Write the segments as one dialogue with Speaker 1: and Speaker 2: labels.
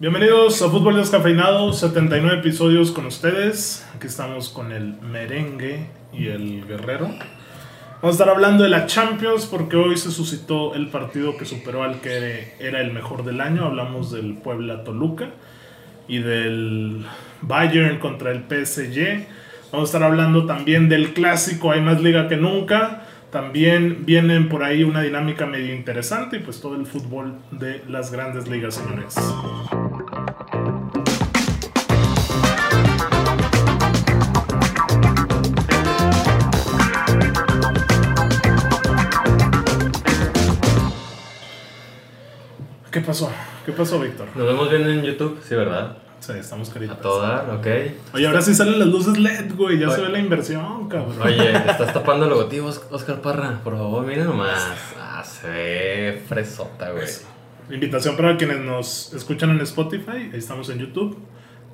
Speaker 1: Bienvenidos a Fútbol Descafeinado, 79 episodios con ustedes. Aquí estamos con el merengue y el guerrero. Vamos a estar hablando de la Champions porque hoy se suscitó el partido que superó al que era el mejor del año. Hablamos del Puebla Toluca y del Bayern contra el PSG. Vamos a estar hablando también del clásico, hay más liga que nunca. También vienen por ahí una dinámica medio interesante y pues todo el fútbol de las grandes ligas, señores. ¿Qué pasó? ¿Qué pasó, Víctor?
Speaker 2: Nos vemos bien en YouTube, sí, ¿verdad?
Speaker 1: Sí, estamos
Speaker 2: A
Speaker 1: queridos.
Speaker 2: todo dar, ok.
Speaker 1: Oye, ahora sí salen las luces LED, güey. Ya
Speaker 2: Oye.
Speaker 1: se ve la inversión, cabrón.
Speaker 2: Oye, estás tapando logotipos, Oscar Parra. Por favor, mira nomás. Ah, se ve fresota, güey.
Speaker 1: Invitación para quienes nos escuchan en Spotify. Ahí estamos en YouTube.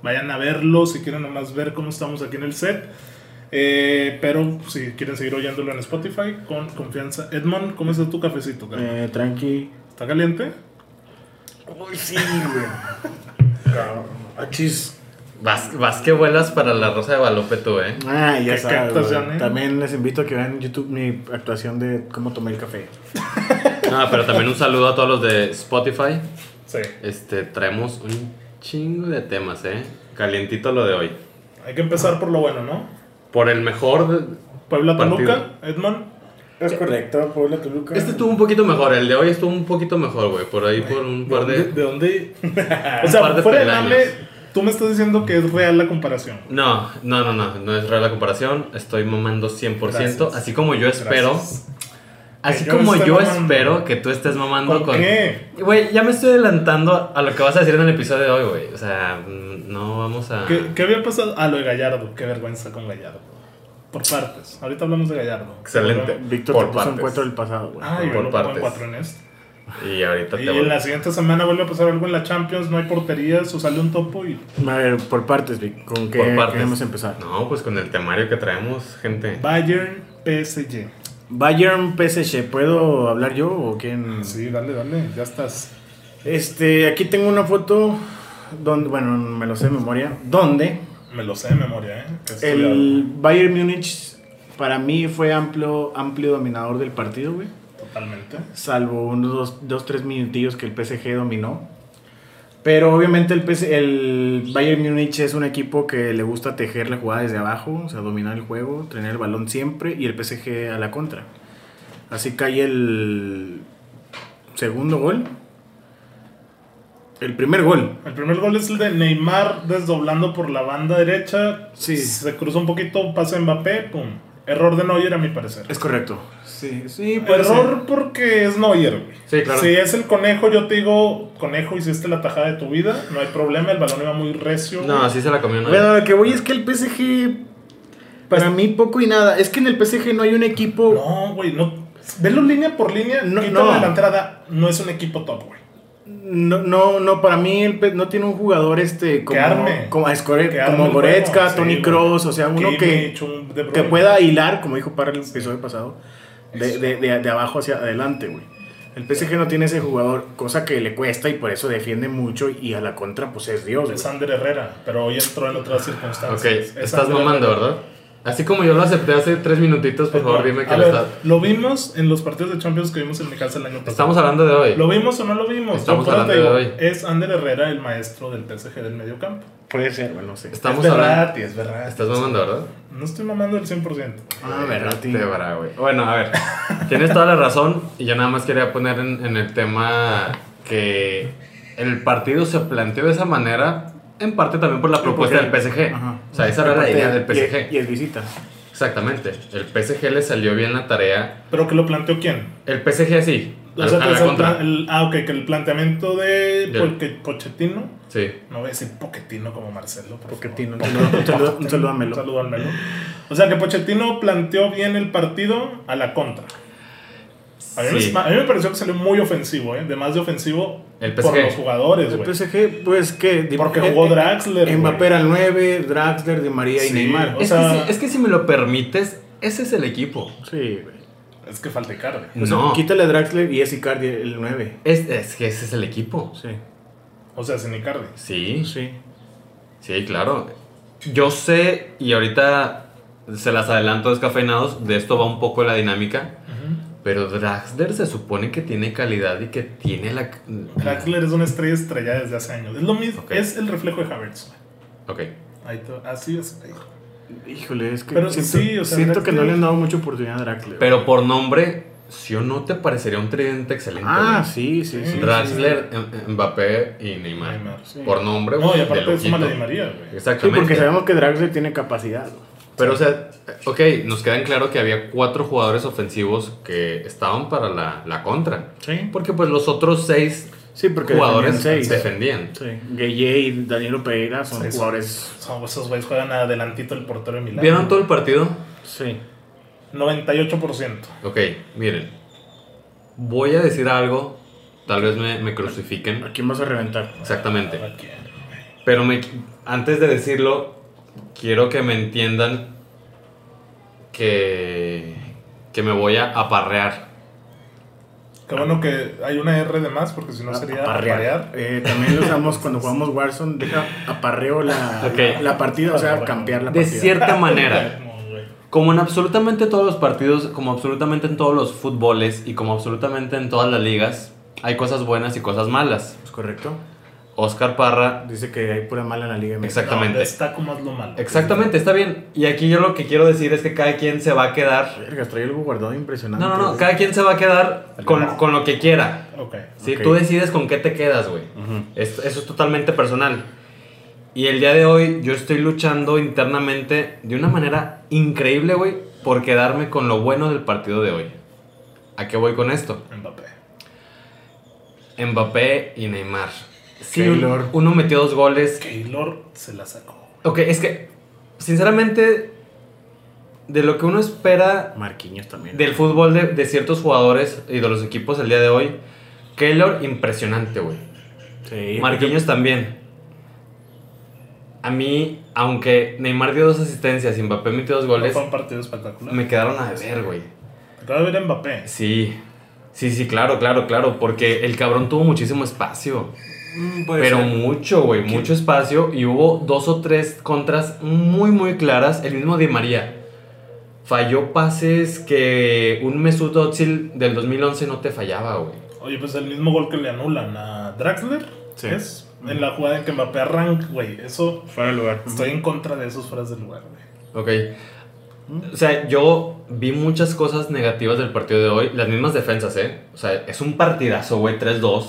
Speaker 1: Vayan a verlo si quieren nomás ver cómo estamos aquí en el set. Eh, pero si quieren seguir oyéndolo en Spotify, con confianza. Edmond, ¿cómo está tu cafecito? cara?
Speaker 3: Eh, tranqui.
Speaker 1: ¿Está caliente?
Speaker 3: Uy, sí, güey. Cabrón. Achis.
Speaker 2: Vas, vas que vuelas para la Rosa de Guadalupe tú, ¿eh?
Speaker 3: Ah, ya
Speaker 1: Qué- qué
Speaker 3: sabes. güey.
Speaker 1: actuación, ¿eh?
Speaker 3: También les invito a que vean en YouTube mi actuación de cómo tomé el café.
Speaker 2: No, pero también un saludo a todos los de Spotify.
Speaker 1: Sí.
Speaker 2: Este, traemos un chingo de temas, ¿eh? Calientito lo de hoy.
Speaker 1: Hay que empezar por lo bueno, ¿no?
Speaker 2: Por el mejor... de-
Speaker 1: Puebla Toluca,
Speaker 2: Partido.
Speaker 1: Edmond.
Speaker 3: Es correcto, Puebla Toluca.
Speaker 2: Este estuvo un poquito mejor, el de hoy estuvo un poquito mejor, güey. Por ahí, por un par
Speaker 1: ¿De,
Speaker 2: de...
Speaker 1: de dónde? o
Speaker 2: par
Speaker 1: sea,
Speaker 2: de
Speaker 1: fuera de
Speaker 2: peldaños.
Speaker 1: mame, tú me estás diciendo que es real la comparación.
Speaker 2: No, no, no, no, no es real la comparación. Estoy mamando 100%.
Speaker 1: Gracias.
Speaker 2: Así como yo espero.
Speaker 1: Gracias.
Speaker 2: Así
Speaker 1: Que yo
Speaker 2: como
Speaker 1: esté
Speaker 2: yo
Speaker 1: mamando.
Speaker 2: espero que tú estés mamando
Speaker 1: ¿Por
Speaker 2: con.
Speaker 1: qué?
Speaker 2: Güey, ya me estoy adelantando a lo que vas a decir en el episodio de hoy, güey. O sea, mm, no vamos a.
Speaker 1: ¿Qué, qué había pasado? Ah, lo de Gallardo. Qué vergüenza con Gallardo. Por partes. Ahorita hablamos de Gallardo. Ah,
Speaker 2: Excelente.
Speaker 3: Víctor
Speaker 2: Por
Speaker 3: te puso en
Speaker 2: partes.
Speaker 3: cuatro del pasado, güey. Ah,
Speaker 1: Ay,
Speaker 2: Por
Speaker 1: por
Speaker 2: partes.
Speaker 1: cuatro en este.
Speaker 2: Y ahorita
Speaker 1: Y
Speaker 2: te
Speaker 1: en
Speaker 2: voy.
Speaker 1: la siguiente semana vuelve a pasar algo en la Champions. No hay porterías o sale un topo y
Speaker 3: A ver, eh, por partes, Vic. ¿Con qué
Speaker 2: Por partes.
Speaker 3: queremos empezar?
Speaker 2: No, pues con el temario que traemos, gente.
Speaker 1: Bayern PSG.
Speaker 3: Bayern PSG, ¿puedo hablar yo o quién?
Speaker 1: Sí, dale, dale. Ya estás.
Speaker 3: Este, aquí tengo una foto donde, bueno, me lo sé de memoria, donde
Speaker 1: Me lo sé de memoria, ¿eh? Que he estudiado.
Speaker 3: El Bayern Múnich para mí fue amplio, amplio dominador del partido, güey.
Speaker 1: Totalmente.
Speaker 3: Salvo unos dos, dos, tres minutillos que el PSG dominó. Pero obviamente el, PS el Bayern Múnich es un equipo que le gusta tejer la jugada desde abajo, o sea, dominar el juego, tener el balón siempre y el PSG a la contra. Así cae el segundo gol. El primer gol.
Speaker 1: El primer gol es el de Neymar desdoblando por la banda derecha.
Speaker 3: Sí.
Speaker 1: Se cruza un poquito, pasa Mbappé, pum. Error de Neuer a mi parecer.
Speaker 3: Es correcto. Sí, sí,
Speaker 1: pues Error porque es Neuer, güey.
Speaker 2: Sí, claro.
Speaker 1: Si es el conejo, yo te digo, conejo, hiciste la tajada de tu vida, no hay problema, el balón iba muy recio.
Speaker 2: No, así se la comió nadie.
Speaker 3: Bueno, lo que voy es que el PSG. Para
Speaker 1: Pues-
Speaker 3: mí, poco y nada. Es que en el PSG no hay un equipo.
Speaker 1: No, güey, no. Velo línea por línea,
Speaker 3: No,
Speaker 1: no, quita
Speaker 3: no.
Speaker 1: la delantera, no es un equipo top, güey.
Speaker 3: No, no, no, para mí el P- no tiene un jugador este como.
Speaker 1: Que arme.
Speaker 3: Como, es correcto,
Speaker 1: Que arme
Speaker 3: como
Speaker 1: el
Speaker 3: Goretzka,
Speaker 1: juego, sí,
Speaker 3: Tony
Speaker 1: güey.
Speaker 3: Cross. O sea, uno que,
Speaker 1: Kimmich, un De
Speaker 3: que
Speaker 1: Bruyne.
Speaker 3: pueda hilar, como dijo para el episodio pasado, de, de- de- de abajo hacia adelante, güey. El PSG no tiene ese jugador, cosa que le cuesta y por eso defiende mucho y a la contra, pues es Dios. güey.
Speaker 1: Es Ander Herrera, pero hoy entró en otras circunstancias.
Speaker 2: ok,
Speaker 1: Es
Speaker 2: estás
Speaker 1: Ander
Speaker 2: mamando,
Speaker 1: Herrera.
Speaker 2: ¿verdad? Así como yo lo acepté hace tres minutitos, por favor, dime que
Speaker 1: Eh, A
Speaker 2: lo
Speaker 1: ver,
Speaker 2: estás.
Speaker 1: Lo vimos en los partidos de Champions que vimos en mi casa el año pasado.
Speaker 2: Estamos hablando de hoy.
Speaker 1: ¿Lo vimos o no lo vimos?
Speaker 2: Estamos
Speaker 1: Yo por eso te
Speaker 2: hablando de
Speaker 1: digo, Es Ander Herrera el maestro del PSG del medio campo.
Speaker 3: Puede ser, bueno, no sé.
Speaker 2: Estamos
Speaker 1: es
Speaker 2: hablando.
Speaker 1: verdad, es verdad.
Speaker 2: Estás mamando, ¿verdad?
Speaker 1: No estoy mamando el 100%.
Speaker 3: Ah, verdad,
Speaker 2: Te verá, güey. Bueno, a ver. Tienes toda la razón. Y yo nada más quería poner en, en el tema que el partido se planteó de esa manera. En parte también por la propuesta del PSG.
Speaker 3: Ajá.
Speaker 2: O sea, esa era la idea del PSG.
Speaker 3: Y, y es visita.
Speaker 2: Exactamente. El PSG le salió bien la tarea.
Speaker 1: ¿Pero que lo planteó quién?
Speaker 2: El PSG así.
Speaker 1: O
Speaker 2: a-
Speaker 1: sea,
Speaker 2: a
Speaker 1: que es
Speaker 2: la
Speaker 1: el
Speaker 2: contra.
Speaker 1: plan- el- ah, ok, que el planteamiento de
Speaker 2: Del-
Speaker 1: porque Pochettino.
Speaker 2: Sí.
Speaker 1: No voy a decir Pochettino como Marcelo. por favor.
Speaker 3: Pochettino, un saludo- un saludo- un saludo a Melo.
Speaker 1: Un saludo al Melo. O sea, que Pochettino planteó bien el partido a la contra. A mí,
Speaker 2: Sí.
Speaker 1: me, a mí me pareció que salió muy ofensivo, ¿eh? De más de ofensivo
Speaker 2: El
Speaker 1: por
Speaker 2: PSG.
Speaker 1: los jugadores,
Speaker 3: El
Speaker 1: güey.
Speaker 3: PSG, pues que.
Speaker 1: Porque jugó Draxler, güey.
Speaker 3: Mbappé era el 9, Draxler, Di María y
Speaker 1: Sí,
Speaker 3: Neymar.
Speaker 1: o
Speaker 2: Es,
Speaker 1: sea-
Speaker 2: que si, es que si me lo permites, ese es el equipo.
Speaker 3: Sí, güey.
Speaker 1: Es que falta Icardi.
Speaker 3: O sea,
Speaker 2: No.
Speaker 3: quítale a Draxler y es Icardi el 9.
Speaker 2: Es, es que ese es el equipo.
Speaker 3: Sí.
Speaker 1: O sea, sin Icardi.
Speaker 2: Sí,
Speaker 3: Sí.
Speaker 2: sí, claro. Yo sé, y ahorita se las adelanto descafeinados, de esto va un poco la dinámica, pero Draxler se supone que tiene calidad y que tiene la...
Speaker 1: Draxler es una estrella estrellada desde hace años. Es lo mismo,
Speaker 2: Ok.
Speaker 1: es el reflejo de Havertz.
Speaker 2: Ok.
Speaker 1: Ahí to- Así es.
Speaker 3: Híjole, es que
Speaker 1: Pero
Speaker 3: siento,
Speaker 1: sí, o sea,
Speaker 3: siento que no
Speaker 1: Draxler-
Speaker 3: le han dado mucha oportunidad a Draxler.
Speaker 2: Pero por nombre, si o no te parecería un tridente excelente.
Speaker 3: ah,
Speaker 2: güey?
Speaker 3: sí, sí, sí.
Speaker 2: Draxler, M- Mbappé y Neymar.
Speaker 1: Neymar, sí.
Speaker 2: Por nombre,
Speaker 1: No, y
Speaker 2: güey, de
Speaker 1: aparte es
Speaker 2: loquito.
Speaker 1: mala de María, güey.
Speaker 3: Sí,
Speaker 2: Exactamente.
Speaker 3: porque sabemos que Draxler tiene capacidad.
Speaker 2: Pero, o sea, ok, nos queda en claro que había cuatro jugadores ofensivos que estaban para la, la contra.
Speaker 3: Sí.
Speaker 2: Porque, pues, los otros seis
Speaker 3: Sí, porque
Speaker 2: jugadores
Speaker 3: defendían seis.
Speaker 2: defendían.
Speaker 3: Sí. Gueye y Danilo Pereira son
Speaker 1: Sí, sí.
Speaker 3: jugadores.
Speaker 1: Son- pues, esos güeyes juegan adelantito el portero de Milán.
Speaker 2: ¿Vieron todo el partido?
Speaker 3: Sí.
Speaker 1: 98%.
Speaker 2: Ok, miren. Voy a decir algo, tal vez me, me
Speaker 3: ¿A
Speaker 2: crucifiquen.
Speaker 3: quién vas a reventar?
Speaker 2: Exactamente.
Speaker 1: Ahora quién.
Speaker 2: Pero me, antes de decirlo, quiero que me entiendan que, que me voy a aparrear.
Speaker 1: Qué bueno que hay una R de más, porque
Speaker 2: Ah,
Speaker 1: si no sería aparrear.
Speaker 3: Eh, también lo usamos cuando jugamos Warzone. Deja aparreo la,
Speaker 2: Ok.
Speaker 3: la, la partida, o sea, campear la
Speaker 2: De
Speaker 3: partida.
Speaker 2: cierta manera,
Speaker 1: No, güey.
Speaker 2: como en absolutamente todos los partidos, como absolutamente en todos los fútboles y como absolutamente en todas las ligas, hay cosas buenas y cosas malas.
Speaker 3: Es correcto.
Speaker 2: Oscar Parra,
Speaker 3: Dice que hay pura mala en la Liga MX.
Speaker 2: Exactamente.
Speaker 1: No, destaco más lo malo.
Speaker 2: exactamente, está bien. Y aquí yo lo que quiero decir es que cada quien se va a quedar...
Speaker 3: Vergas, trae algo guardado impresionante.
Speaker 2: No, no, no, cada quien se va a quedar con, con lo que quiera.
Speaker 1: Ok.
Speaker 2: Sí,
Speaker 3: Ok.
Speaker 2: tú decides con qué te quedas, güey.
Speaker 3: Ujú.
Speaker 2: Es- eso es totalmente personal. Y el día de hoy yo estoy luchando internamente de una manera increíble, güey, por quedarme con lo bueno del partido de hoy. ¿A qué voy con esto?
Speaker 1: Mbappé.
Speaker 2: Mbappé y Neymar. Sí, un-
Speaker 3: Keylor.
Speaker 2: uno metió dos goles.
Speaker 1: Keylor se la sacó.
Speaker 2: Ok, es que, sinceramente, de lo que uno espera
Speaker 3: Marquinhos también.
Speaker 2: del fútbol de, de ciertos jugadores y de los equipos el día de hoy, Keylor, impresionante, güey.
Speaker 3: Sí.
Speaker 2: Marquinhos también. A mí, aunque Neymar dio dos asistencias y Mbappé metió dos
Speaker 1: No
Speaker 2: goles,
Speaker 1: Fue un partido espectacular.
Speaker 2: me quedaron a ver, güey.
Speaker 1: Acabo de ver a Mbappé.
Speaker 2: Sí, sí, sí, claro, claro, claro, porque el cabrón tuvo muchísimo espacio.
Speaker 3: Mm, puede
Speaker 2: Pero
Speaker 3: ser.
Speaker 2: mucho, güey, mucho espacio y hubo dos o tres contras muy, muy claras. El mismo Di María falló pases que un Mesut Özil del 2011 no te fallaba, güey.
Speaker 1: Oye, pues el mismo gol que le anulan a Draxler.
Speaker 3: Sí.
Speaker 1: Es en la jugada en que Mbappé arranca, güey. Eso.
Speaker 3: Fuera de lugar.
Speaker 1: Estoy en contra de esos fueras del lugar, güey.
Speaker 2: Ok. O sea, yo vi muchas cosas negativas del partido de hoy. Las mismas defensas, ¿eh? O sea, es un partidazo, güey. 3-2.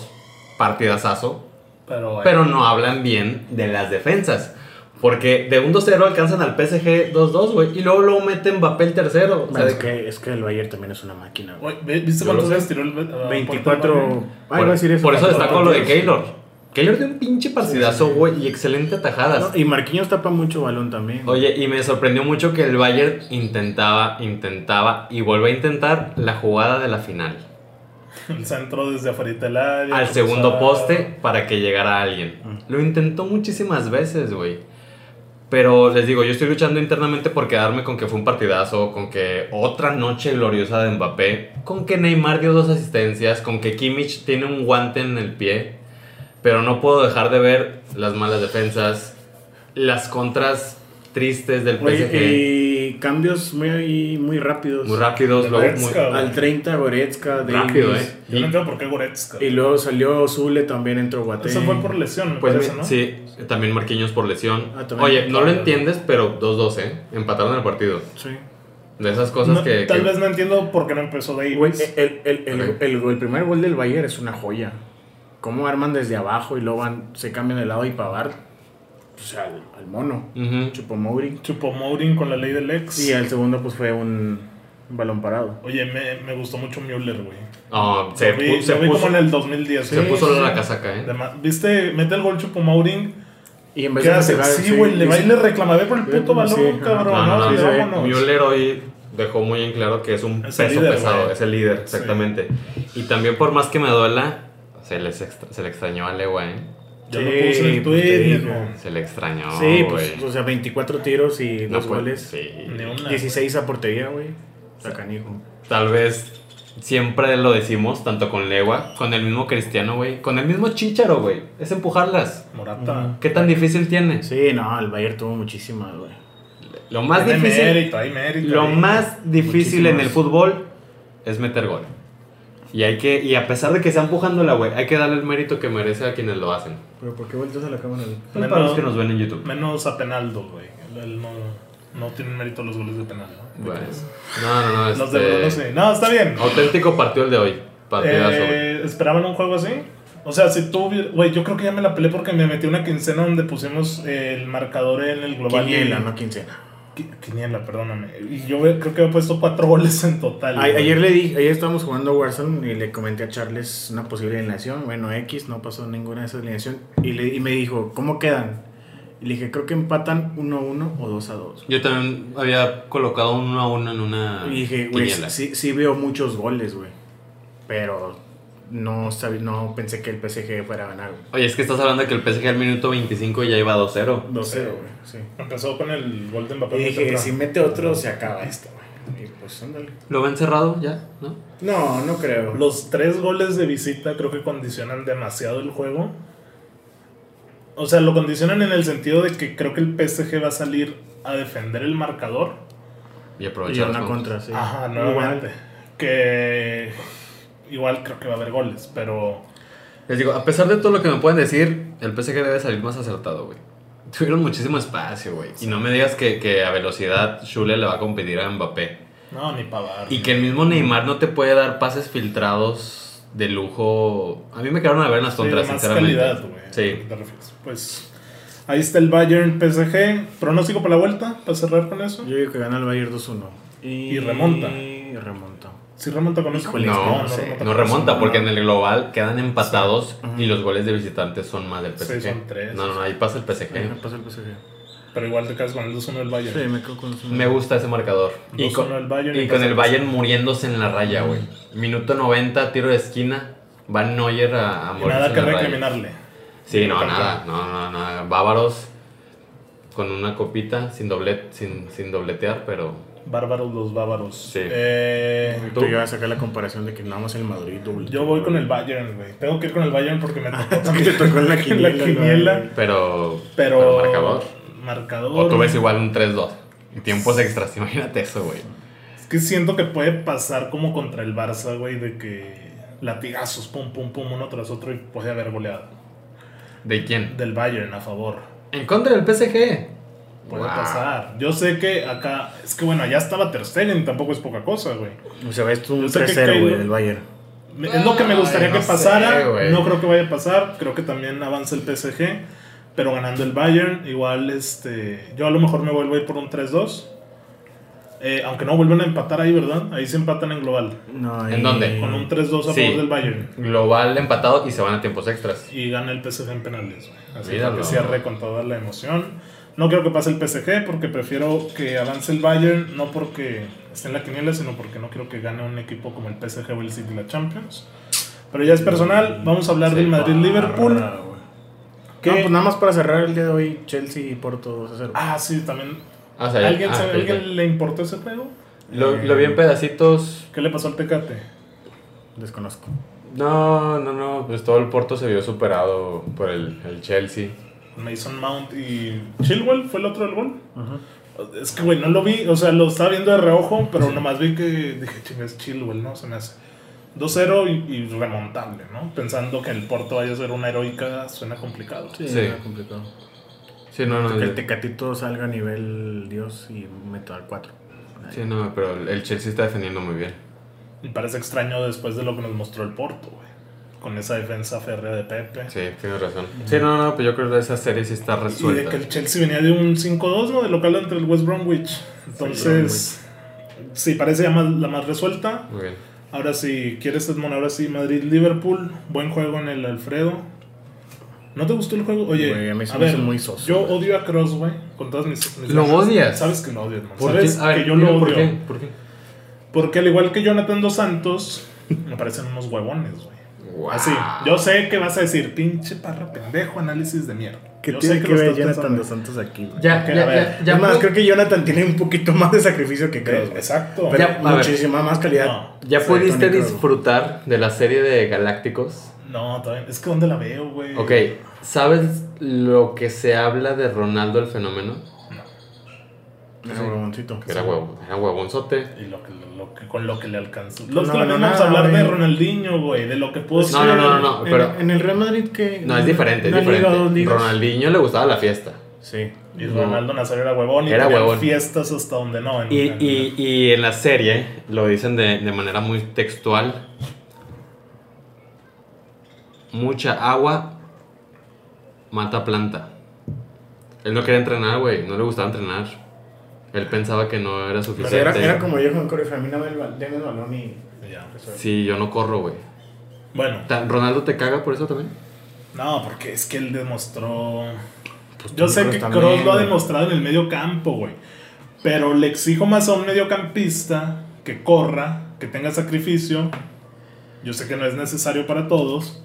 Speaker 2: Partidazazo.
Speaker 1: Pero,
Speaker 2: Pero no hablan bien de las defensas. Porque de un 2-0 alcanzan al PSG 2-2, güey. Y luego luego meten Mbappé el tercero. O sea,
Speaker 3: Bueno, es,
Speaker 2: de-
Speaker 3: que, es que el Bayern también es una máquina. güey.
Speaker 1: Güey, ¿ve- ¿viste
Speaker 2: Yo
Speaker 1: cuántos
Speaker 2: lo sé.
Speaker 1: veces tiró el. ve- ah,
Speaker 3: 24.
Speaker 1: portero?
Speaker 3: Ah, iba a decir eso.
Speaker 2: por eso
Speaker 3: 24
Speaker 2: destaco lo de
Speaker 3: partidos.
Speaker 2: Keylor. Keylor dio un pinche partidazo, güey. Y excelente atajadas.
Speaker 3: No, y Marquinhos tapa mucho balón también.
Speaker 2: Oye, y me sorprendió mucho que el Bayern intentaba, intentaba y volvió a intentar la jugada de la final.
Speaker 1: El centro desde afuera del área. pues,
Speaker 2: al
Speaker 1: cruzada.
Speaker 2: segundo poste para que llegara alguien. Lo intentó muchísimas veces, güey. Pero les digo, yo estoy luchando internamente por quedarme con que fue un partidazo, con que otra noche gloriosa de Mbappé, con que Neymar dio dos asistencias, con que Kimmich tiene un guante en el pie. Pero no puedo dejar de ver las malas defensas, las contras tristes del PSG.
Speaker 3: Oye, y cambios muy, muy rápidos.
Speaker 2: muy rápidos,
Speaker 1: de
Speaker 2: luego muy
Speaker 1: Goretzka,
Speaker 3: Al 30, Goretzka, Davis.
Speaker 2: rápido, ¿eh?
Speaker 1: Yo no entiendo por qué Goretzka.
Speaker 3: Y luego salió Zule, también entró Guate.
Speaker 1: Eso fue por lesión, me
Speaker 2: Pues
Speaker 1: parece,
Speaker 2: mi-
Speaker 1: ¿no?
Speaker 2: sí, también Marquinhos por lesión.
Speaker 3: Ah, también.
Speaker 2: Oye, no lo
Speaker 3: Claro.
Speaker 2: entiendes, pero 2-2, ¿eh? Empataron el partido.
Speaker 3: Sí.
Speaker 2: De esas cosas
Speaker 1: No,
Speaker 2: que...
Speaker 1: Tal
Speaker 2: que- eh,
Speaker 1: vez no entiendo por qué no empezó Eh, Davis.
Speaker 3: Güey, el, el, el,
Speaker 2: Ok.
Speaker 3: el- el primer gol del Bayern es una joya. Cómo arman desde abajo y luego van, se cambian de lado y pavar. O sea, al, al mono.
Speaker 2: Ujú.
Speaker 3: Chupomori.
Speaker 1: Chupomourin con la ley del ex.
Speaker 2: eh.
Speaker 3: Y el segundo, pues fue un balón parado.
Speaker 1: Oye, me, me gustó mucho Müller, güey.
Speaker 2: Ah, se,
Speaker 1: Lo vi,
Speaker 2: pu- se
Speaker 1: lo vi
Speaker 2: puso,
Speaker 1: como en el 2010.
Speaker 2: se
Speaker 1: güey.
Speaker 2: puso
Speaker 3: sí,
Speaker 2: la
Speaker 3: sí.
Speaker 2: casaca, ¿eh?
Speaker 1: Además, ¿Viste? Mete el gol Chupomourin.
Speaker 3: Y en vez
Speaker 1: ¿Qué
Speaker 3: de
Speaker 1: hace?
Speaker 3: festejar,
Speaker 1: Sí, güey, le va y le reclamaba por el
Speaker 3: Sí,
Speaker 1: puto balón,
Speaker 3: sí, ajá.
Speaker 1: cabrón.
Speaker 2: No, no,
Speaker 1: No,
Speaker 2: no,
Speaker 1: Sí,
Speaker 2: sí.
Speaker 1: vámonos.
Speaker 2: Müller hoy dejó muy en claro que es un
Speaker 1: Es el
Speaker 2: peso
Speaker 1: líder,
Speaker 2: pesado,
Speaker 1: güey.
Speaker 2: es el líder,
Speaker 1: Sí.
Speaker 2: exactamente. Y también por más que me duela, se, les extra- se le extrañó a Lewa, ¿eh?
Speaker 1: Yo lo puse en
Speaker 3: Sí,
Speaker 1: el tweet,
Speaker 3: pues,
Speaker 1: mismo.
Speaker 3: sí,
Speaker 2: Se le extrañó,
Speaker 3: Sí,
Speaker 2: güey.
Speaker 3: pues, o sea, 24 tiros y
Speaker 2: No
Speaker 1: pues,
Speaker 3: dos
Speaker 2: fue-
Speaker 3: goles.
Speaker 2: Sí.
Speaker 1: Ni una, güey.
Speaker 3: 16 a portería, güey. Sacanijo.
Speaker 2: Tal vez Siempre lo decimos, tanto con Legua, con el mismo Cristiano, güey, con el mismo Chicharo, güey. Es empujarlas.
Speaker 1: Morata.
Speaker 2: ¿Qué tan difícil tienes?
Speaker 3: Sí, no, el Bayern tuvo muchísimas, güey.
Speaker 2: Lo más
Speaker 1: Tiene
Speaker 2: difícil,
Speaker 1: mérito, hay mérito.
Speaker 2: lo
Speaker 1: ahí.
Speaker 2: más difícil en el
Speaker 3: Muchísimas.
Speaker 2: fútbol es meter gol. Y hay que, y a pesar de que está empujándola, güey, hay que darle el mérito que merece a quienes lo hacen.
Speaker 3: Pero ¿por qué volteas a la cámara?
Speaker 2: Pues
Speaker 1: Menos-
Speaker 2: para los que nos ven en YouTube.
Speaker 1: Menos a Penaldo, güey. Él- él no, no tiene mérito los goles de Penaldo.
Speaker 2: Bueno, no, no, no.
Speaker 1: Los de Bruno
Speaker 2: Este,
Speaker 1: sí. No, está bien.
Speaker 2: auténtico partido el de hoy. Partidazo. güey.
Speaker 1: Eh, ¿Esperaban un juego así? O sea, si tú, hubiera- güey, yo creo que ya me la peleé porque me metí una quincena donde pusimos eh, el marcador en el global.
Speaker 3: Quiniela, no quincena.
Speaker 1: Qui- Quiniela, perdóname. Y yo creo que he puesto cuatro goles en total.
Speaker 3: A-
Speaker 1: güey.
Speaker 3: ayer le dije, ayer estábamos jugando Warzone y le comenté a Charles una posible alineación. Bueno, X, no pasó ninguna de esas alineaciones. Y, le, y me dijo, ¿cómo quedan? Y le dije, creo que empatan 1-1 o 2-2.
Speaker 2: Yo también había colocado un uno a uno en una.
Speaker 3: Y dije, güey,
Speaker 2: quiniela.
Speaker 3: sí, sí veo muchos goles, güey. Pero no, sab- no pensé que el PSG fuera a ganar, güey.
Speaker 2: Oye, es que estás hablando de que el PSG al minuto 25 ya iba 2-0.
Speaker 3: 2-0, güey. Sí.
Speaker 1: Empezó con el gol de Mbappé.
Speaker 3: Y
Speaker 1: muy
Speaker 3: dije,
Speaker 1: temprano.
Speaker 3: si mete otro, se acaba esto, güey. Y pues, ándale.
Speaker 2: Lo ven cerrado ya, ¿no?
Speaker 3: No, no creo.
Speaker 1: Los tres goles de visita creo que condicionan demasiado el juego. O sea, lo condicionan en el sentido de que creo que el PSG va a salir a defender el marcador.
Speaker 2: Y
Speaker 3: y
Speaker 2: aprovechar. los
Speaker 3: una
Speaker 2: puntos.
Speaker 3: contra, sí.
Speaker 1: Ajá, nuevamente.
Speaker 3: Igual.
Speaker 1: Que igual creo que va a haber goles, pero
Speaker 2: Les digo, a pesar de todo lo que me pueden decir, el PSG debe salir más acertado, güey. Tuvieron muchísimo espacio, güey. Y no me digas que, que a velocidad Schule le va a competir a Mbappé.
Speaker 1: no, ni pavar.
Speaker 2: Y que el mismo Neymar no te puede dar pases filtrados de lujo. A mí me quedaron a ver en las
Speaker 1: Sí, de
Speaker 2: contras,
Speaker 1: más
Speaker 2: sinceramente.
Speaker 1: calidad, güey.
Speaker 2: Sí.
Speaker 1: ¿Te refieres? Pues ahí está el Bayern PSG. Pronóstico para la vuelta, para cerrar con eso.
Speaker 3: Yo digo que gana el Bayern 2-1. Y...
Speaker 1: Y remonta.
Speaker 3: Y remonta.
Speaker 1: Si remonta con eso.
Speaker 3: Híjole,
Speaker 2: No,
Speaker 3: no sé,
Speaker 2: No remonta,
Speaker 1: con eso,
Speaker 2: porque en
Speaker 1: no.
Speaker 2: el global quedan empatados
Speaker 3: Ajá.
Speaker 2: y los goles de visitantes son más del
Speaker 1: Sí,
Speaker 2: PSG.
Speaker 1: son tres.
Speaker 2: No, no, ahí pasa el
Speaker 3: Ahí me
Speaker 2: PSG.
Speaker 3: pasa el PSG.
Speaker 1: Pero igual te quedas con el 2-1 del Bayern.
Speaker 3: Sí, me quedo con los-
Speaker 2: Me gusta ese marcador. Y
Speaker 1: Dos
Speaker 2: con,
Speaker 1: uno al Bayern
Speaker 2: y
Speaker 1: y
Speaker 2: con
Speaker 1: pasa
Speaker 2: el
Speaker 1: el
Speaker 2: Bayern muriéndose en la raya, güey. Minuto 90, tiro de esquina. Va Neuer a, a
Speaker 1: Y
Speaker 2: morirse
Speaker 1: nada
Speaker 2: en
Speaker 1: que
Speaker 2: la raya.
Speaker 1: recriminarle.
Speaker 2: Sí, no,
Speaker 1: Campeón.
Speaker 2: nada. No, no, nada. Bávaros con una copita, sin, doble, sin, sin dobletear, pero...
Speaker 1: Bárbaros los bávaros.
Speaker 2: Sí.
Speaker 1: Eh,
Speaker 3: Tú ibas a sacar la comparación de que nada más el Madrid doble.
Speaker 1: yo voy con el Bayern, güey. Tengo que ir con el Bayern porque me tocó también.
Speaker 3: Te tocó en la quiniela,
Speaker 1: la quiniela.
Speaker 3: güey.
Speaker 2: Pero...
Speaker 1: Pero.
Speaker 2: pero marcador.
Speaker 1: Marcador.
Speaker 2: O tú ves igual un 3-2. Y tiempos extras, imagínate eso, güey.
Speaker 1: Es que siento que puede pasar como contra el Barça, güey, de que latigazos, pum, pum, pum, uno tras otro y puede haber goleado.
Speaker 2: ¿De quién?
Speaker 1: Del Bayern a favor.
Speaker 2: En contra del PSG.
Speaker 1: Puede
Speaker 2: Wow.
Speaker 1: pasar. Yo sé que acá. Es que bueno, allá estaba Ter Stegen, tampoco es poca cosa, güey.
Speaker 3: O sea, ves tú un
Speaker 1: Yo sé que
Speaker 3: 3-0, güey,
Speaker 1: Keylor-
Speaker 3: del Bayern.
Speaker 1: Me- Es lo que me
Speaker 2: Ay,
Speaker 1: gustaría
Speaker 2: no
Speaker 1: que
Speaker 2: sé,
Speaker 1: pasara.
Speaker 2: güey.
Speaker 1: no creo que vaya a pasar. Creo que también avanza el PSG. Pero ganando el Bayern, igual este. Yo a lo mejor me vuelvo a ir por un 3-2. Eh, aunque no vuelven a empatar ahí, ¿verdad? Ahí se empatan en global.
Speaker 3: No,
Speaker 2: ¿En
Speaker 3: ahí-
Speaker 2: dónde?
Speaker 1: Con un 3-2 a favor
Speaker 2: Sí.
Speaker 1: del Bayern.
Speaker 2: Global empatado y se van a tiempos extras.
Speaker 1: Y gana el PSG en penales. güey. Así
Speaker 2: Míralo.
Speaker 1: que cierre con toda la emoción. No quiero que pase el PSG porque prefiero que avance el Bayern. No porque esté en la quiniela, sino porque no quiero que gane un equipo como el PSG o el City la Champions. Pero ya es personal. Vamos a hablar
Speaker 2: Mm, Sí,
Speaker 1: del Madrid-Liverpool.
Speaker 3: Ah, güey.
Speaker 1: ¿Qué?
Speaker 3: No, pues nada más para cerrar el día de hoy, Chelsea y Porto 2-0.
Speaker 1: Ah, sí, también.
Speaker 2: Ah, o sea,
Speaker 1: ¿Alguien,
Speaker 2: ah,
Speaker 1: sabe-
Speaker 2: ok, ok.
Speaker 1: ¿alguien le importó ese juego? Eh,
Speaker 2: Lo, lo vi en pedacitos.
Speaker 1: ¿Qué le pasó al Tecate?
Speaker 3: Desconozco.
Speaker 2: No, no, no. Pues todo el Porto se vio superado por el, el Chelsea.
Speaker 1: Mason Mount y Chilwell fue el otro del gol. Es que, güey, no lo vi. O sea, lo estaba viendo de reojo, pero nomás vi que dije, chinga, es Chilwell, ¿no? Se me hace 2-0 y, y remontable, ¿no? Pensando que el Porto vaya a ser una heroica suena complicado.
Speaker 2: Sí.
Speaker 3: era complicado.
Speaker 2: Sí, no, no.
Speaker 3: Que el
Speaker 2: el-
Speaker 3: Tecatito salga a nivel Dios y meta al 4.
Speaker 2: Sí, no, pero el el Chelsea está defendiendo muy bien.
Speaker 1: Y parece extraño después de lo que nos mostró el Porto, güey. Con esa defensa férrea de Pepe.
Speaker 2: Sí, tienes razón. Sí, no, no, pero yo creo que esa serie sí está
Speaker 1: Y de
Speaker 2: resuelta.
Speaker 1: que el Chelsea venía de un 5-2, ¿no? De local ante el West Bromwich. Entonces, sí, parece ya más- la más resuelta.
Speaker 2: Muy bien.
Speaker 1: Ahora sí, ¿quieres Edmond? Ahora sí, Madrid-Liverpool. Buen juego en el Alfredo. ¿No te gustó el juego? Oye,
Speaker 3: Güey, a mí se
Speaker 1: a
Speaker 3: me
Speaker 1: ver,
Speaker 3: hizo muy soso,
Speaker 1: yo
Speaker 3: güey.
Speaker 1: odio a Cross, güey, con todas mis... mis
Speaker 2: ¿Lo
Speaker 1: ganas.
Speaker 2: odias?
Speaker 1: Sabes que lo odio, Edmond.
Speaker 2: ¿Por
Speaker 1: Sabes
Speaker 2: qué? A ver,
Speaker 1: que yo lo
Speaker 2: dime
Speaker 1: odio.
Speaker 2: ¿por qué? ¿Por qué?
Speaker 1: Porque al igual que Jonathan Dos Santos, me parecen unos huevones, güey.
Speaker 2: Guau.
Speaker 1: Así, yo sé que vas a decir, pinche parra pendejo, análisis de mierda.
Speaker 3: ¿Qué
Speaker 1: Yo
Speaker 3: tiene
Speaker 1: sé que
Speaker 3: que,
Speaker 1: lo
Speaker 3: ver
Speaker 1: estás
Speaker 3: Jonathan
Speaker 1: pensando.
Speaker 3: dos Santos aquí? güey?
Speaker 2: Ya,
Speaker 1: Ok, a
Speaker 2: ya,
Speaker 1: ver.
Speaker 2: ya, ya,
Speaker 3: Además,
Speaker 2: pu-
Speaker 3: creo que Jonathan tiene un poquito más de sacrificio que Cross. güey.
Speaker 1: Exacto.
Speaker 3: Pero
Speaker 2: Ya, a ver.
Speaker 3: muchísima más calidad.
Speaker 1: No.
Speaker 2: ya
Speaker 3: Sí,
Speaker 2: pudiste
Speaker 3: Tony Cross.
Speaker 2: disfrutar de la serie de Galácticos.
Speaker 1: No, todavía- es que ¿dónde la veo, güey?
Speaker 2: Ok, ¿sabes lo que se habla de Ronaldo el fenómeno?
Speaker 3: Ese huevoncito.
Speaker 2: Que Era huevo, era huevonzote.
Speaker 1: Y lo que, lo que- con lo que le alcanzó. Los
Speaker 3: No,
Speaker 1: que
Speaker 3: no,
Speaker 1: vamos
Speaker 3: nada,
Speaker 1: a hablar de
Speaker 3: güey.
Speaker 1: Ronaldinho, güey, de lo que pudo
Speaker 3: Pues
Speaker 2: No,
Speaker 1: ser.
Speaker 2: no, no, no, no,
Speaker 3: En,
Speaker 2: pero
Speaker 3: en el Real Madrid que...
Speaker 2: no, es diferente, es
Speaker 3: una liga, dos
Speaker 2: diferente.
Speaker 3: ligas.
Speaker 2: Ronaldinho le gustaba la fiesta.
Speaker 3: Sí.
Speaker 1: Y
Speaker 2: No.
Speaker 1: Ronaldo Nazario era huevón y
Speaker 2: Era
Speaker 1: tenían
Speaker 2: huevón.
Speaker 1: fiestas hasta donde no. en-
Speaker 2: Y,
Speaker 1: en-
Speaker 2: y, y en la serie lo dicen de, de manera muy textual. Mucha agua mata planta. Él no quería entrenar, güey. No le gustaba entrenar. Él pensaba que no era
Speaker 3: Pero
Speaker 2: suficiente.
Speaker 3: era, era como yo con Corey Famina, deme el balón y...
Speaker 1: ya.
Speaker 2: Sí, yo no corro, güey.
Speaker 1: Bueno,
Speaker 2: Ta- ¿Ronaldo te caga por eso también?
Speaker 1: no, porque es que él demostró.
Speaker 2: Pues
Speaker 1: Yo sé
Speaker 3: Kroos
Speaker 1: que
Speaker 3: también,
Speaker 1: Cross lo ha
Speaker 3: güey.
Speaker 1: demostrado en el medio campo, güey. Pero le exijo más a un mediocampista que corra, que tenga sacrificio. Yo sé que no es necesario para todos,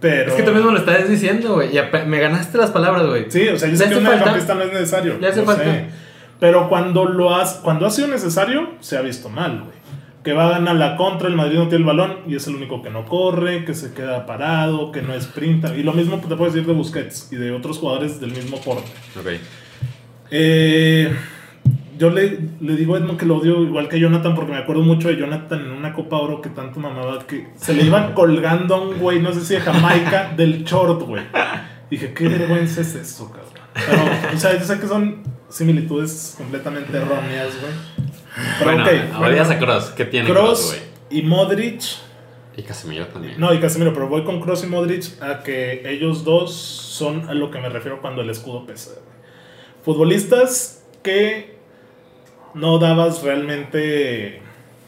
Speaker 1: pero.
Speaker 2: Es que tú mismo lo estás diciendo, güey. y ape- Me ganaste las palabras, güey.
Speaker 1: Sí, o sea, yo
Speaker 2: ¿Le
Speaker 1: sé que
Speaker 2: hace
Speaker 1: un
Speaker 2: falta?
Speaker 1: mediocampista no es necesario.
Speaker 2: ¿Le hace
Speaker 1: yo
Speaker 2: falta?
Speaker 1: sé. Pero cuando lo has, cuando ha sido necesario, se ha visto mal, güey. Que va a ganar la contra, el Madrid no tiene el balón y es el único que no corre, que se queda parado, que no sprinta. Y lo mismo te puedo decir de Busquets y de otros jugadores del mismo porte.
Speaker 2: Ok.
Speaker 1: Eh, yo le, le digo a Edmond que lo odio igual que a Jonathan porque me acuerdo mucho de Jonathan en una Copa Oro que tanto mamaba que se le iban colgando a un güey, no sé si de Jamaica, del short, güey. Dije, qué vergüenza es eso, cabrón. Pero, o sea, yo sé que son similitudes completamente erróneas, güey. Pero
Speaker 2: bueno,
Speaker 1: ok.
Speaker 2: ahora ya a Cross. ¿Qué tiene Cross,
Speaker 1: Cross
Speaker 2: güey?
Speaker 1: y Modric
Speaker 2: Y Casemiro también.
Speaker 1: no, y Casemiro, pero voy con Cross y Modric a que ellos dos son a lo que me refiero cuando el escudo pesa. güey. Futbolistas que no dabas realmente,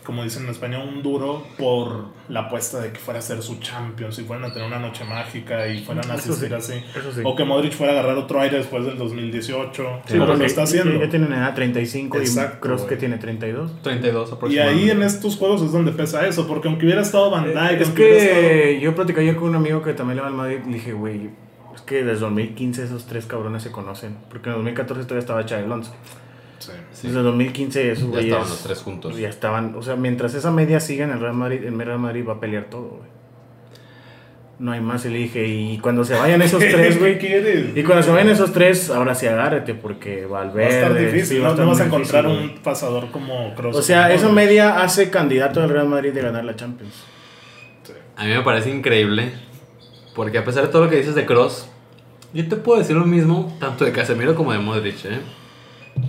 Speaker 1: como dicen en España, un duro por la apuesta de que fuera a ser su Champions y fueran a tener una noche mágica y fueran a
Speaker 3: Eso
Speaker 1: asistir
Speaker 3: sí,
Speaker 1: así.
Speaker 3: Eso sí.
Speaker 1: O que Modric fuera a agarrar otro aire después del 2018,
Speaker 2: Sí,
Speaker 1: como
Speaker 2: porque
Speaker 1: lo está haciendo.
Speaker 3: Ya tiene una edad 35
Speaker 1: Exacto,
Speaker 3: y Cross
Speaker 1: güey.
Speaker 3: que tiene 32.
Speaker 2: 32
Speaker 1: Y
Speaker 2: aproximadamente.
Speaker 1: ahí en estos juegos es donde pesa eso, porque aunque hubiera estado Van Dijk,
Speaker 3: Eh, es
Speaker 1: aunque hubiera estado-
Speaker 3: que yo platicé ayer con un amigo que también le va al Madrid y le dije, güey, es que desde 2015 esos tres cabrones se conocen. Porque en 2014 todavía estaba Xavi Alonso.
Speaker 1: Sí.
Speaker 2: Sí.
Speaker 3: Desde 2015 esos
Speaker 2: Ya
Speaker 3: güeyes...
Speaker 2: estaban los tres juntos.
Speaker 3: Ya estaban, o sea, mientras esa media siga en el Real Madrid, el Real Madrid va a pelear todo, güey. No hay más, y le dije, y cuando se vayan esos tres, güey,
Speaker 1: ¿Qué quieres?
Speaker 3: y cuando se vayan esos tres, ahora sí agárrate, porque
Speaker 1: Va a
Speaker 3: Valverde...
Speaker 1: estar difícil,
Speaker 3: sí, va a
Speaker 1: no,
Speaker 3: estar
Speaker 1: no vas a
Speaker 3: muy
Speaker 1: encontrar
Speaker 3: difícil,
Speaker 1: un pasador como
Speaker 3: güey.
Speaker 1: Kroos.
Speaker 3: O sea, eso
Speaker 1: No,
Speaker 3: media hace candidato al Real Madrid de ganar la Champions.
Speaker 2: A mí me parece increíble. Porque a pesar de todo lo que dices de Cross, yo te puedo decir lo mismo tanto de Casemiro como de Modric, ¿eh?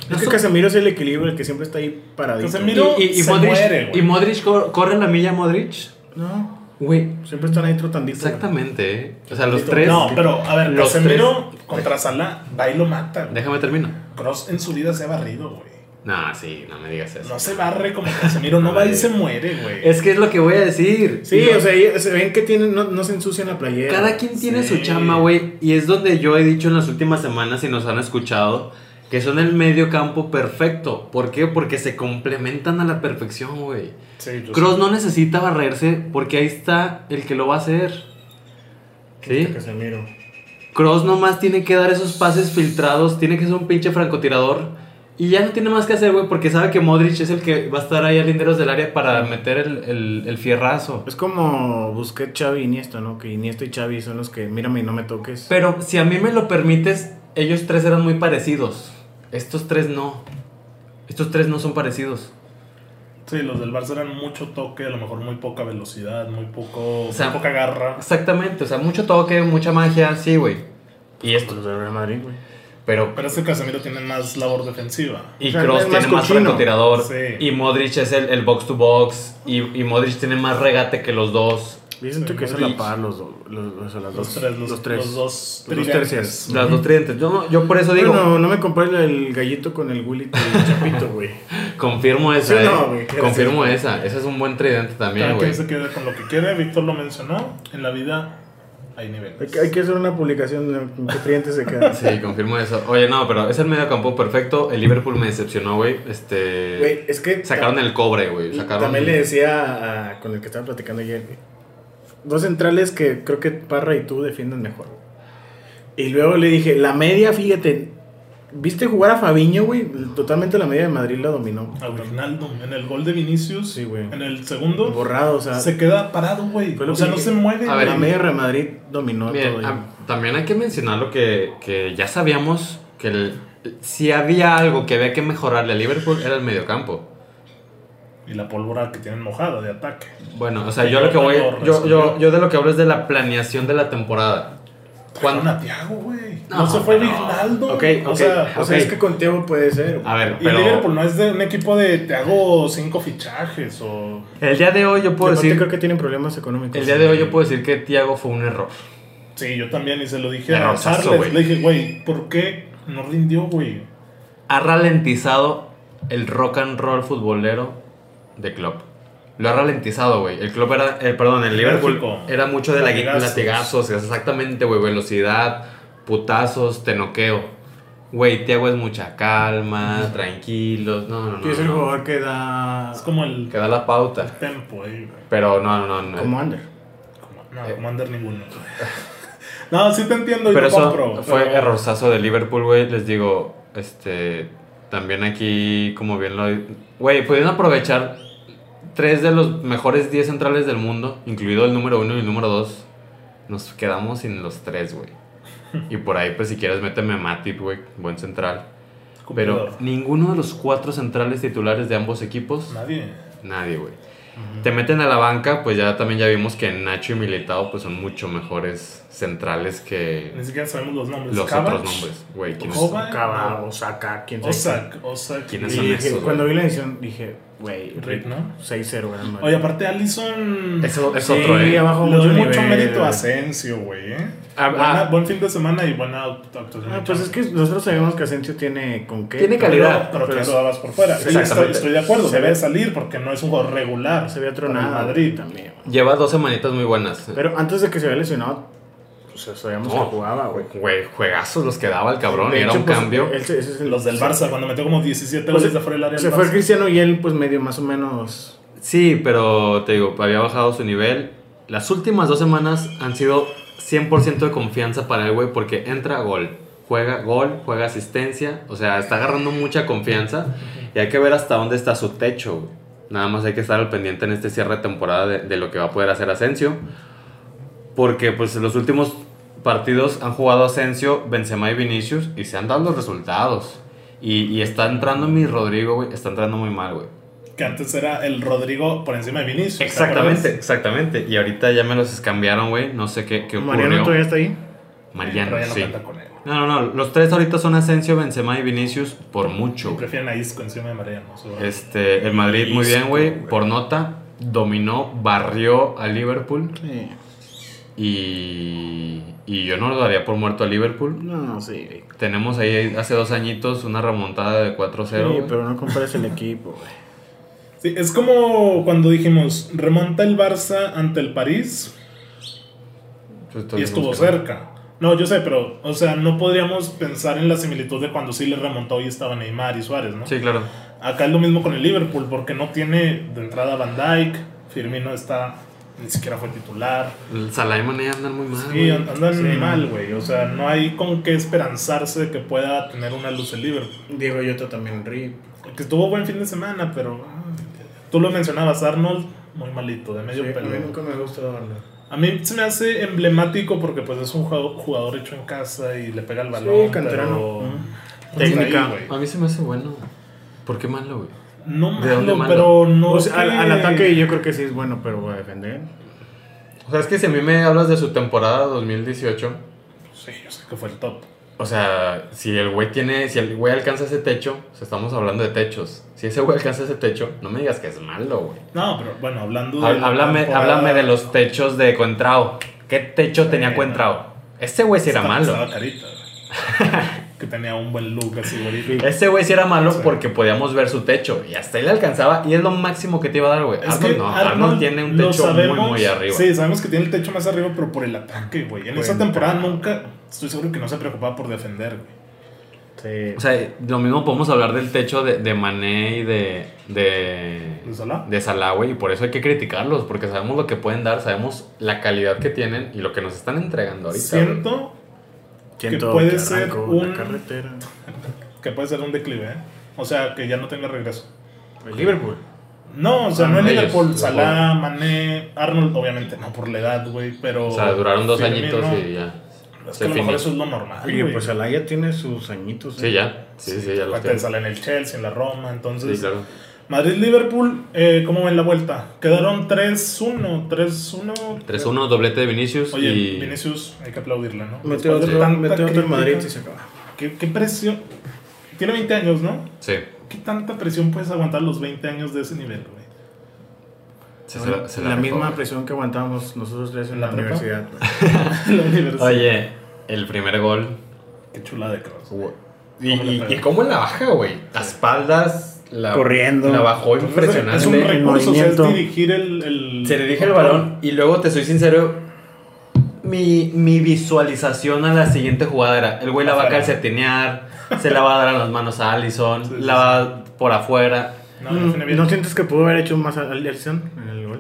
Speaker 3: Es que Casemiro es el equilibrio, el que siempre está ahí paradito.
Speaker 1: Casemiro- se
Speaker 2: Modric,
Speaker 1: muere, güey.
Speaker 2: y Modric cor- corre la milla Modric.
Speaker 3: No,
Speaker 2: Güey,
Speaker 3: siempre están ahí trotandito. güey.
Speaker 2: exactamente, ¿eh? O sea, los tres.
Speaker 1: No, pero a ver,
Speaker 2: los
Speaker 1: Casemiro contra Salah, va y lo mata. güey.
Speaker 2: Déjame termino.
Speaker 1: Kroos en su vida se ha barrido, güey.
Speaker 2: No, sí, no me digas eso.
Speaker 1: No se barre como Casemiro, no va y se muere, güey.
Speaker 2: Es que es lo que voy a decir.
Speaker 3: Sí,
Speaker 2: No-
Speaker 3: o sea, ahí se ven que tienen, no, no se ensucian la playera.
Speaker 2: Cada quien tiene
Speaker 1: Sí.
Speaker 2: su chamba, güey. Y es donde yo he dicho en las últimas semanas, y nos han escuchado, que son el medio campo perfecto. ¿Por qué? Porque se complementan a la perfección, güey.
Speaker 1: Sí, yo
Speaker 2: Cross no necesita barrerse porque ahí está el que lo va a hacer. ¿Sí?
Speaker 3: Este Casemiro.
Speaker 2: Cross nomás tiene que dar esos pases filtrados, tiene que ser un pinche francotirador. Y ya no tiene más que hacer, güey, porque sabe que Modric es el que va a estar ahí al linderos del área para meter el, el- el fierrazo.
Speaker 3: Es como busqué Xavi y Iniesta, ¿no? Que Iniesta y Xavi son los que mírame y no me toques.
Speaker 2: Pero si a mí me lo permites, ellos tres eran muy parecidos. Estos tres no. Estos tres no son parecidos.
Speaker 1: Sí, los del Barça eran mucho toque, a lo mejor muy poca velocidad, muy poco, muy
Speaker 2: sea,
Speaker 1: poca garra.
Speaker 2: Exactamente, o sea, mucho toque, mucha magia, sí, güey. Y
Speaker 3: Pues
Speaker 2: esto,
Speaker 3: Los del Real Madrid, güey.
Speaker 2: pero...
Speaker 1: Pero es que Casemiro tiene más labor defensiva.
Speaker 2: Y
Speaker 3: O sea,
Speaker 2: Cross
Speaker 3: es más
Speaker 2: tiene más
Speaker 3: cochino.
Speaker 2: francotirador.
Speaker 1: Sí.
Speaker 2: Y Modric es el, el box to box. Y, y Modric tiene más regate que los dos.
Speaker 3: Yo siento
Speaker 1: Sí,
Speaker 3: que es a
Speaker 1: Modric.
Speaker 3: la par los dos. Los, los- las
Speaker 1: Los
Speaker 3: dos-
Speaker 1: tres, los,
Speaker 3: los tres.
Speaker 1: los dos.
Speaker 3: Los dos
Speaker 1: tridentes.
Speaker 3: tercias.
Speaker 2: Las dos tridentes. Yo, no- yo por eso digo,
Speaker 3: Bueno, no me compares el gallito con el Willy y el Chapito, güey.
Speaker 2: confirmo esa.
Speaker 3: Sí, no,
Speaker 2: eh.
Speaker 3: güey, este gracias.
Speaker 2: confirmo esa. Esa es un buen tridente también,
Speaker 1: Cada
Speaker 2: güey.
Speaker 1: quien se queda con lo que quiere, Víctor lo mencionó. En la vida hay niveles.
Speaker 3: Hay, que- hay que hacer una publicación de con qué clientes se quedan.
Speaker 2: Sí, confirmo eso. Oye, no, pero es el medio campo perfecto. El Liverpool me decepcionó, güey. Este.
Speaker 3: Güey, es que.
Speaker 2: sacaron el cobre, güey. Sacaron.
Speaker 3: También le decía a- con el que estaba platicando ayer, güey. Dos centrales que creo que Parra y tú defienden mejor. Y luego le dije, la media, fíjate, ¿viste jugar a Fabiño, güey? Totalmente la media de Madrid la dominó.
Speaker 1: A Wijnaldum, en el gol de Vinicius,
Speaker 3: Sí, güey.
Speaker 1: en el segundo,
Speaker 3: Borrado, o sea,
Speaker 1: se queda parado, güey.
Speaker 3: Fue lo
Speaker 1: O sea,
Speaker 3: que
Speaker 1: no
Speaker 3: dije.
Speaker 1: se mueve.
Speaker 2: A
Speaker 1: güey.
Speaker 2: ver,
Speaker 3: la media de Real Madrid dominó
Speaker 2: Bien,
Speaker 3: todo.
Speaker 2: ah, también hay que mencionar lo que, que ya sabíamos que el- si había algo que había que mejorarle a Liverpool era el mediocampo.
Speaker 1: Y la pólvora que tienen mojada de ataque.
Speaker 2: Bueno, o sea, yo lo que voy yo, yo, yo de lo que hablo es de la planeación de la temporada. Cuando-
Speaker 1: Juan a Thiago, güey. No,
Speaker 2: No,
Speaker 1: se fue
Speaker 2: no.
Speaker 1: Wijnaldum.
Speaker 3: Ok, ok.
Speaker 1: O sea,
Speaker 3: o sea,
Speaker 2: ok.
Speaker 3: es que con Teo puede ser.
Speaker 2: a ver,
Speaker 1: y
Speaker 2: pero
Speaker 1: Liverpool no es de un equipo de te hago cinco fichajes o.
Speaker 2: el día de hoy yo puedo
Speaker 3: Aparte
Speaker 2: decir
Speaker 3: creo que tienen problemas económicos.
Speaker 2: el día de hoy yo puedo decir que Thiago fue un error.
Speaker 1: Sí, yo también, y se lo dije a
Speaker 2: Errorazo,
Speaker 1: Charles.
Speaker 2: güey.
Speaker 1: Le dije, güey, ¿por qué no rindió, güey?
Speaker 2: Ha ralentizado el rock and roll futbolero de Klopp. Lo ha ralentizado, güey. El Klopp era, el, perdón, el Liverpool
Speaker 1: Lógico.
Speaker 2: era mucho de la-
Speaker 1: Latigazos.
Speaker 2: latigazos, exactamente, güey, velocidad, putazos, te noqueo. Güey, Thiago es mucha calma, tranquilos, no, no, no.
Speaker 3: Que es el
Speaker 2: no.
Speaker 3: jugador que da
Speaker 1: Es como el
Speaker 2: Que da la pauta.
Speaker 1: tempo ahí, güey.
Speaker 2: Pero no, no, no.
Speaker 3: como under.
Speaker 1: Como- No, Commander ninguno. no, sí te entiendo y
Speaker 2: Eh. Pero
Speaker 1: te
Speaker 2: eso
Speaker 1: compro.
Speaker 2: fue
Speaker 1: pero-
Speaker 2: errorzazo de Liverpool, güey. Les digo, este. También aquí, como bien lo. Güey, pudieron aprovechar tres de los mejores 10 centrales del mundo, incluido el número uno y el número dos. Nos quedamos sin los tres, güey. Y por ahí, pues si quieres, méteme a Matip, güey. Buen central. Pero
Speaker 1: Cumplidor.
Speaker 2: ninguno de los cuatro centrales titulares de ambos equipos,
Speaker 1: Nadie.
Speaker 2: nadie, güey. Te meten a la banca, pues ya también ya vimos que Nacho y Militao pues son mucho mejores centrales que
Speaker 1: Ni siquiera sabemos los nombres.
Speaker 2: los
Speaker 1: Kovac,
Speaker 2: otros nombres, güey. ¿quiénes son?
Speaker 1: Kovac,
Speaker 3: Cava, Osaka, quién sabe.
Speaker 1: Osak, Osak.
Speaker 2: ¿Quiénes
Speaker 3: Y
Speaker 2: son
Speaker 3: dije,
Speaker 2: esos,
Speaker 3: cuando vi la edición dije, güey,
Speaker 1: Rick, ¿no?
Speaker 3: 6-0, Real Madrid.
Speaker 1: Oye, aparte Allison.
Speaker 2: Eso es
Speaker 3: Sí,
Speaker 2: otro, eh.
Speaker 3: abajo
Speaker 1: Le doy mucho
Speaker 3: nivel.
Speaker 1: mérito a Asensio, güey. ¿eh?
Speaker 2: Ah,
Speaker 1: Buena-
Speaker 2: ah.
Speaker 1: buen fin de semana y buena act- actuación.
Speaker 3: Ah, pues es que nosotros sabemos que Asensio tiene con qué.
Speaker 2: Tiene
Speaker 1: Pero,
Speaker 2: calidad.
Speaker 1: pero
Speaker 3: Pero
Speaker 1: que
Speaker 3: es-
Speaker 1: lo dabas por fuera. Sí, estoy,
Speaker 2: Exactamente.
Speaker 1: estoy de acuerdo.
Speaker 3: pues, Se
Speaker 1: Debe
Speaker 3: ve-
Speaker 1: salir porque no es un juego regular.
Speaker 3: Se había
Speaker 1: para el
Speaker 3: tronado.
Speaker 1: Madrid
Speaker 3: también. güey.
Speaker 2: Lleva dos semanitas muy buenas.
Speaker 3: Pero antes de que se había lesionado, pues, o sea, sabíamos
Speaker 2: No.
Speaker 3: que jugaba, güey.
Speaker 2: Güey, juegazos los que daba el cabrón.
Speaker 3: De
Speaker 2: y era
Speaker 3: hecho,
Speaker 2: un
Speaker 3: pues,
Speaker 2: cambio.
Speaker 3: él se- ese es el-
Speaker 1: Los del
Speaker 3: se-
Speaker 1: Barça, cuando metió como 17
Speaker 3: pues,
Speaker 1: goles de fuera del área.
Speaker 3: Se
Speaker 1: del
Speaker 3: fue
Speaker 1: Barça.
Speaker 3: Cristiano y él, pues medio más o menos.
Speaker 2: Sí, pero te digo, había bajado su nivel. Las últimas dos semanas han sido 100% de confianza para el güey porque entra gol, juega gol, juega asistencia. O sea, está agarrando mucha confianza y hay que ver hasta dónde está su techo. güey. Nada más hay que estar al pendiente en este cierre de temporada de, de lo que va a poder hacer Asensio. Porque pues en los últimos partidos han jugado Asensio, Benzema y Vinicius y se han dado los resultados. Y, y está entrando mi Rodrigo, güey. Está entrando muy mal, güey.
Speaker 1: Que antes era el Rodrigo por encima de Vinicius. ¿te
Speaker 2: Exactamente,
Speaker 1: acuerdas?
Speaker 2: exactamente. Y ahorita ya me los cambiaron, güey. No sé qué, qué ocurrió.
Speaker 3: Mariano todavía está ahí.
Speaker 2: Mariano,
Speaker 1: Pero ya no
Speaker 2: sí.
Speaker 1: canta con él.
Speaker 2: No, no, no. Los tres ahorita son Asensio, Benzema y Vinicius por mucho.
Speaker 1: Y
Speaker 2: güey.
Speaker 1: prefieren a Isco encima de Mariano. seguramente.
Speaker 2: Este, el Madrid muy bien, güey.
Speaker 3: güey.
Speaker 2: Por nota, dominó, barrió a Liverpool.
Speaker 3: Sí.
Speaker 2: Y, y yo no lo daría por muerto a Liverpool.
Speaker 3: No, no, sí.
Speaker 2: Tenemos ahí hace dos añitos una remontada de 4-0.
Speaker 3: sí,
Speaker 2: güey.
Speaker 3: pero no compares el equipo, güey.
Speaker 1: Sí, es como cuando dijimos, remonta el Barça ante el París
Speaker 2: Pues todos
Speaker 1: y estuvo
Speaker 2: dijimos que-
Speaker 1: cerca. No, yo sé, pero, o sea, no podríamos pensar en la similitud de cuando sí le remontó y estaba Neymar y Suárez, ¿no?
Speaker 2: Sí, claro.
Speaker 1: Acá es lo mismo con el Liverpool, porque no tiene de entrada Van Dyke, Firmino está, ni siquiera fue titular.
Speaker 2: El Salah y Mané andan muy mal.
Speaker 1: Sí,
Speaker 2: güey.
Speaker 1: an- andan
Speaker 3: Sí.
Speaker 1: mal, güey. O sea, no hay con qué esperanzarse de que pueda tener una luz el Liverpool.
Speaker 3: Diego Yota también ríe.
Speaker 1: Que estuvo buen fin de semana, pero. ah, Tú lo mencionabas, Arnold, muy malito, de medio pelo.
Speaker 3: me gusta darlo.
Speaker 1: A mí se me hace emblemático porque pues es un jugado- jugador hecho en casa y le pega el balón.
Speaker 3: canterano.
Speaker 1: pero-
Speaker 3: Ujú.
Speaker 1: Hasta ahí,
Speaker 3: Técnica.
Speaker 1: güey.
Speaker 2: A mí se me hace bueno. ¿Por qué malo, güey?
Speaker 1: No
Speaker 2: ¿De dónde
Speaker 1: malo,
Speaker 2: manda?
Speaker 1: pero no.
Speaker 3: O sea, al,
Speaker 1: que-
Speaker 3: al ataque yo creo que sí es bueno, pero voy a defender.
Speaker 2: O sea, es que si a mí me hablas de su temporada 2018,
Speaker 1: Sí, yo sé que fue el top.
Speaker 2: o sea, si el güey tiene, si el güey alcanza ese techo, o sea, estamos hablando de techos. Si ese güey alcanza ese techo, no me digas que es malo, güey.
Speaker 1: No, pero bueno, hablando
Speaker 2: Há-
Speaker 1: la
Speaker 2: Háblame,
Speaker 1: temporada-
Speaker 2: háblame de los techos de Contrao. ¿Qué techo tenía
Speaker 1: no.
Speaker 2: Contrao? Este güey sí era
Speaker 1: Estaba-
Speaker 2: malo.
Speaker 1: Estaba carita, güey. que tenía un buen look así, güey.
Speaker 2: Este güey sí era
Speaker 1: Sí.
Speaker 2: malo porque podíamos ver su techo y hasta ahí le alcanzaba y es lo máximo que te iba a dar, güey.
Speaker 1: Es
Speaker 2: Arnold
Speaker 1: que
Speaker 2: no, Arnold, tiene un
Speaker 1: lo
Speaker 2: techo muy, muy arriba.
Speaker 1: Sí, sabemos que tiene el techo más arriba, pero por el ataque, güey. En esa
Speaker 3: Bueno.
Speaker 1: temporada nunca, estoy seguro que no se preocupaba por defender, güey.
Speaker 3: Sí.
Speaker 2: O sea, lo mismo podemos hablar del techo de, de Mané y de. de.
Speaker 1: ¿De Salah?
Speaker 2: de Salah, güey. Y por eso hay que criticarlos, porque sabemos lo que pueden dar, sabemos la calidad que tienen y lo que nos están entregando ahorita. güey.
Speaker 1: Siento que
Speaker 3: Siento
Speaker 1: puede
Speaker 3: que
Speaker 1: ser
Speaker 3: arranco
Speaker 1: un-
Speaker 3: la carretera.
Speaker 1: que puede ser un declive, ¿eh? O sea, que ya no tenga regreso.
Speaker 2: Liverpool.
Speaker 1: No, o sea,
Speaker 2: Ah,
Speaker 1: no en
Speaker 2: ellos,
Speaker 1: Liverpool,
Speaker 2: los
Speaker 1: Salah, Mané, Arnold, obviamente no por la edad, güey, pero...
Speaker 2: O sea, duraron dos
Speaker 1: Firmino,
Speaker 2: añitos y ya.
Speaker 1: Es que
Speaker 2: se
Speaker 1: a lo mejor
Speaker 2: finió.
Speaker 1: eso es lo normal,
Speaker 3: Oye,
Speaker 1: güey.
Speaker 3: pues Alaya tiene sus añitos.
Speaker 2: Sí,
Speaker 3: ¿eh?
Speaker 2: ya. Sí, sí, ya los
Speaker 1: Aparte
Speaker 2: tienen.
Speaker 1: Salah en el Chelsea, en la Roma, entonces...
Speaker 2: Sí, claro.
Speaker 1: Madrid-Liverpool, eh, ¿cómo ven la vuelta? Quedaron 3-1, 3-1...
Speaker 2: 3-1, doblete de Vinicius
Speaker 1: Oye,
Speaker 2: y...
Speaker 1: Vinicius, hay que aplaudirle, ¿no?
Speaker 3: Mete
Speaker 1: Después de
Speaker 3: otro,
Speaker 1: tanta
Speaker 3: mete otro
Speaker 1: crítica,
Speaker 3: en Madrid y se acaba.
Speaker 1: ¿Qué, qué presión? Tiene 20 años, ¿no?
Speaker 2: Sí.
Speaker 1: ¿Qué tanta presión puedes aguantar a los 20 años de ese nivel, güey?
Speaker 2: Se-
Speaker 3: Bueno,
Speaker 2: se- se
Speaker 3: la,
Speaker 2: rifó,
Speaker 3: misma
Speaker 2: güey.
Speaker 3: presión que aguantábamos nosotros tres en
Speaker 1: ¿La
Speaker 3: la,
Speaker 1: prepa?
Speaker 3: universidad. güey.
Speaker 1: La universidad.
Speaker 2: Oye, el primer gol.
Speaker 1: Qué chula de cross.
Speaker 2: Y,
Speaker 1: ¿Cómo le
Speaker 2: y,
Speaker 1: pegó?
Speaker 2: y cómo la baja, güey. A espaldas. La,
Speaker 3: Corriendo.
Speaker 2: La bajó impresionante.
Speaker 1: Es un recurso, o sea, es
Speaker 3: movimiento.
Speaker 1: dirigir el, el-
Speaker 2: Se le dije el balón y luego te soy sincero. Mi, mi visualización a la siguiente jugada era: el güey la va a
Speaker 1: Afuera.
Speaker 2: calcetinear, se la va a dar a las manos a Allison,
Speaker 1: Sí, sí,
Speaker 2: la va por afuera.
Speaker 1: No,
Speaker 3: Mm,
Speaker 1: define
Speaker 3: ¿No,
Speaker 1: bien.
Speaker 3: sientes que pudo haber hecho más al Alison en el gol?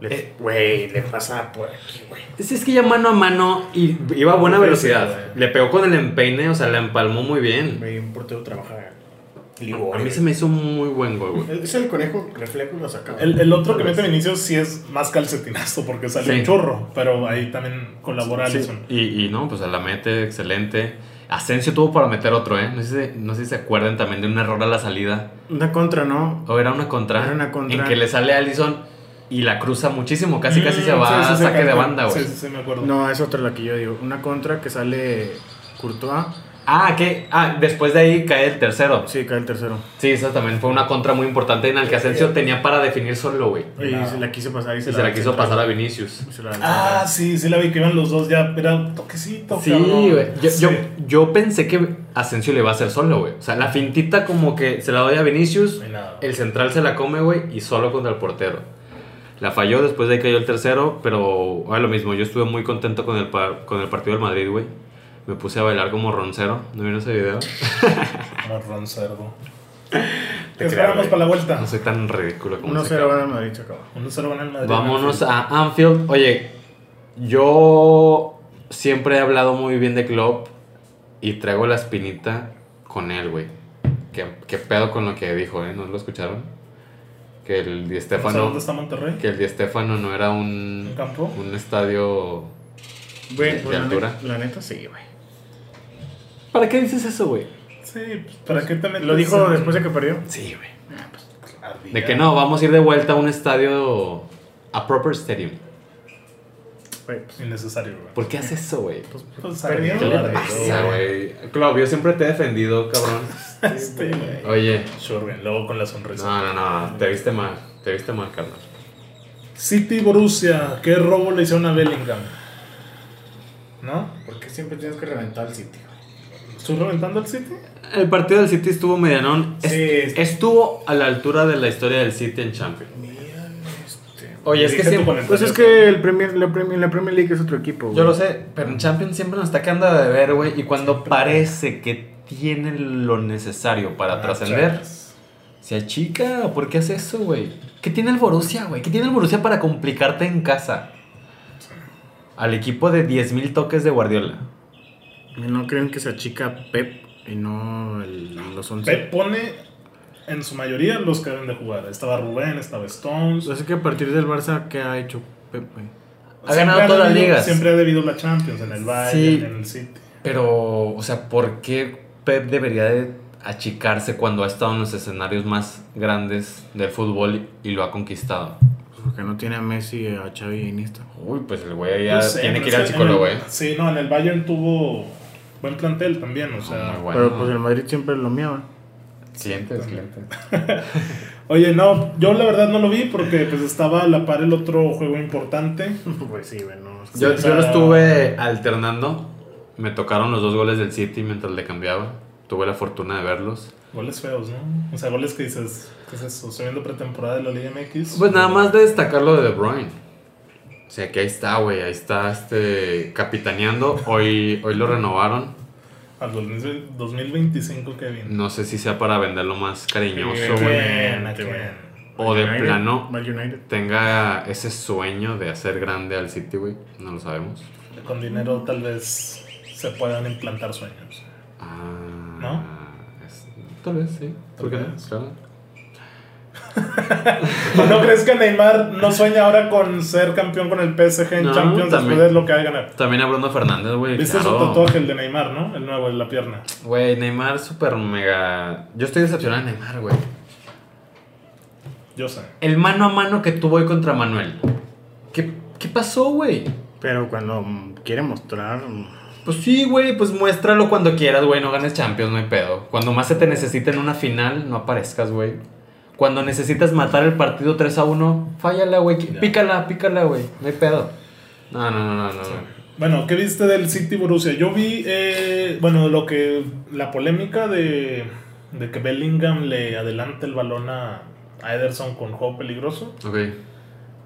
Speaker 3: Le-
Speaker 2: Eh.
Speaker 3: Güey, le pasa por aquí, güey.
Speaker 2: Es, es que ya mano a mano y iba a buena
Speaker 1: Sí, sí,
Speaker 2: velocidad.
Speaker 1: güey.
Speaker 2: Le pegó con el empeine, o sea, la empalmó muy bien.
Speaker 3: Güey, un portero trabaja.
Speaker 2: A mí se me hizo un muy buen gol, güey.
Speaker 3: Es el conejo reflejo lo sacaba.
Speaker 1: El, el otro que mete Vinicius sí es más calcetinazo porque sale
Speaker 2: Sí.
Speaker 1: un chorro, pero ahí también colabora
Speaker 3: Sí.
Speaker 1: Alisson.
Speaker 2: Y, y no, pues la mete, excelente. Asensio tuvo para meter otro, ¿eh? No sé, si- no sé si se acuerdan también de un error a la salida.
Speaker 3: Una contra, ¿no?
Speaker 2: O era una contra.
Speaker 3: Era una contra.
Speaker 2: En que le sale Allison y la cruza muchísimo. Casi,
Speaker 1: Mm,
Speaker 2: casi se va
Speaker 1: sí, sí,
Speaker 2: a
Speaker 1: sí,
Speaker 2: saque
Speaker 1: sí,
Speaker 2: de banda, güey.
Speaker 1: Sí, sí, sí, me acuerdo.
Speaker 3: No, es otra la que yo digo. Una contra que sale Courtois.
Speaker 2: Ah, que ah, después de ahí cae el tercero.
Speaker 3: Sí, cae el tercero.
Speaker 2: Sí, esa también fue una contra muy importante en la que Asensio tenía para definir solo, güey.
Speaker 3: Y
Speaker 1: Nada.
Speaker 3: se la quiso pasar y
Speaker 2: Y
Speaker 3: se,
Speaker 2: se la quiso
Speaker 3: central.
Speaker 2: pasar a Vinicius.
Speaker 3: Se la-
Speaker 1: Ah, sí, sí la vi que iban los dos ya, era un toquecito.
Speaker 2: Sí,
Speaker 1: cabrón.
Speaker 2: güey. Yo,
Speaker 1: Sí.
Speaker 2: yo, yo pensé que Asensio le iba a hacer solo, güey. O sea, la fintita como que se la doy a Vinicius.
Speaker 1: No hay nada.
Speaker 2: El central se la come, güey, y solo contra el portero. La falló, después de ahí cayó el tercero, pero ah, lo mismo, yo estuve muy contento con el, par- con el partido del Madrid, güey. Me puse a bailar como roncero, ¿no vieron ese video?
Speaker 1: Marrón cerdo.
Speaker 3: Te
Speaker 1: ¿Qué esperamos
Speaker 3: creo, güey.
Speaker 1: para la vuelta?
Speaker 2: No soy tan ridículo como ese
Speaker 3: 1-0
Speaker 2: cabrón.
Speaker 3: gana Madrid, se acaba.
Speaker 1: 1-0 gana el Madrid.
Speaker 2: Vámonos a Anfield. Oye, yo siempre he hablado muy bien de Klopp y traigo la espinita con él, güey. ¿Qué, qué pedo con lo que dijo, eh? ¿No lo escucharon? Que el Di
Speaker 1: No sé
Speaker 2: Stéfano...
Speaker 1: ¿Dónde está Monterrey?
Speaker 2: Que el Di Stéfano no era un...
Speaker 1: ¿Un campo?
Speaker 2: Un estadio...
Speaker 3: Güey,
Speaker 2: De-
Speaker 3: pues
Speaker 2: de
Speaker 3: la,
Speaker 2: altura.
Speaker 3: neta- la neta sí, güey.
Speaker 2: ¿Para qué dices eso, güey?
Speaker 1: Sí, pues, ¿para qué te metes?
Speaker 3: Lo dijo después de que perdió.
Speaker 2: Sí, güey.
Speaker 1: Ardilla.
Speaker 2: De que no, vamos a ir de vuelta a un estadio... A proper stadium.
Speaker 3: Güey, pues,
Speaker 1: Innecesario, güey.
Speaker 2: ¿Por qué haces eso, güey?
Speaker 3: pues,
Speaker 1: Pues,
Speaker 3: perdió.
Speaker 1: ¿qué le
Speaker 3: güey.
Speaker 1: pasa,
Speaker 2: güey. Klopp, yo siempre te he defendido, cabrón.
Speaker 1: Este, güey.
Speaker 2: Oye...
Speaker 1: Shurgen, luego con la sonrisa.
Speaker 2: No, no, no, te viste mal, te viste mal, carnal.
Speaker 1: City Borussia, ¿qué robo le hicieron a Bellingham? ¿No?
Speaker 3: ¿Por qué siempre tienes que reventar el sitio?
Speaker 1: ¿Estoy reventando al City?
Speaker 2: El partido del City estuvo medianón. Es-
Speaker 3: Sí, es-
Speaker 2: Estuvo a la altura de la historia del City en Champions.
Speaker 3: Mira, este.
Speaker 2: Oye, es
Speaker 1: Dirige
Speaker 2: que
Speaker 1: tu
Speaker 2: siempre.
Speaker 1: comentario.
Speaker 3: Pues es que el Premier, la, Premier, la Premier League es otro equipo. güey.
Speaker 2: Yo lo sé, pero en Champions siempre nos está quedando de ver, güey. Y cuando parece que tiene lo necesario para
Speaker 1: Ah,
Speaker 2: trascender, se achica. ¿Por qué hace eso, güey? ¿Qué tiene el Borussia, güey? ¿Qué tiene el Borussia para complicarte en casa? Al equipo de 10.000 toques de Guardiola.
Speaker 3: No creen que se achica Pep y no el- los 11.
Speaker 1: Pep pone en su mayoría los que deben de jugar. Estaba Rubén, estaba Stones.
Speaker 3: Así Pues que a partir del Barça, ¿qué ha hecho Pep, güey?
Speaker 2: Pues, Ha
Speaker 1: Siempre
Speaker 2: ganado todas las
Speaker 1: debido-
Speaker 2: ligas.
Speaker 1: Siempre ha debido la Champions en el Bayern,
Speaker 2: Sí.
Speaker 1: en el City.
Speaker 2: Pero, o sea, ¿por qué Pep debería de achicarse cuando ha estado en los escenarios más grandes del fútbol y lo ha conquistado?
Speaker 3: Pues Porque no tiene a Messi, a Xavi y a Iniesta.
Speaker 2: Uy, pues el güey ya
Speaker 1: No sé,
Speaker 2: tiene
Speaker 1: pero
Speaker 2: que ir al
Speaker 1: es en
Speaker 2: psicólogo,
Speaker 1: el-
Speaker 2: ¿eh?
Speaker 1: Sí, no, en el Bayern tuvo buen plantel también, o sea.
Speaker 2: Muy bueno.
Speaker 3: Pero pues el Madrid siempre lo miaba.
Speaker 2: Siguiente, siguiente.
Speaker 1: Oye, no, yo la verdad no lo vi porque pues estaba a la par el otro juego importante.
Speaker 3: pues sí, güey, no.
Speaker 2: Yo,
Speaker 1: o sea-
Speaker 2: yo lo estuve alternando. Me tocaron los dos goles del City mientras le cambiaba. Tuve la fortuna de verlos.
Speaker 1: Goles feos, ¿no? O sea, goles que dices, ¿qué es eso? Estoy viendo pretemporada de la Liga MX.
Speaker 2: Pues nada más de destacar lo de De Bruyne. O sea, que ahí está, güey. Ahí está este capitaneando. Hoy, hoy lo renovaron.
Speaker 1: Al 2020 2025 que viene.
Speaker 2: No sé si sea para venderlo más cariñoso,
Speaker 1: Qué
Speaker 2: güey.
Speaker 1: bien,
Speaker 3: Qué
Speaker 1: qué
Speaker 3: bien.
Speaker 1: bien.
Speaker 2: O de
Speaker 3: United,
Speaker 2: plano
Speaker 3: Man United.
Speaker 2: tenga ese sueño de hacer grande al City, güey. No lo sabemos.
Speaker 1: Con dinero tal vez se se puedan implantar sueños.
Speaker 2: Ah,
Speaker 1: ¿No?
Speaker 2: es- tal vez, sí. ¿Por qué
Speaker 1: Tal
Speaker 2: no?
Speaker 1: vez.
Speaker 2: Claro.
Speaker 1: ¿No crees que Neymar no sueña ahora con ser campeón con el PSG en
Speaker 2: No,
Speaker 1: Champions
Speaker 2: también.
Speaker 1: después de lo que ha de ganar?
Speaker 2: También a Bruno Fernández, güey.
Speaker 1: ¿Viste su
Speaker 2: claro.
Speaker 1: tatuaje, el de Neymar, no? El nuevo, en la pierna.
Speaker 2: Güey, Neymar súper mega. Yo estoy decepcionado de Neymar, güey.
Speaker 1: Yo sé.
Speaker 2: El mano a mano que tuvo hoy contra Manuel. ¿Qué, qué pasó, güey?
Speaker 3: Pero cuando mm, quiere mostrar. mm,
Speaker 2: Pues sí, güey, pues muéstralo cuando quieras, güey. No ganes Champions, no hay pedo. Cuando más se te necesita en una final, no aparezcas, güey. Cuando necesitas matar el partido 3 a 1, fállala, güey.
Speaker 1: Ya.
Speaker 2: Pícala, pícala, güey. No hay pedo. No, no, no, no, no.
Speaker 1: Bueno, ¿qué viste del City Borussia? Yo vi, eh, bueno, lo que la polémica de, de que Bellingham le adelanta el balón a, a Ederson con juego peligroso.
Speaker 2: Ok.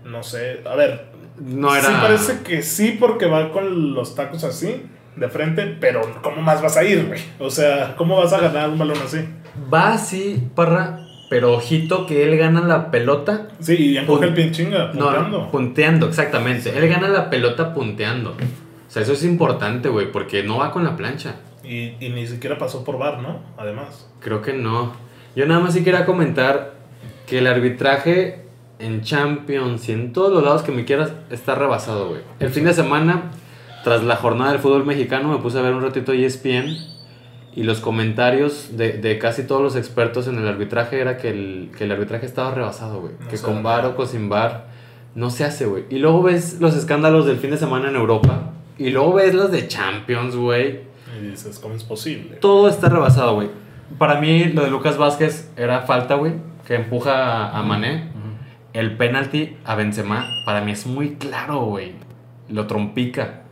Speaker 1: No sé, a ver,
Speaker 2: No era.
Speaker 1: sí parece que sí porque va con los tacos así, de frente, pero ¿cómo más vas a ir, güey? O sea, ¿cómo vas a ganar un balón así?
Speaker 2: Va así, parra. Pero ojito que él gana la pelota
Speaker 1: Sí, y encoge
Speaker 2: Pun-
Speaker 1: el pie en chinga,
Speaker 2: Pues, No,
Speaker 1: apuntando.
Speaker 2: No, punteando, exactamente. Él gana la pelota punteando. O sea, eso es importante, güey, porque no va con la plancha.
Speaker 1: Y, y ni siquiera pasó por bar, ¿no? Además.
Speaker 2: Creo que no. Yo nada más sí quería comentar que el arbitraje en Champions y en todos los lados que me quieras está rebasado, güey. El fin de semana, tras la jornada del fútbol mexicano, me puse a ver un ratito E ESPN y los comentarios de, de casi todos los expertos en el arbitraje era que el, que el arbitraje estaba rebasado, güey.
Speaker 1: No
Speaker 2: que
Speaker 1: sé.
Speaker 2: con bar o con sin bar no se hace, güey. Y luego ves los escándalos del fin de semana en Europa y luego ves las de Champions, güey.
Speaker 1: Y dices, ¿cómo es posible?
Speaker 2: Todo está rebasado, güey. Para mí, lo de Lucas Vázquez era falta, güey. Que empuja a, a Mané. El penalti a Benzema, para mí es muy claro, güey. Lo trompica.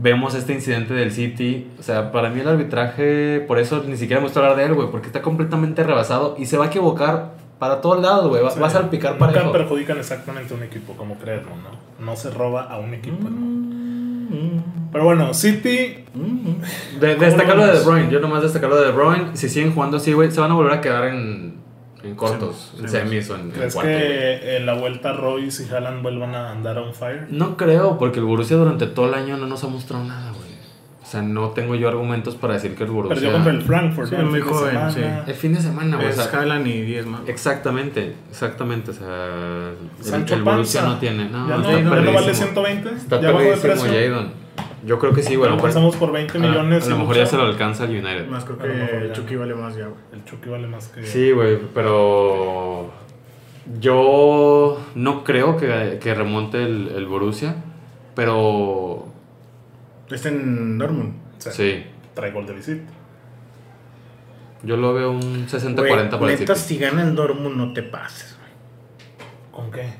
Speaker 2: Vemos este incidente del City. O sea, para mí el arbitraje, por eso ni siquiera me gusta hablar de él, güey. Porque está completamente rebasado y se va a equivocar para todos lados, güey. Va, va a salpicar
Speaker 1: para
Speaker 2: parejo.
Speaker 1: Nunca perjudican exactamente a un equipo, como creerlo, ¿no? No se roba a un equipo.
Speaker 2: pues
Speaker 1: ¿no?
Speaker 3: Mm,
Speaker 1: Pero bueno, City,
Speaker 2: De,
Speaker 1: ¿Cómo
Speaker 2: destacarlo
Speaker 1: lo
Speaker 2: de De
Speaker 1: ves?
Speaker 2: Bruyne, yo nomás destacarlo de De Bruyne. Si siguen jugando así, güey, se van a volver a quedar en, en cortos,
Speaker 3: Semis,
Speaker 2: en
Speaker 3: semis.
Speaker 2: semis o en, en
Speaker 1: ¿crees
Speaker 2: cuartos, güey.
Speaker 1: que en la vuelta Royce y Haaland vuelvan a andar on fire?
Speaker 2: No creo, porque el Borussia durante todo el año no nos ha mostrado nada, güey. O sea, no tengo yo argumentos para decir que el Borussia...
Speaker 1: Perdió contra el Frankfurt,
Speaker 3: Sí,
Speaker 1: ¿no? El
Speaker 3: muy
Speaker 1: fin de
Speaker 3: joven,
Speaker 1: semana.
Speaker 2: El fin de semana, güey. o
Speaker 3: es
Speaker 2: sea,
Speaker 3: Haaland y 10 más.
Speaker 2: exactamente, exactamente. O sea, el,
Speaker 1: Sancho
Speaker 2: el Borussia
Speaker 1: Panza.
Speaker 2: no tiene... No,
Speaker 1: ya
Speaker 2: está
Speaker 1: no, ya no vale
Speaker 2: perdidísimo.
Speaker 1: 120.
Speaker 2: Está
Speaker 1: ya bajó de
Speaker 2: perdidísimo,
Speaker 1: precio.
Speaker 2: Jadon. Yo creo que sí, güey. a
Speaker 1: Lo
Speaker 2: lo mejor-
Speaker 1: pasamos por 20
Speaker 2: pues, a-
Speaker 1: millones.
Speaker 2: A
Speaker 1: y
Speaker 2: lo mejor
Speaker 1: mucho.
Speaker 2: ya se lo alcanza el United.
Speaker 3: Más creo
Speaker 1: A lo mejor
Speaker 3: que
Speaker 1: ya.
Speaker 3: Chucky vale más ya, güey.
Speaker 1: El Chucky vale más que.
Speaker 2: Sí, güey, pero yo no creo que, que remonte el, el Borussia, pero
Speaker 3: Está en Dortmund.
Speaker 1: O sea,
Speaker 2: sí,
Speaker 1: Trae gol de visita.
Speaker 2: yo lo veo un 60-40
Speaker 3: Güey,
Speaker 2: para el
Speaker 3: neta,
Speaker 2: City.
Speaker 3: si gana el Dortmund, no te pases,
Speaker 1: ¿Con qué?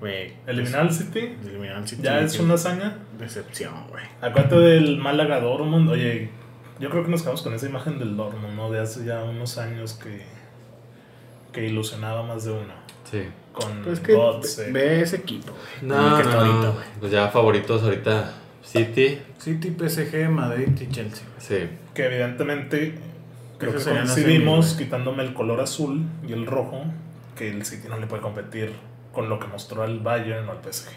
Speaker 3: güey. Güey,
Speaker 1: Eliminar al City.
Speaker 3: es- eliminar al City
Speaker 1: Ya es una Mm, hazaña.
Speaker 3: Decepción, güey.
Speaker 1: Acuérdate del Málaga Dortmund. Oye, yo creo que nos quedamos con esa imagen del Dortmund, ¿no? De hace ya unos años que, que ilusionaba más de uno.
Speaker 2: Sí.
Speaker 1: Con
Speaker 3: Pues que
Speaker 1: Götze.
Speaker 3: ve- ve ese equipo, güey.
Speaker 2: No,
Speaker 3: Como
Speaker 2: no,
Speaker 3: que está ahorita,
Speaker 2: no,
Speaker 3: güey.
Speaker 2: pues ya favoritos ahorita City,
Speaker 3: City, PSG, Madrid y Chelsea.
Speaker 2: sí.
Speaker 1: que evidentemente creo
Speaker 3: Esas
Speaker 1: que
Speaker 3: serían las
Speaker 1: coincidimos,
Speaker 3: semis, güey.
Speaker 1: quitándome el color azul y el rojo, que el City no le puede competir con lo que mostró el Bayern o al PSG.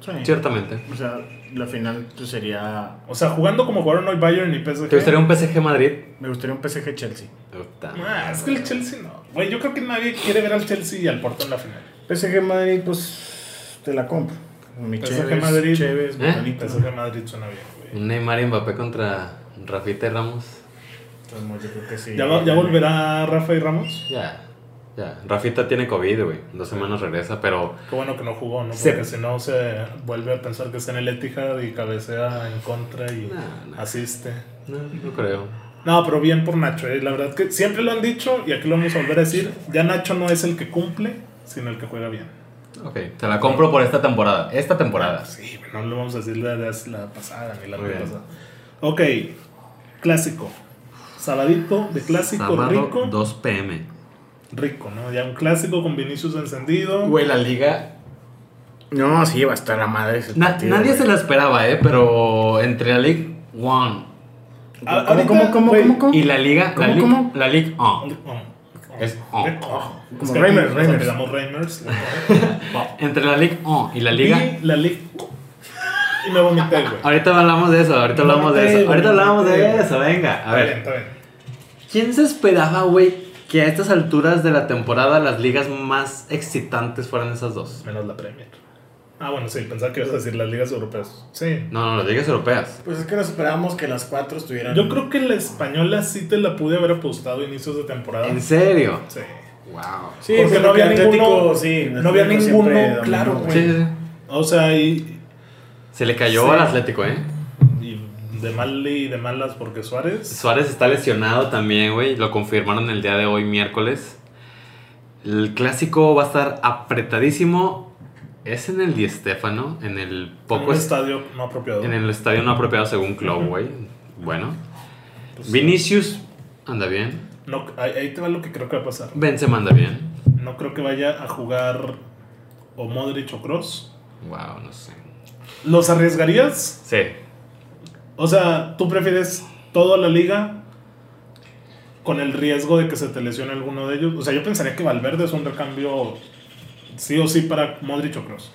Speaker 3: Sí.
Speaker 2: Ciertamente.
Speaker 3: O sea, la final pues, sería.
Speaker 1: O sea, jugando como jugaron hoy Bayern y PSG.
Speaker 2: ¿Te gustaría un PSG Madrid?
Speaker 3: Me gustaría un PSG Chelsea.
Speaker 2: Puta
Speaker 1: Ah, es que el Chelsea no. Güey, yo creo que nadie quiere ver al Chelsea y al Porto en la final.
Speaker 3: PSG Madrid, pues te la compro. Mi
Speaker 1: PSG
Speaker 3: Chévez,
Speaker 1: Madrid.
Speaker 3: Chévez,
Speaker 2: ¿Eh?
Speaker 3: Botanito.
Speaker 1: PSG Madrid suena bien, güey.
Speaker 2: Un Neymar y Mbappé contra Rafita y Ramos.
Speaker 3: Entonces, yo creo que sí.
Speaker 1: ¿Ya, va- ya volverá Rafa y Ramos?
Speaker 2: Ya, ya. Rafita tiene COVID, güey. en Dos semanas regresa, pero
Speaker 1: Qué bueno que no jugó, ¿no?
Speaker 2: Sí.
Speaker 1: Porque si no se vuelve a pensar que está en el Etihad y cabecea en contra y
Speaker 2: No, no.
Speaker 1: asiste.
Speaker 2: no, no creo.
Speaker 1: No, pero bien por Nacho, eh. la verdad que siempre lo han dicho y aquí lo vamos a volver a decir. Ya Nacho no es el que cumple, sino el que juega bien.
Speaker 2: Ok, te la compro por esta temporada. Esta temporada.
Speaker 1: Sí, pero no lo vamos a decir la, la, la pasada ni la
Speaker 2: Muy bien.
Speaker 1: pasada. Ok, clásico. Sabadito de clásico
Speaker 2: Sábado
Speaker 1: rico.
Speaker 2: 2 pm.
Speaker 1: Rico, ¿no? Ya un clásico con Vinicius encendido.
Speaker 2: Güey, la liga.
Speaker 3: No, sí, va a estar la madre. ese
Speaker 2: na-
Speaker 3: partido,
Speaker 2: nadie
Speaker 3: güey.
Speaker 2: se la esperaba, ¿eh? Pero entre la League One
Speaker 1: A-
Speaker 3: ¿Cómo,
Speaker 1: ahorita,
Speaker 3: cómo, cómo,
Speaker 1: güey,
Speaker 3: cómo, cómo?
Speaker 2: y la Liga.
Speaker 3: ¿Cómo,
Speaker 2: la League,
Speaker 3: cómo?
Speaker 2: La ah. League
Speaker 1: Oh,
Speaker 2: On.
Speaker 1: oh, oh.
Speaker 2: Es oh.
Speaker 1: Oh.
Speaker 3: Como
Speaker 1: que
Speaker 3: Reimers,
Speaker 1: aquí
Speaker 3: Reimers.
Speaker 1: nos apellidamos Reimers.
Speaker 2: Entre la League On y la
Speaker 1: Liga.
Speaker 2: Liga.
Speaker 1: la liga. Y me vomité, güey.
Speaker 2: Ahorita hablamos de eso, ahorita hablamos de eso. Ahorita hablamos de eso, venga. A
Speaker 1: Está bien,
Speaker 2: ver,
Speaker 1: está bien.
Speaker 2: ¿quién se esperaba, güey, que a estas alturas de la temporada las ligas más excitantes fueran esas dos?
Speaker 1: Menos la Premier. Ah, bueno, sí, pensaba que ibas a decir las ligas europeas. Sí.
Speaker 2: No, no, las ligas europeas.
Speaker 4: Pues es que nos esperábamos que las cuatro estuvieran.
Speaker 3: Mm.
Speaker 1: Yo creo que la española sí te la pude haber apostado a inicios de temporada.
Speaker 2: ¿En serio?
Speaker 1: Sí.
Speaker 2: Wow.
Speaker 4: Sí,
Speaker 1: Porque
Speaker 4: porque
Speaker 1: no había
Speaker 4: Atlético,
Speaker 1: ninguno-
Speaker 4: sí,
Speaker 1: no había
Speaker 4: Atlético
Speaker 1: ninguno
Speaker 4: siempre dominó,
Speaker 1: claro,
Speaker 4: güey.
Speaker 2: Sí, sí, sí.
Speaker 1: O sea, y,
Speaker 2: Se le cayó
Speaker 1: Sí.
Speaker 2: al Atlético, ¿eh?
Speaker 1: y de mal y de malas porque Suárez.
Speaker 2: Suárez está lesionado también, güey. Lo confirmaron el día de hoy, miércoles. El clásico va a estar apretadísimo. Es en el Di Stéfano, en el
Speaker 1: en
Speaker 2: poco
Speaker 1: un
Speaker 2: est-
Speaker 1: estadio no apropiado.
Speaker 2: en el estadio no apropiado según Klopp, güey. Bueno,
Speaker 1: Pues,
Speaker 2: Vinicius anda bien.
Speaker 1: no, ahí, ahí te va lo que creo que va a pasar.
Speaker 2: Benzema anda bien.
Speaker 1: No creo que vaya a jugar o Modric o Cross.
Speaker 2: Wow, no sé.
Speaker 1: ¿Los arriesgarías?
Speaker 2: Sí.
Speaker 1: O sea, ¿tú prefieres toda la liga con el riesgo de que se te lesione alguno de ellos? O sea, yo pensaría que Valverde es un recambio sí o sí para Modric o Kroos.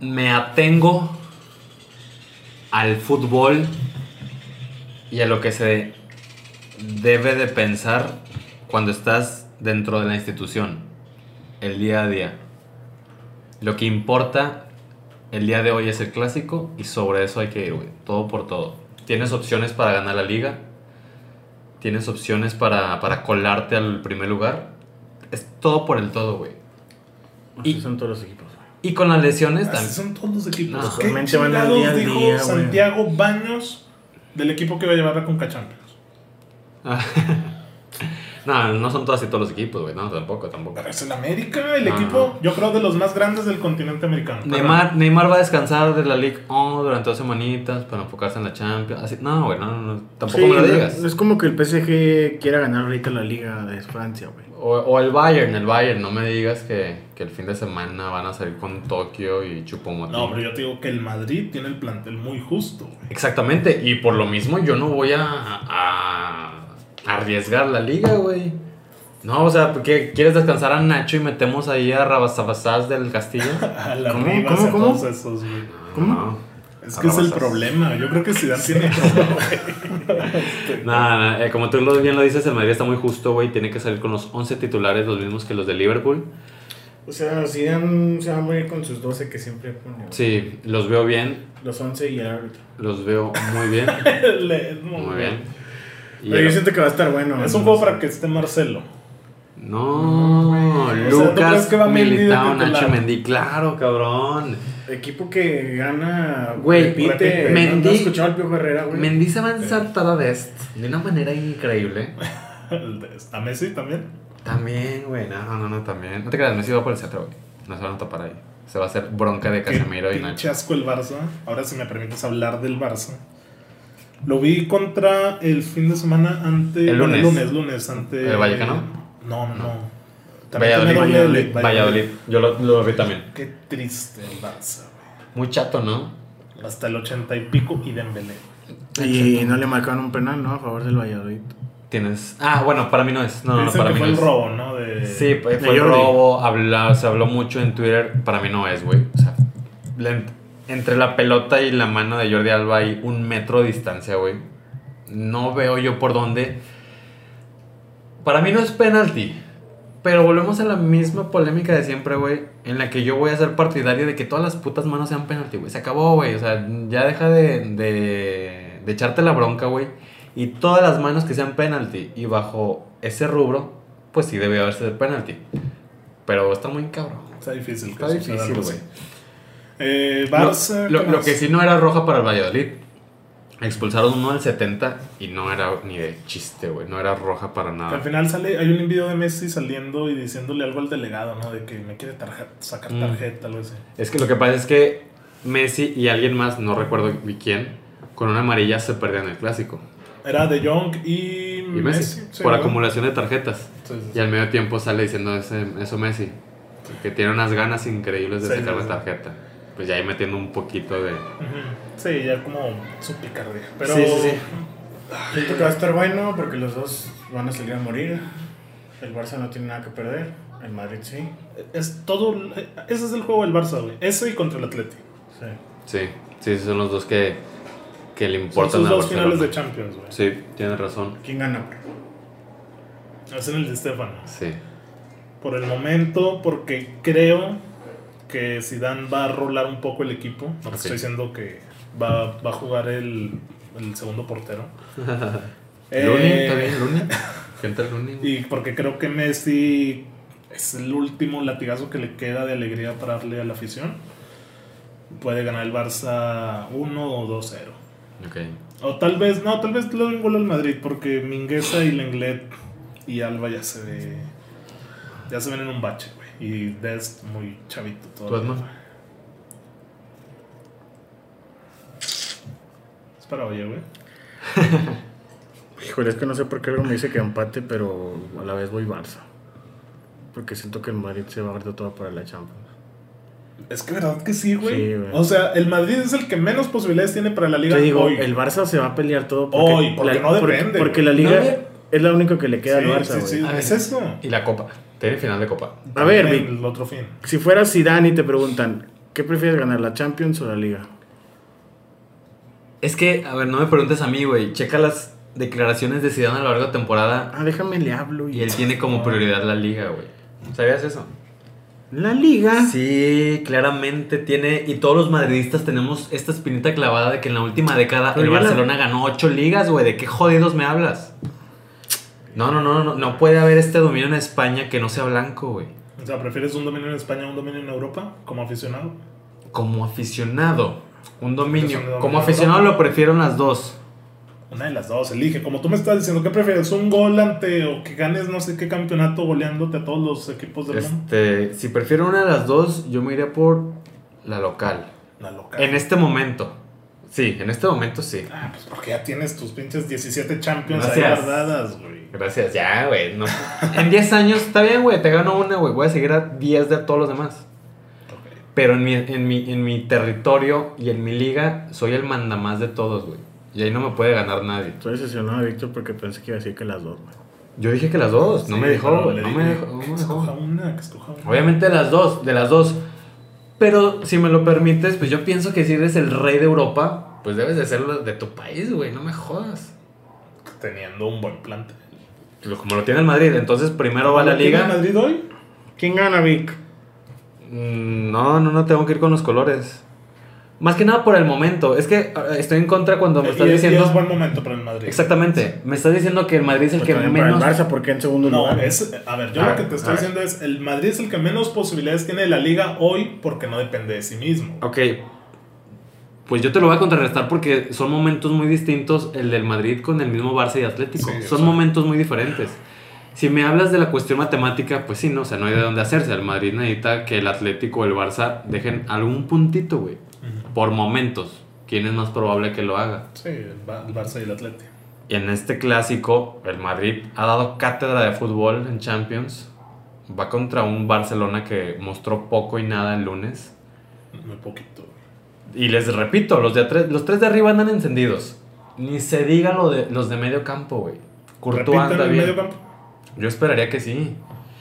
Speaker 2: Me atengo al fútbol y a lo que se debe de pensar cuando estás dentro de la institución, el día a día. Lo que importa el día de hoy es el clásico y sobre eso hay que ir, güey. Todo por todo. Tienes opciones para ganar la liga. Tienes opciones para, para colarte al primer lugar. Es todo por el todo, güey.
Speaker 3: Así
Speaker 2: Y-
Speaker 3: son todos los equipos.
Speaker 2: Y con las lesiones
Speaker 1: Así
Speaker 2: también.
Speaker 1: son todos los equipos.
Speaker 2: No,
Speaker 1: ¿Qué
Speaker 3: realmente van al
Speaker 1: chingados
Speaker 3: día al
Speaker 1: dijo
Speaker 3: día, güey.
Speaker 1: Santiago Baños del equipo que va a llevar la Conca Champions?
Speaker 2: Ah, no, no son todas y todos los equipos, güey. No, tampoco, tampoco.
Speaker 1: Pero es el América, el
Speaker 2: Ah.
Speaker 1: equipo, yo creo, de los más grandes del continente americano.
Speaker 2: Neymar, Neymar va a descansar de la League 1 durante dos semanitas para enfocarse en la Champions. Así, no, güey, no, no, no, tampoco me lo
Speaker 3: no-
Speaker 2: digas.
Speaker 3: no es como que el PSG quiera ganar ahorita la Liga de Francia, güey.
Speaker 2: O, o el Bayern, el Bayern, no me digas que, que el fin de semana van a salir con Tokio y Chupomotín.
Speaker 1: No, pero yo te digo que el Madrid tiene el plantel muy justo. güey.
Speaker 2: Exactamente, y por lo mismo yo no voy a, a- a arriesgar la liga, güey. No, o sea, porque quieres descansar a Nacho y metemos ahí a Rabasabasás del Castillo?
Speaker 1: A la
Speaker 3: ¿Cómo?
Speaker 1: Rivas,
Speaker 3: ¿Cómo?
Speaker 1: a
Speaker 3: ¿Cómo?
Speaker 1: todos esos, güey.
Speaker 3: ¿Cómo?
Speaker 2: No.
Speaker 1: Es que es el
Speaker 2: Barrabasas.
Speaker 1: problema. Yo creo que Zidane tiene problema.
Speaker 2: Nada, nada, eh, como tú lo- bien lo dices, el Madrid está muy justo, güey. Tiene que salir con los 11 titulares, los mismos que los de Liverpool.
Speaker 4: O sea, Zidane se va a morir con sus 12 que siempre pone. güey.
Speaker 2: Sí, los veo bien,
Speaker 4: Los 11 y el árbitro.
Speaker 2: los veo muy bien,
Speaker 1: Le- no,
Speaker 2: muy bien. Y
Speaker 4: Pero
Speaker 2: el-
Speaker 4: yo siento que va a estar bueno.
Speaker 1: Es un juego para que esté Marcelo.
Speaker 2: No,
Speaker 1: O sea, ¿tú crees
Speaker 2: Lucas,
Speaker 1: que va Mendy de
Speaker 2: Militao, Nacho
Speaker 1: titular?
Speaker 2: Mendy, claro, cabrón.
Speaker 4: Equipo que gana.
Speaker 2: Güey,
Speaker 4: repite.
Speaker 2: Mendy-
Speaker 4: No, no he escuchado al Piojo Herrera, güey.
Speaker 2: Mendy se va a ensartar de esto de una manera increíble.
Speaker 1: A Messi también.
Speaker 2: También, güey, no, no, no, también. No te creas, Messi va por el centro, güey. No se van a tapar ahí. Se va a hacer bronca de Casemiro y
Speaker 1: Qué
Speaker 2: Nacho.
Speaker 1: pinche asco el Barça. Ahora si me permites hablar del Barça. Lo vi contra el fin de semana ante...
Speaker 2: El
Speaker 1: bueno,
Speaker 2: lunes.
Speaker 1: lunes, lunes, ante...
Speaker 2: ¿El Vallecano?
Speaker 1: No, no, no. También
Speaker 2: Valladolid,
Speaker 1: tiene doble-
Speaker 2: Valladolid, Valladolid. Yo lo, lo vi también.
Speaker 1: Qué triste el Barça, güey.
Speaker 2: Muy chato, ¿no?
Speaker 1: Hasta el ochenta y pico y Dembélé.
Speaker 3: Y no le marcaron un penal, ¿no? A favor del Valladolid.
Speaker 2: Tienes. Ah, bueno, para mí no es. No, no, no,
Speaker 1: Dicen
Speaker 2: para
Speaker 1: que
Speaker 2: mí
Speaker 1: fue el
Speaker 2: no es.
Speaker 1: robo, ¿no? De...
Speaker 2: Sí, pues, fue
Speaker 3: de
Speaker 2: el
Speaker 3: Jordi.
Speaker 2: robo. habla- se habló mucho en Twitter. Para mí no es, güey. O sea, la ent- entre la pelota y la mano de Jordi Alba hay un metro de distancia, güey. No veo yo por dónde. Para mí no es penalti. Pero volvemos a la misma polémica de siempre, güey. En la que yo voy a ser partidario de que todas las putas manos sean penalti, güey. Se acabó, güey. O sea, ya deja de, de, de echarte la bronca, güey. Y todas las manos que sean penalti. Y bajo ese rubro, pues sí debe haberse de penalti. Pero está muy cabrón.
Speaker 1: Está difícil. que
Speaker 2: Está
Speaker 1: suceda
Speaker 2: difícil,
Speaker 1: algo así.
Speaker 2: güey.
Speaker 1: Eh, Barça...
Speaker 2: Lo,
Speaker 1: ¿qué
Speaker 2: lo
Speaker 1: más?
Speaker 2: que sí no era roja para el Valladolid. Expulsaron uno al 70 y no era ni de chiste, güey. No era roja para
Speaker 1: Que al
Speaker 2: nada.
Speaker 1: final sale, hay un video de Messi saliendo y diciéndole algo al delegado, ¿no? De que me quiere tarje- sacar
Speaker 2: Mm.
Speaker 1: tarjeta, algo así.
Speaker 2: Es que lo que pasa es que Messi y alguien más, no recuerdo ni quién, con una amarilla se perdían el clásico.
Speaker 1: Era De Jong y,
Speaker 2: Y Messi,
Speaker 1: Mm, sí,
Speaker 2: por
Speaker 1: ¿verdad?
Speaker 2: acumulación de tarjetas.
Speaker 1: Sí, sí,
Speaker 2: Y
Speaker 1: sí.
Speaker 2: al medio tiempo sale diciendo ese- eso Messi, que tiene unas ganas increíbles de
Speaker 1: Sí,
Speaker 2: sacar
Speaker 1: sí,
Speaker 2: la
Speaker 1: sí.
Speaker 2: tarjeta. Pues ya ahí metiendo un poquito de...
Speaker 1: Ujú. Sí, ya como su picardía. Pero
Speaker 2: Sí, sí, sí.
Speaker 4: Siento que va a estar bueno porque los dos van a salir a morir. El Barça no tiene nada que perder. El Madrid sí.
Speaker 1: es todo. Ese es el juego del Barça, güey. Ese y contra el Atlético.
Speaker 4: Sí.
Speaker 2: Sí. Sí, esos son los dos que, que le
Speaker 1: Son
Speaker 2: importan
Speaker 1: sus
Speaker 2: a
Speaker 1: dos
Speaker 2: Barcelona.
Speaker 1: finales de Champions, güey.
Speaker 2: Sí, tienes razón.
Speaker 4: ¿Quién gana?
Speaker 1: Hacen el de Stefano.
Speaker 2: Sí.
Speaker 1: Por el momento, porque creo que Zidane va a rolar un poco el equipo. No te
Speaker 2: Ok.
Speaker 1: estoy diciendo que va, va a jugar el, el segundo portero. Eh,
Speaker 2: Luni, está bien, Luni. Que entre Luni. güey.
Speaker 1: Y porque creo que Messi es el último latigazo que le queda de alegría para darle a la afición. Puede ganar el Barça 1 o 2-0.
Speaker 2: Ok.
Speaker 1: O tal vez, no, tal vez le doy un gol al Madrid porque Mingueza y Lenglet y Alba ya se ve, ya se ven en un bache, güey. Y Dest muy chavito
Speaker 2: ¿Tú,
Speaker 1: todo.
Speaker 3: Pues
Speaker 2: Edmond?
Speaker 1: Es para oye, güey.
Speaker 3: Híjole, es que no sé por qué algo me dice que empate, pero a la vez voy Barça. Porque siento que el Madrid se va a ver todo para la Champions.
Speaker 1: Es que verdad que sí, güey.
Speaker 3: Sí, güey.
Speaker 1: o sea, el Madrid es el que menos posibilidades tiene para la liga
Speaker 3: Te digo,
Speaker 1: hoy.
Speaker 3: el Barça se va a pelear todo
Speaker 1: Hoy, porque no depende,
Speaker 3: Porque, porque la
Speaker 2: güey.
Speaker 3: liga
Speaker 2: No, güey.
Speaker 3: es la única que le queda
Speaker 1: Sí,
Speaker 3: al Barça,
Speaker 1: sí,
Speaker 3: güey.
Speaker 1: sí,
Speaker 2: A
Speaker 1: es
Speaker 2: ver.
Speaker 1: eso.
Speaker 2: Y la Copa. Tiene final de Copa.
Speaker 3: A ver,
Speaker 1: También
Speaker 3: Vic,
Speaker 1: el otro fin.
Speaker 3: si fueras Zidane y te preguntan, ¿qué prefieres ganar, la Champions o la liga?
Speaker 2: Es que, a ver, no me preguntes a mí, güey. Checa las declaraciones de Zidane a lo largo de temporada.
Speaker 3: Ah, déjame le hablo.
Speaker 2: Y él tiene como prioridad la liga, güey. ¿Sabías eso?
Speaker 3: La liga.
Speaker 2: Sí, claramente tiene. Y todos los madridistas tenemos esta espinita clavada de que en la última década
Speaker 3: Pero
Speaker 2: el
Speaker 3: ya la-
Speaker 2: Barcelona ganó ocho ligas, güey. ¿De qué jodidos me hablas? No, no, no, no. No puede haber este dominio en España que no sea blanco, güey.
Speaker 1: O sea, ¿prefieres un dominio en España a un dominio en Europa como aficionado?
Speaker 2: Como aficionado, Pues un dominio.
Speaker 1: Aficionado,
Speaker 2: Como
Speaker 1: ¿no?
Speaker 2: aficionado lo prefiero en las dos.
Speaker 1: Una de las dos, elige. Como tú me estás diciendo, ¿qué prefieres? ¿Un gol ante o que ganes no sé qué campeonato goleándote a todos los equipos del mundo?
Speaker 2: Este, si prefiero una de las dos, yo me iría por la local.
Speaker 1: La loca.
Speaker 2: En este momento. Sí, en este momento sí.
Speaker 1: Ah, pues porque ya tienes tus pinches 17 Champions ahí
Speaker 2: Gracias.
Speaker 1: guardadas, güey.
Speaker 2: Gracias, ya, güey. no. En 10 años, está bien, güey, te gano una, güey. Voy a seguir a 10 de todos los demás.
Speaker 1: Ok.
Speaker 2: Pero en mi, en, mi, en mi territorio y en mi liga, soy el mandamás de todos, güey. Y ahí no me puede ganar nadie.
Speaker 3: Estoy decepcionado, Víctor, porque pensé que iba a decir que las dos, güey.
Speaker 2: Yo dije que las dos, no
Speaker 1: Sí,
Speaker 2: me dejó,
Speaker 1: pero
Speaker 2: güey.
Speaker 1: le
Speaker 2: No
Speaker 1: dije
Speaker 2: me dejó. no
Speaker 1: Que
Speaker 2: me
Speaker 1: escoja
Speaker 2: dejó.
Speaker 1: una, que escoja una.
Speaker 2: Obviamente las dos, de las dos. Pero si me lo permites, pues yo pienso que si eres el rey de Europa, pues debes de serlo de tu país, güey. No me jodas.
Speaker 1: Teniendo un buen plante.
Speaker 2: Lo- Como lo tiene el Madrid, entonces primero va la
Speaker 1: ¿Quién
Speaker 2: liga.
Speaker 1: gana Madrid hoy?
Speaker 3: ¿Quién gana, Vic?
Speaker 2: Mm, No, no, no tengo que ir con los colores. Más que nada por el momento. Es que ah, estoy en contra cuando me
Speaker 1: eh, Y-
Speaker 2: estás
Speaker 1: y es- y
Speaker 2: diciendo.
Speaker 1: es buen momento para el Madrid.
Speaker 2: Exactamente. Me estás diciendo que el Madrid es el que
Speaker 3: Porque Pues para el
Speaker 2: menos.
Speaker 3: Barça, porque en segundo
Speaker 1: No,
Speaker 3: lugar.
Speaker 1: es, a ver, yo
Speaker 2: A
Speaker 1: lo
Speaker 2: ver,
Speaker 1: que te estoy
Speaker 2: a ver.
Speaker 1: diciendo es, el Madrid es el que menos posibilidades tiene de la liga hoy porque no depende de sí mismo.
Speaker 2: Ok. Pues yo te lo voy a contrarrestar porque son momentos muy distintos el del Madrid con el mismo Barça y Atlético.
Speaker 1: Sí, o
Speaker 2: son
Speaker 1: sea.
Speaker 2: momentos muy diferentes. Si me hablas de la cuestión matemática, pues sí, no, o sea, no hay de dónde hacerse. El Madrid necesita que el Atlético o el Barça dejen algún puntito, güey. Por momentos. ¿Quién es más probable que lo haga?
Speaker 1: Sí, el, Ba- el Barça y el Atleti.
Speaker 2: Y en este clásico, el Madrid ha dado cátedra de fútbol en Champions. Va contra un Barcelona que mostró poco y nada el lunes.
Speaker 1: Muy poquito.
Speaker 2: Y les repito, los, de atrás- los tres de arriba andan encendidos. Ni se diga lo de, los de medio campo, güey. Courtois
Speaker 1: Repiten
Speaker 2: anda
Speaker 1: el
Speaker 2: bien.
Speaker 1: medio campo.
Speaker 2: Yo esperaría que sí.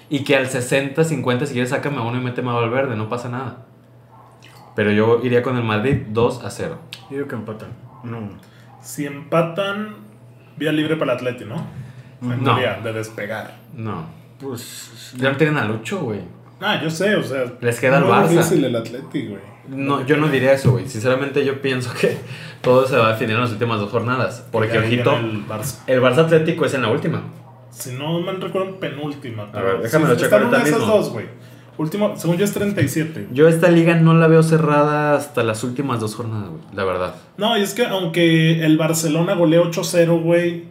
Speaker 2: Y que al 60, 50, si quieres, sácame a uno y méteme a Valverde, no pasa nada. Pero yo iría con el Madrid 2 a 0.
Speaker 3: Yo digo que empatan. No.
Speaker 1: Si empatan, vía libre para el Atleti, ¿no? En
Speaker 2: No.
Speaker 1: teoría, de despegar.
Speaker 2: No.
Speaker 3: Pues.
Speaker 2: Ya no tienen a Lucho, güey.
Speaker 1: Ah, yo sé, o sea.
Speaker 2: Les queda el
Speaker 1: muy
Speaker 2: Barça.
Speaker 1: difícil el Atleti, güey.
Speaker 2: No, yo no diría eso, güey. Sinceramente yo pienso que todo se va a definir en las últimas dos jornadas. Porque,
Speaker 1: Ya
Speaker 2: ojito,
Speaker 1: viene el Barça.
Speaker 2: el Barça Atlético es en la última.
Speaker 1: Si no me recuerdo, penúltima. pero
Speaker 2: ver, déjamelo
Speaker 1: sí,
Speaker 2: checar
Speaker 1: Están una
Speaker 2: ahorita
Speaker 1: de esas
Speaker 2: mismo.
Speaker 1: dos, güey. Último, según yo es 37.
Speaker 2: Yo esta liga no la veo cerrada hasta las últimas dos jornadas, güey. La verdad.
Speaker 1: No, y es que aunque el Barcelona golee 8-0, güey,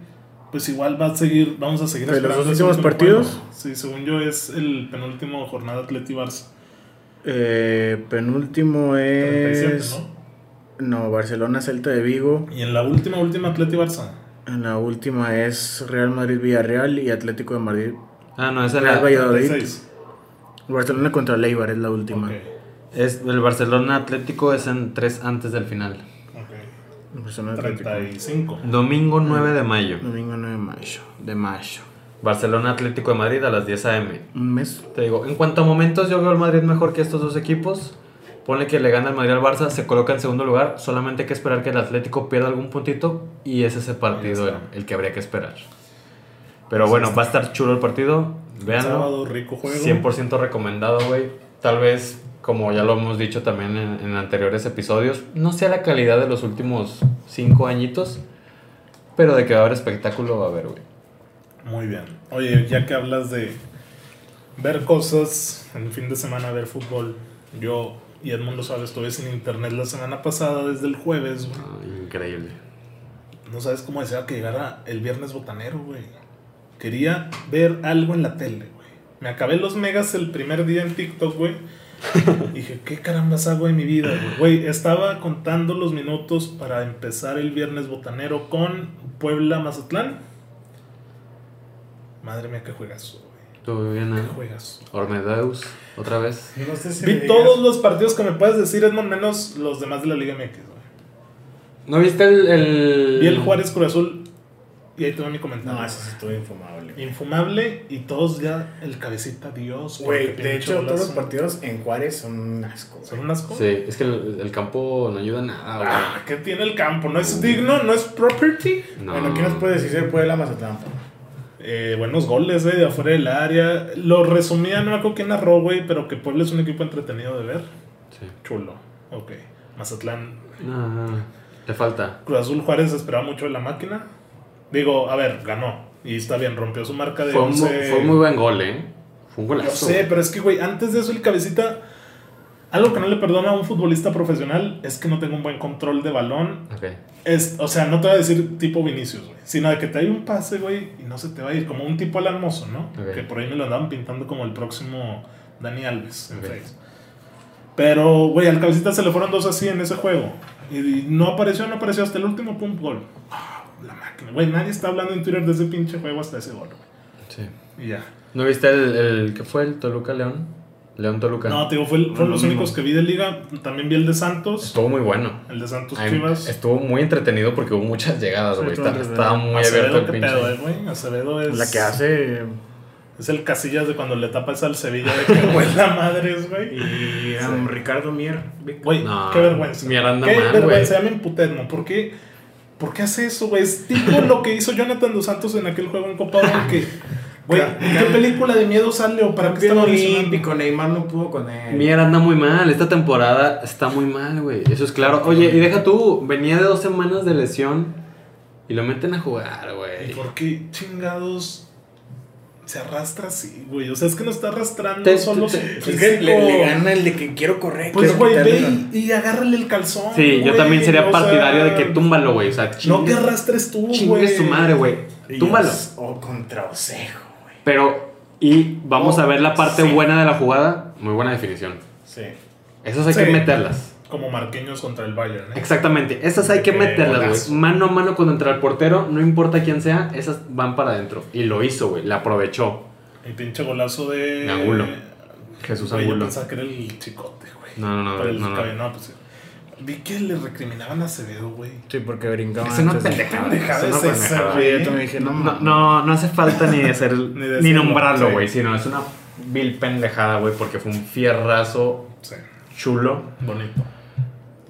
Speaker 1: pues igual va a seguir, vamos a seguir
Speaker 3: ¿Pero los
Speaker 1: esperando
Speaker 3: dos
Speaker 1: ese
Speaker 3: últimos
Speaker 1: último
Speaker 3: partidos?
Speaker 1: juego. Sí, según yo es el penúltimo jornada Atleti Barça.
Speaker 3: Eh, penúltimo
Speaker 1: 37,
Speaker 3: es. ¿no? Barcelona, Celta de Vigo.
Speaker 1: ¿no? Y en la última, última Atleti Barça.
Speaker 3: En la última es Real Madrid, Villarreal y Atlético de Madrid.
Speaker 2: Ah, no, esa
Speaker 3: Real
Speaker 2: era,
Speaker 3: Valladolid.
Speaker 1: 36.
Speaker 3: Barcelona contra Leibar es la última.
Speaker 1: Ok,
Speaker 2: es El Barcelona Atlético es en tres antes del final.
Speaker 1: ok.
Speaker 3: Barcelona Atlético.
Speaker 1: 35.
Speaker 2: Domingo 9 de mayo.
Speaker 3: Domingo 9 de mayo. De mayo.
Speaker 2: Barcelona Atlético de Madrid a las 10 a.m.
Speaker 3: Un mes.
Speaker 2: Te digo, en cuanto a momentos, yo veo al Madrid mejor que estos dos equipos. Ponle que le gana el Madrid al Barça, se coloca en segundo lugar. Solamente hay que esperar que el Atlético pierda algún puntito y es ese partido el, el que habría que esperar. Pero bueno, va a estar chulo el partido. Véanlo.
Speaker 1: Sábado, rico juego.
Speaker 2: 100% recomendado, güey. Tal vez, como ya lo hemos dicho también en, en anteriores episodios, no sea la calidad de los últimos cinco añitos, pero de que va a haber espectáculo, va a haber, güey.
Speaker 1: Muy bien. Oye, ya que hablas de ver cosas, el fin de semana ver fútbol, yo y Edmundo sabe, estuve sin internet la semana pasada desde el jueves, güey.
Speaker 2: Ah, increíble.
Speaker 1: No sabes cómo deseaba que llegara el viernes botanero, güey. Quería ver algo en la tele, güey. Me acabé los megas el primer día en TikTok, güey. Dije, ¿qué carambas hago en mi vida, güey? Güey, estaba contando los minutos para empezar el viernes botanero con Puebla Mazatlán. Madre mía, qué juegazo, güey.
Speaker 2: Estuvo bien, ¿eh?
Speaker 1: Qué juegazo.
Speaker 2: Ormedeus, otra vez.
Speaker 4: No sé si. le
Speaker 1: Vi
Speaker 4: digas-
Speaker 1: todos los partidos que me puedes decir, Edmond, menos los demás de la Liga MX, güey.
Speaker 2: ¿No viste el. el...
Speaker 1: Vi el Juárez Cruz Azul y ahí tuve mi comentario.
Speaker 4: Mm. No, eso sí estuvo infumable.
Speaker 1: Infumable y todos ya el cabecita Dios.
Speaker 4: Güey,
Speaker 1: porque
Speaker 4: de
Speaker 1: pinche
Speaker 4: hecho, todos los
Speaker 1: golazo.
Speaker 4: partidos en Juárez son un asco. güey.
Speaker 1: son un asco.
Speaker 2: Sí, es que el, el campo no ayuda en nada, güey.
Speaker 1: Ah, ¿Qué tiene el campo? ¿No es digno? ¿No es property?
Speaker 2: No.
Speaker 4: Bueno, ¿qué nos puede decir de Puebla Mazatlán?
Speaker 1: Eh, buenos goles, eh, de afuera del área. Lo resumía, no me acuerdo quién narró, güey, pero que Puebla es un equipo entretenido de ver.
Speaker 2: Sí.
Speaker 1: Chulo. Ok. Mazatlán.
Speaker 2: Ah, te falta.
Speaker 1: Cruz Azul Juárez esperaba mucho de la máquina. Digo, a ver, ganó. Y está bien, rompió su marca de
Speaker 2: Fue un,
Speaker 1: 11.
Speaker 2: fue un muy buen gol, ¿eh? Fue un
Speaker 1: Yo
Speaker 2: golazo.
Speaker 1: sé, pero es que, güey, antes de eso el cabecita... Algo que no le perdona a un futbolista profesional es que no tenga un buen control de balón.
Speaker 2: Ok.
Speaker 1: Es, o sea, no te voy a decir tipo Vinicius, güey. Sino de que te hay un pase, güey, y no se te va a ir. Como un tipo Alan Mozo, ¿no?
Speaker 2: Ok.
Speaker 1: Que por ahí me lo andaban pintando como el próximo Dani Alves en
Speaker 2: Ok.
Speaker 1: Facebook. Pero, güey, al cabecita se le fueron dos así en ese juego. Y, y no apareció, no apareció hasta el último pum gol. Ah, la máquina. Güey, nadie está hablando en Twitter de ese pinche juego hasta ese gol, güey.
Speaker 2: Sí.
Speaker 1: Y ya.
Speaker 2: ¿No viste el, el que fue el Toluca León? León Toluca.
Speaker 1: No, te digo, fue el- fueron
Speaker 4: No,
Speaker 1: los
Speaker 4: no.
Speaker 1: únicos que vi de liga. También vi el de Santos.
Speaker 2: Estuvo muy bueno.
Speaker 1: El de Santos
Speaker 2: Ay,
Speaker 1: Chivas.
Speaker 2: Estuvo muy entretenido porque hubo muchas llegadas,
Speaker 4: Sí,
Speaker 2: güey.
Speaker 4: estuvo
Speaker 2: Está-
Speaker 4: entretenido.
Speaker 2: Estaba muy abierto
Speaker 1: Acevedo,
Speaker 2: el
Speaker 1: qué
Speaker 2: pinche.
Speaker 1: pedo, eh, güey. Acevedo es.
Speaker 3: La que hace.
Speaker 1: Es el Casillas de cuando le tapas al Sevilla de que vuela madres, güey.
Speaker 3: Y um, Ricardo Mier.
Speaker 1: Güey,
Speaker 2: No,
Speaker 1: qué vergüenza.
Speaker 2: mierda, anda
Speaker 1: qué
Speaker 2: mal,
Speaker 1: vergüenza, ya me emputé, ¿no? ¿Por qué? ¿Por qué hace eso, güey? Es tipo lo que hizo Jonathan dos Santos en aquel juego en Copa Oro que. Güey, ¿en ¿qué película de miedo sale o para qué
Speaker 3: Campeón
Speaker 1: están
Speaker 3: olímpico, Neymar no pudo con
Speaker 1: eh?
Speaker 3: él.
Speaker 2: Mier anda muy mal, esta temporada está muy mal, güey. Eso es claro. Oye, y deja tú, venía de dos semanas de lesión y lo meten a jugar,
Speaker 1: ¿Y
Speaker 2: güey.
Speaker 1: por qué chingados se arrastra así, güey? O sea, es que no está arrastrando
Speaker 2: Te-
Speaker 1: solo
Speaker 2: te-
Speaker 1: su
Speaker 2: te-
Speaker 4: Es que le,
Speaker 1: físico.
Speaker 4: le gana el de que quiero correr.
Speaker 1: Pues,
Speaker 4: quiero
Speaker 1: güey,
Speaker 4: quitarle
Speaker 1: ve
Speaker 4: la-
Speaker 1: y, y agárrale el calzón.
Speaker 2: Sí, yo
Speaker 1: güey,
Speaker 2: también sería
Speaker 1: o sea,
Speaker 2: partidario de que túmbalo, güey. O sea,
Speaker 1: No
Speaker 2: chingue,
Speaker 1: te arrastres tú, güey.
Speaker 2: chingue su madre, güey.
Speaker 4: y
Speaker 2: Túmbalo.
Speaker 4: os- O contra Osejo, güey.
Speaker 2: Pero, y vamos
Speaker 4: Oh,
Speaker 2: a ver la parte
Speaker 4: sí.
Speaker 2: buena de la jugada. Muy buena definición.
Speaker 4: Sí.
Speaker 2: Esas hay
Speaker 1: Sí.
Speaker 2: que meterlas.
Speaker 1: Como Marqueños contra el Bayern, ¿eh?
Speaker 2: Exactamente, esas hay que
Speaker 4: Eh,
Speaker 2: meterlas,
Speaker 4: golazo.
Speaker 2: güey. Mano a mano contra el portero, no importa quién sea, esas van para adentro. Y lo hizo, güey, la aprovechó.
Speaker 1: El pinche golazo de.
Speaker 2: De Angulo. Jesús
Speaker 1: Güey, yo
Speaker 2: Angulo.
Speaker 1: pensaba que era el chicote, güey.
Speaker 2: No, no, no,
Speaker 1: Pero el
Speaker 2: no, no.
Speaker 1: cabello, pues sí. Vi que le recriminaban a Acevedo, güey.
Speaker 3: Sí, porque brincaba.
Speaker 2: Es una
Speaker 3: antes de-
Speaker 2: pendejada.
Speaker 1: Pendejada
Speaker 2: es una
Speaker 1: es esa,
Speaker 2: pendejada.
Speaker 3: Oye, yo
Speaker 1: güey.
Speaker 3: también dije, no,
Speaker 2: No, no, no hace falta ni hacer, ni,
Speaker 1: decirlo,
Speaker 2: nombrarlo,
Speaker 1: sí.
Speaker 2: güey, sino es una vil pendejada, güey, porque fue un fierrazo
Speaker 1: Sí,
Speaker 2: chulo.
Speaker 1: bonito.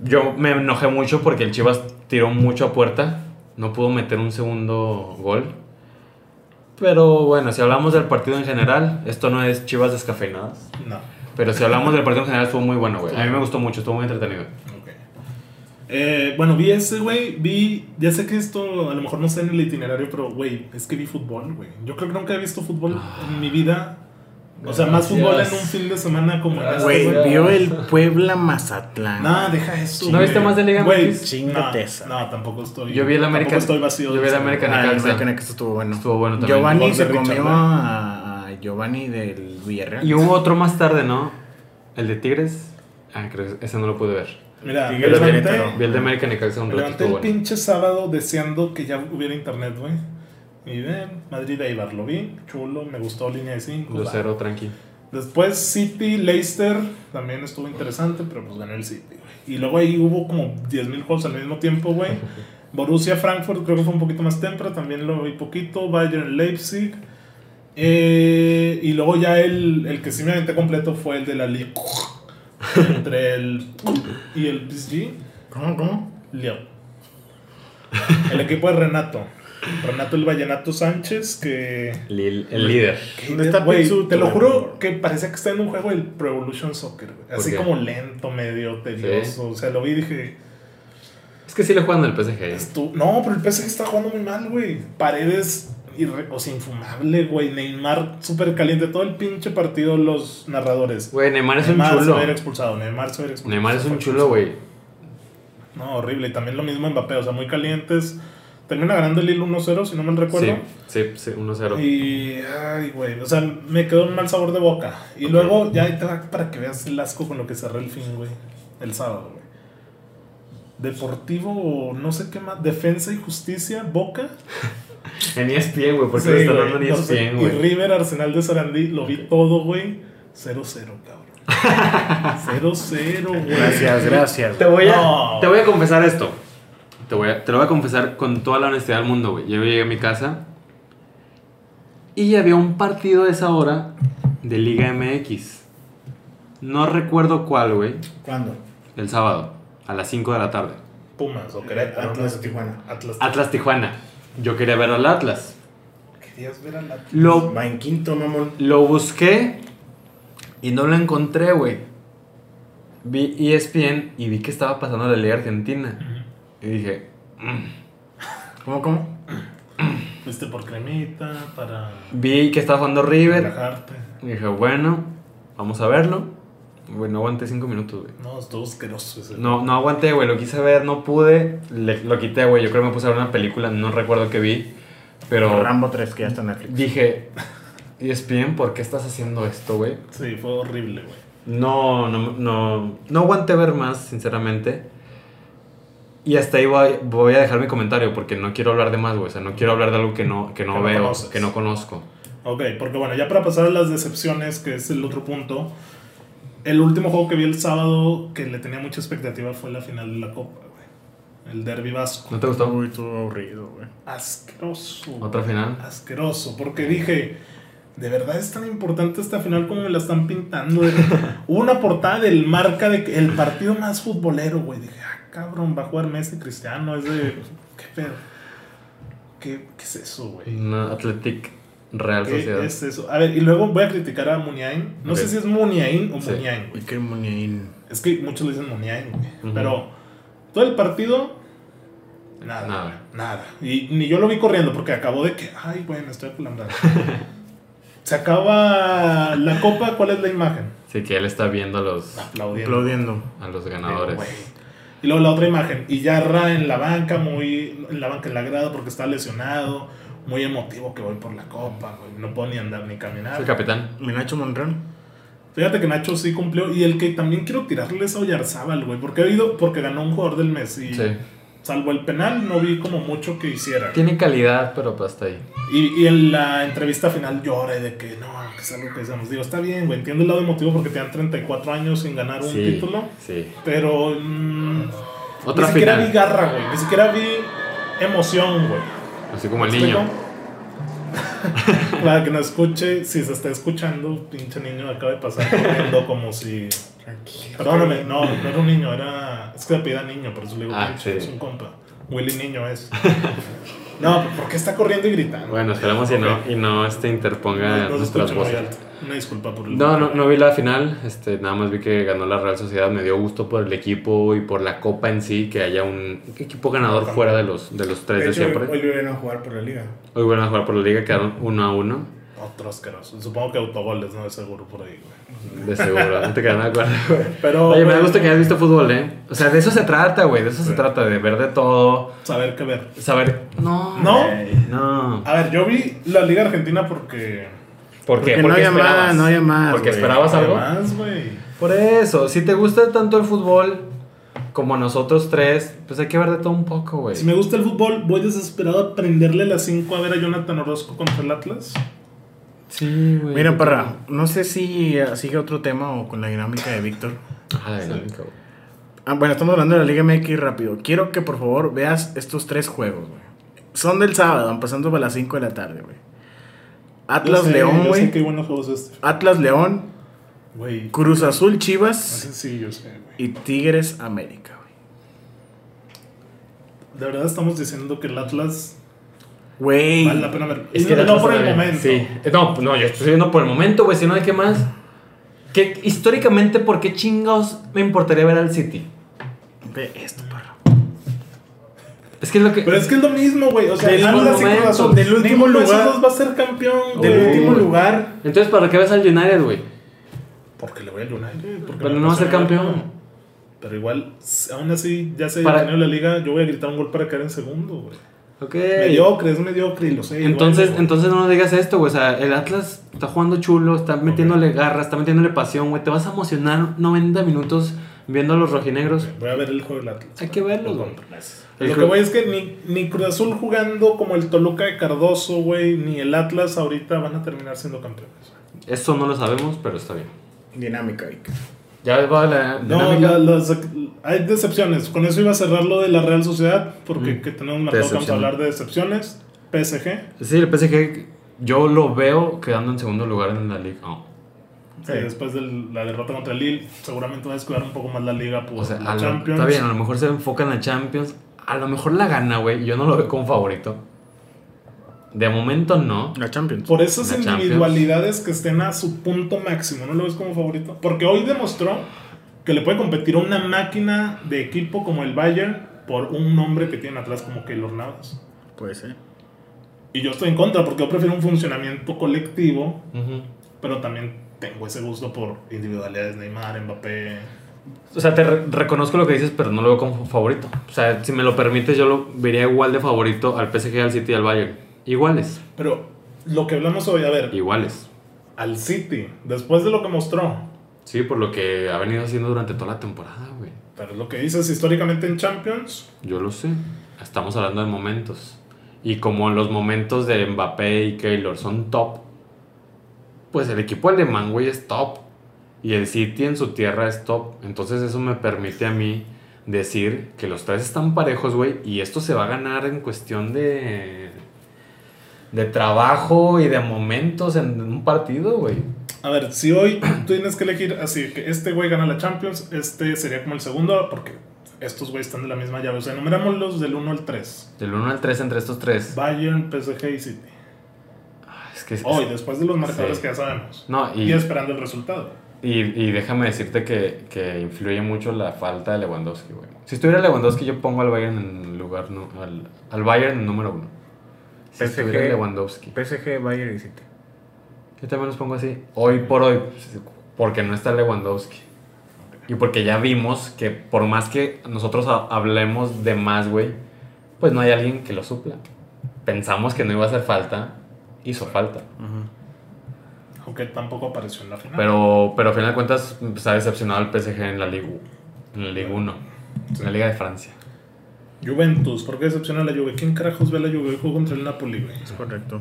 Speaker 2: Yo me enojé mucho porque el Chivas tiró mucho a puerta, no pudo meter un segundo gol. Pero bueno, si hablamos del partido en general, esto no es Chivas descafeinadas.
Speaker 1: No,
Speaker 2: Pero si hablamos del partido en general, estuvo muy bueno, güey. A mí me gustó mucho, estuvo muy entretenido.
Speaker 1: ok. Eh, bueno, vi ese, güey. Vi. Ya sé que esto a lo mejor no está en el itinerario, pero, güey, es que vi fútbol, güey. Yo creo que nunca he visto fútbol
Speaker 2: Ah.
Speaker 1: en mi vida. O sea, más
Speaker 2: Gracias.
Speaker 1: fútbol en un fin de semana como en este,
Speaker 3: Güey,
Speaker 2: Gracias.
Speaker 3: vio el Puebla Mazatlán.
Speaker 1: No, deja eso.
Speaker 2: ¿No
Speaker 1: güey.
Speaker 2: viste más de Liga
Speaker 1: Güey,
Speaker 2: MX?
Speaker 3: Chingate
Speaker 1: no,
Speaker 3: esa.
Speaker 1: No, tampoco estoy.
Speaker 2: Yo vi el
Speaker 1: tampoco
Speaker 2: América-
Speaker 1: estoy vacío.
Speaker 2: yo vi el
Speaker 1: de-
Speaker 2: América-
Speaker 3: Ah, el
Speaker 2: Necaxa.
Speaker 3: American Necaxa estuvo bueno.
Speaker 2: Estuvo bueno también.
Speaker 3: Giovanni
Speaker 1: Gol
Speaker 3: se
Speaker 1: de Richard,
Speaker 3: comió
Speaker 1: ¿no?
Speaker 3: a, a Giovanni del Villarreal.
Speaker 2: Y hubo otro más tarde, ¿no? El de Tigres. Ah, creo que ese no lo pude ver.
Speaker 1: Mira,
Speaker 3: Tigres
Speaker 1: me levanté-
Speaker 3: Querétaro.
Speaker 2: Vi el de América Necaxa un
Speaker 1: me
Speaker 2: rato,
Speaker 1: levanté
Speaker 2: estuvo
Speaker 1: el
Speaker 2: bueno.
Speaker 1: pinche sábado deseando que ya hubiera internet, güey. Y de Madrid a Ibar lo vi, chulo, me gustó línea de Ah, 5.
Speaker 2: 2-0, tranqui.
Speaker 1: Después City, Leicester, también estuvo interesante, pero pues ganó el City, güey. Y luego ahí hubo como 10.000 juegos al mismo tiempo, güey. Borussia Frankfurt creo que fue un poquito más temprano, también lo vi poquito. Bayern Leipzig. Eh, y luego ya el, el que sí me aventé completo fue el de la Liga. entre el y el PSG,
Speaker 4: ¿Cómo, cómo?
Speaker 1: Leo. El equipo de Renato. Renato el Vallenato Sánchez, que.
Speaker 2: Lil- el líder.
Speaker 1: que-
Speaker 4: ¿Dónde está
Speaker 1: güey,
Speaker 4: Pizzu?
Speaker 1: Te lo juro que parecía que está en un juego del Pro Evolution Soccer, güey. Así
Speaker 2: qué?
Speaker 1: como lento, medio tedioso. O sea, lo vi y dije.
Speaker 2: Es que sí le juegan al PSG.
Speaker 1: estu- No, pero el PSG está jugando muy mal, güey. Paredes. irre- O sea, infumable, güey. Neymar súper caliente. Todo el pinche partido, los narradores.
Speaker 2: Güey, Neymar es un
Speaker 1: Neymar se
Speaker 2: chulo.
Speaker 1: va a ir expulsado. Neymar se va a ir expulsado.
Speaker 2: Neymar es
Speaker 1: Se
Speaker 2: un
Speaker 1: fue
Speaker 2: chulo, güey.
Speaker 1: No, horrible. Y también lo mismo Mbappé, o sea, muy calientes. Termina ganando el Lille 1-0, si no mal
Speaker 2: Sí,
Speaker 1: recuerdo.
Speaker 2: sí, sí, 1-0.
Speaker 1: Y, ay, güey, o sea, me quedó un mal sabor de boca. Y
Speaker 2: Ok.
Speaker 1: luego, ya ahí te va para que veas el asco con lo que cerré el fin, güey. El sábado, güey. Deportivo, o no sé qué más. Defensa y Justicia, Boca.
Speaker 2: En E ESPN, güey, ¿por qué
Speaker 1: Sí,
Speaker 2: le están
Speaker 1: güey,
Speaker 2: dando en E
Speaker 1: no sé.
Speaker 2: ESPN,
Speaker 1: Y
Speaker 2: güey?
Speaker 1: River, Arsenal de Sarandí, lo vi todo, güey. 0-0, cabrón. 0-0, güey.
Speaker 3: Gracias, gracias.
Speaker 2: Te voy, a,
Speaker 1: No.
Speaker 2: te voy a confesar esto. Te, voy a- te lo voy a confesar con toda la honestidad del mundo, güey. Yo llegué a mi casa y había un partido a esa hora de Liga MX. No recuerdo cuál, güey.
Speaker 4: ¿Cuándo?
Speaker 2: El sábado, a las 5 de la tarde.
Speaker 1: Pumas o Querétaro.
Speaker 4: Atlas de Tijuana.
Speaker 1: Atlas.
Speaker 2: Atlas Tijuana. Yo quería ver al Atlas.
Speaker 1: Querías ver al Atlas.
Speaker 2: Lo,
Speaker 4: Va en quinto, mamón.
Speaker 2: lo busqué y no lo encontré, güey. Vi E ESPN y vi que estaba pasando la Liga Argentina. Y dije,
Speaker 3: ¿Cómo, cómo?
Speaker 1: Fuiste por cremita para
Speaker 2: vi que estaba jugando River.
Speaker 1: relajarte.
Speaker 2: Y dije, bueno, vamos a verlo. Güey, no aguanté cinco minutos, güey.
Speaker 1: No, estuvo asqueroso ese.
Speaker 2: No, no aguanté, güey. Lo quise ver, no pude. Le- lo quité, güey. Yo creo que me puse a ver una película, no recuerdo qué vi. Pero
Speaker 3: Rambo 3, que ya está en Netflix.
Speaker 2: dije, ESPN, ¿por qué estás haciendo esto, güey?
Speaker 1: Sí, fue horrible, güey.
Speaker 2: No, no, no, no aguanté ver más, sinceramente. Y hasta ahí voy, voy a dejar mi comentario porque no quiero hablar de más, güey. O sea, no quiero hablar de algo que no, que no
Speaker 1: Que no
Speaker 2: veo,
Speaker 1: conoces.
Speaker 2: que no conozco.
Speaker 1: Ok, porque bueno, ya para pasar a las decepciones, que es el otro punto. El último juego que vi el sábado que le tenía mucha expectativa fue la final de la Copa, güey. El Derby Vasco.
Speaker 2: ¿No te gustó?
Speaker 3: Uy, estuvo aburrido, güey.
Speaker 1: Asqueroso. güey.
Speaker 2: Otra final.
Speaker 1: Asqueroso, porque dije, ¿de verdad es tan importante esta final como me la están pintando? Hubo una portada del marca de que el partido más futbolero, güey. Dije, ah, cabrón, va a jugar Messi Cristiano, es de. ¿Qué pedo? ¿Qué, qué es eso, güey?
Speaker 2: Una Athletic Real Sociedad.
Speaker 1: ¿Qué es eso? A ver, y luego voy a criticar a Muniain. No
Speaker 2: Ok.
Speaker 1: sé si es Muniain o
Speaker 2: Sí.
Speaker 1: Muniain, güey.
Speaker 3: Uy, qué muñeín.
Speaker 1: Es que muchos le dicen Muniain, güey.
Speaker 2: Ujú.
Speaker 1: Pero todo el partido, nada.
Speaker 2: Nada.
Speaker 1: Nada. Y ni yo lo vi corriendo porque acabó de que, ay, güey, me estoy aculambrando. Se acaba la copa, ¿cuál es la imagen?
Speaker 2: Sí, que él está viendo a los,
Speaker 1: Aplaudiendo.
Speaker 3: Aplaudiendo.
Speaker 2: a los
Speaker 1: Güey.
Speaker 2: ganadores.
Speaker 1: Y luego la otra imagen, y ya Ra en la banca, muy en la banca en la grada porque está lesionado, muy emotivo que voy por la copa, güey, no puedo ni andar ni
Speaker 2: Es
Speaker 1: caminar.
Speaker 2: el capitán.
Speaker 3: Mi Nacho Monrán.
Speaker 1: Fíjate que Nacho sí cumplió. Y el que también quiero tirarle es a Oyarzábal, güey. Porque ha habido, porque ganó un jugador del mes. Y
Speaker 2: Sí.
Speaker 1: salvo el penal, no vi como mucho que hiciera.
Speaker 2: Tiene calidad, pero pues hasta ahí.
Speaker 1: Y, y en la entrevista final lloré de que no, que es algo que decíamos. Digo, está bien, güey. Entiendo el lado emotivo porque te dan 34 años sin ganar un
Speaker 2: Sí,
Speaker 1: título.
Speaker 2: sí.
Speaker 1: Pero. mm,
Speaker 2: Otra
Speaker 1: ni siquiera vi
Speaker 2: final.
Speaker 1: garra, güey. Ni siquiera vi emoción, güey.
Speaker 2: Así como el
Speaker 1: ¿Me
Speaker 2: niño.
Speaker 1: explico? Para que no escuche, si se está escuchando, pinche niño acaba de pasar corriendo como si.
Speaker 4: Tranquilo.
Speaker 1: Perdóname, no, no era un niño, era. Es que se apellida niño, por eso le digo,
Speaker 2: Ah,
Speaker 1: "Pinche,
Speaker 2: sí.
Speaker 1: es un compa. Willy niño es. No, ¿por qué está corriendo y gritando?
Speaker 2: Bueno, esperamos y no, y no este interponga
Speaker 1: no, no se
Speaker 2: nuestras
Speaker 1: escucha muy
Speaker 2: voces.
Speaker 1: alto. Una disculpa por el.
Speaker 2: No, no, no vi la final, este, nada más vi que ganó la Real Sociedad, me dio gusto por el equipo y por la copa en sí, que haya un equipo ganador fuera de los, de los tres
Speaker 4: De
Speaker 2: de
Speaker 4: hecho, hoy, hoy
Speaker 2: siempre.
Speaker 4: vienen a jugar por la liga.
Speaker 2: Hoy van a jugar por la liga, quedaron uno a uno,
Speaker 1: Otro asqueroso. Supongo que autogoles, ¿no? De seguro por ahí, güey.
Speaker 2: de seguro, no te quedan de acuerdo. güey.
Speaker 1: Pero.
Speaker 2: Oye, me da
Speaker 1: pero,
Speaker 2: gusto que hayas visto fútbol, ¿eh? O sea, de eso se trata, güey, de eso se trata, de ver de todo,
Speaker 1: Saber qué ver.
Speaker 2: saber... No,
Speaker 1: ¿No?
Speaker 2: güey, no.
Speaker 1: A ver, yo vi la Liga Argentina porque.
Speaker 2: ¿Por qué?
Speaker 3: Porque no
Speaker 2: Porque
Speaker 3: había más,
Speaker 2: esperabas.
Speaker 3: no había más,
Speaker 2: Porque
Speaker 3: güey.
Speaker 2: esperabas algo.
Speaker 1: Además, güey.
Speaker 2: Por eso, si te gusta tanto el fútbol como a nosotros tres, pues hay que ver de todo un poco, güey.
Speaker 1: Si me gusta el fútbol, voy desesperado a prenderle las 5 a ver a Jonathan Orozco contra el Atlas.
Speaker 2: Sí, güey.
Speaker 3: Mira, Parra, no sé si eh, sigue otro tema o con la dinámica de Víctor.
Speaker 2: Ah, la dinámica, güey.
Speaker 3: Ah, bueno, estamos hablando de la Liga MX rápido. Quiero que por favor veas estos tres juegos, güey. Son del sábado, empezando a las 5 de la tarde, güey. Atlas
Speaker 1: Yo sé,
Speaker 3: León,
Speaker 1: yo sé
Speaker 3: güey.
Speaker 1: Qué buenos juegos este.
Speaker 3: Atlas León,
Speaker 1: Güey,
Speaker 3: Cruz Azul,
Speaker 1: más
Speaker 3: Chivas
Speaker 1: sencillo, sí, güey.
Speaker 3: y Tigres, América, güey.
Speaker 1: De verdad estamos diciendo que el Atlas
Speaker 3: Güey.
Speaker 1: vale la pena ver.
Speaker 2: Es
Speaker 1: no,
Speaker 2: que el
Speaker 1: no
Speaker 2: Atlas
Speaker 1: por el
Speaker 2: está bien.
Speaker 1: momento.
Speaker 2: Sí. Eh, No, no, yo estoy viendo por el momento, güey. Si no, ¿de qué más? Que históricamente, ¿por qué chingados me importaría ver al City?
Speaker 3: Ve esto, perro.
Speaker 2: Es que es lo que.
Speaker 1: Pero es que es lo mismo, güey. O sea,
Speaker 2: Del
Speaker 1: el Atlas y
Speaker 2: momento,
Speaker 1: Cruz Azul.
Speaker 4: del último
Speaker 1: Ninguno de esos
Speaker 4: lugar.
Speaker 1: dos va a ser campeón.
Speaker 4: Del
Speaker 1: güey.
Speaker 4: último lugar.
Speaker 2: Entonces, ¿para qué ves al United, güey?
Speaker 1: Porque le voy al United. porque
Speaker 2: Pero
Speaker 1: me
Speaker 2: no va a ser
Speaker 1: apasiona.
Speaker 2: campeón.
Speaker 1: Pero igual, aún así, ya se
Speaker 2: Para-
Speaker 1: definió la liga. Yo voy a gritar un gol para caer en segundo, güey.
Speaker 2: Ok.
Speaker 1: Mediocre, es mediocre y lo sé.
Speaker 2: Entonces,
Speaker 1: igual, güey.
Speaker 2: entonces no nos digas esto, güey. O sea, el Atlas está jugando chulo, está metiéndole garra, está metiéndole pasión, güey. Te vas a emocionar 90 minutos viendo a los rojinegros.
Speaker 1: Voy a ver el juego del Atlas.
Speaker 2: Hay que verlo,
Speaker 1: Lo
Speaker 2: güey.
Speaker 1: compro.
Speaker 2: El
Speaker 1: Lo que
Speaker 2: Cruz-
Speaker 1: voy es que ni, ni Cruz Azul jugando como el Toluca de Cardoso, güey, ni el Atlas ahorita van a terminar siendo campeones.
Speaker 2: Eso no lo sabemos, pero está bien.
Speaker 4: Dinámica, Vic.
Speaker 2: Ya va la
Speaker 1: No,
Speaker 2: dinámica.
Speaker 1: la- las- hay decepciones. Con eso iba a cerrar lo de la Real Sociedad, porque
Speaker 2: Mm.
Speaker 1: que tenemos marcado que vamos a
Speaker 2: Decepción.
Speaker 1: hablar de decepciones. PSG,
Speaker 2: Sí, el PSG yo lo veo quedando en segundo lugar en la liga. Oh, No.
Speaker 1: que después de la derrota contra el Lille, seguramente va a descuidar un poco más la liga por
Speaker 2: O sea,
Speaker 1: la
Speaker 2: a lo-
Speaker 1: Champions.
Speaker 2: está bien, a lo mejor se enfoca en la Champions. A lo mejor la gana, güey. Yo no lo veo como favorito. De momento no.
Speaker 3: La Champions.
Speaker 1: Por esas
Speaker 2: La Champions.
Speaker 1: individualidades que estén a su punto máximo, ¿no lo ves como favorito? Porque hoy demostró que le puede competir a una máquina de equipo como el Bayern por un nombre que tienen atrás como Keylor Navas.
Speaker 3: Puede ser.
Speaker 1: Y yo estoy en contra porque yo prefiero un funcionamiento colectivo,
Speaker 2: Ujú.
Speaker 1: pero también tengo ese gusto por individualidades Neymar, Mbappé.
Speaker 2: O sea, te re- reconozco lo que dices, pero no lo veo como favorito. O sea, si me lo permites, yo lo vería igual de favorito al PSG, al City y al Bayern. Iguales,
Speaker 1: Pero lo que hablamos hoy, a ver,
Speaker 2: iguales.
Speaker 1: al City, después de lo que mostró,
Speaker 2: Sí, por lo que ha venido haciendo durante toda la temporada, güey.
Speaker 1: pero lo que dices históricamente en Champions,
Speaker 2: Yo lo sé. Estamos hablando de momentos. Y como los momentos de Mbappé y Keylor son top, pues el equipo alemán, güey, es top. Y el City en su tierra es top. Entonces eso me permite a mí decir que los tres están parejos, güey. Y esto se va a ganar en cuestión de... De trabajo y de momentos en un partido, güey.
Speaker 1: A ver, si hoy tú tienes que elegir así, que este güey gana la Champions, este sería como el segundo, porque estos güeyes están de la misma llave. O sea, enumerámoslos del 1 al 3.
Speaker 2: Del 1 al 3 entre estos tres.
Speaker 1: Bayern, PSG y City.
Speaker 2: Es que es-
Speaker 1: Hoy, después de los marcadores
Speaker 2: Sí. Mm.
Speaker 1: que ya sabemos.
Speaker 2: No,
Speaker 1: Y esperando el resultado.
Speaker 2: Y, y déjame decirte que, que influye mucho la falta de Lewandowski, güey. Si estuviera Lewandowski, yo pongo al Bayern en el lugar, nu- al, al Bayern en número uno. Si
Speaker 3: PSG.
Speaker 2: estuviera Lewandowski.
Speaker 3: PSG, Bayern y City.
Speaker 2: Yo también los pongo así, hoy por hoy, pues, porque no está Lewandowski. Y porque ya vimos que por más que nosotros ha- hablemos de más, güey, pues no hay alguien que lo supla. Pensamos que no iba a hacer falta, hizo falta.
Speaker 1: Aunque tampoco apareció en la final.
Speaker 2: Pero, pero a final de cuentas se ha decepcionado el PSG en la Ligue, en la Ligue 1, en la Liga de Francia.
Speaker 1: Juventus, ¿por qué decepciona la Juve? ¿Quién carajos ve a la Juve? Hoy Jugó contra el Napoli, güey.
Speaker 3: Es correcto.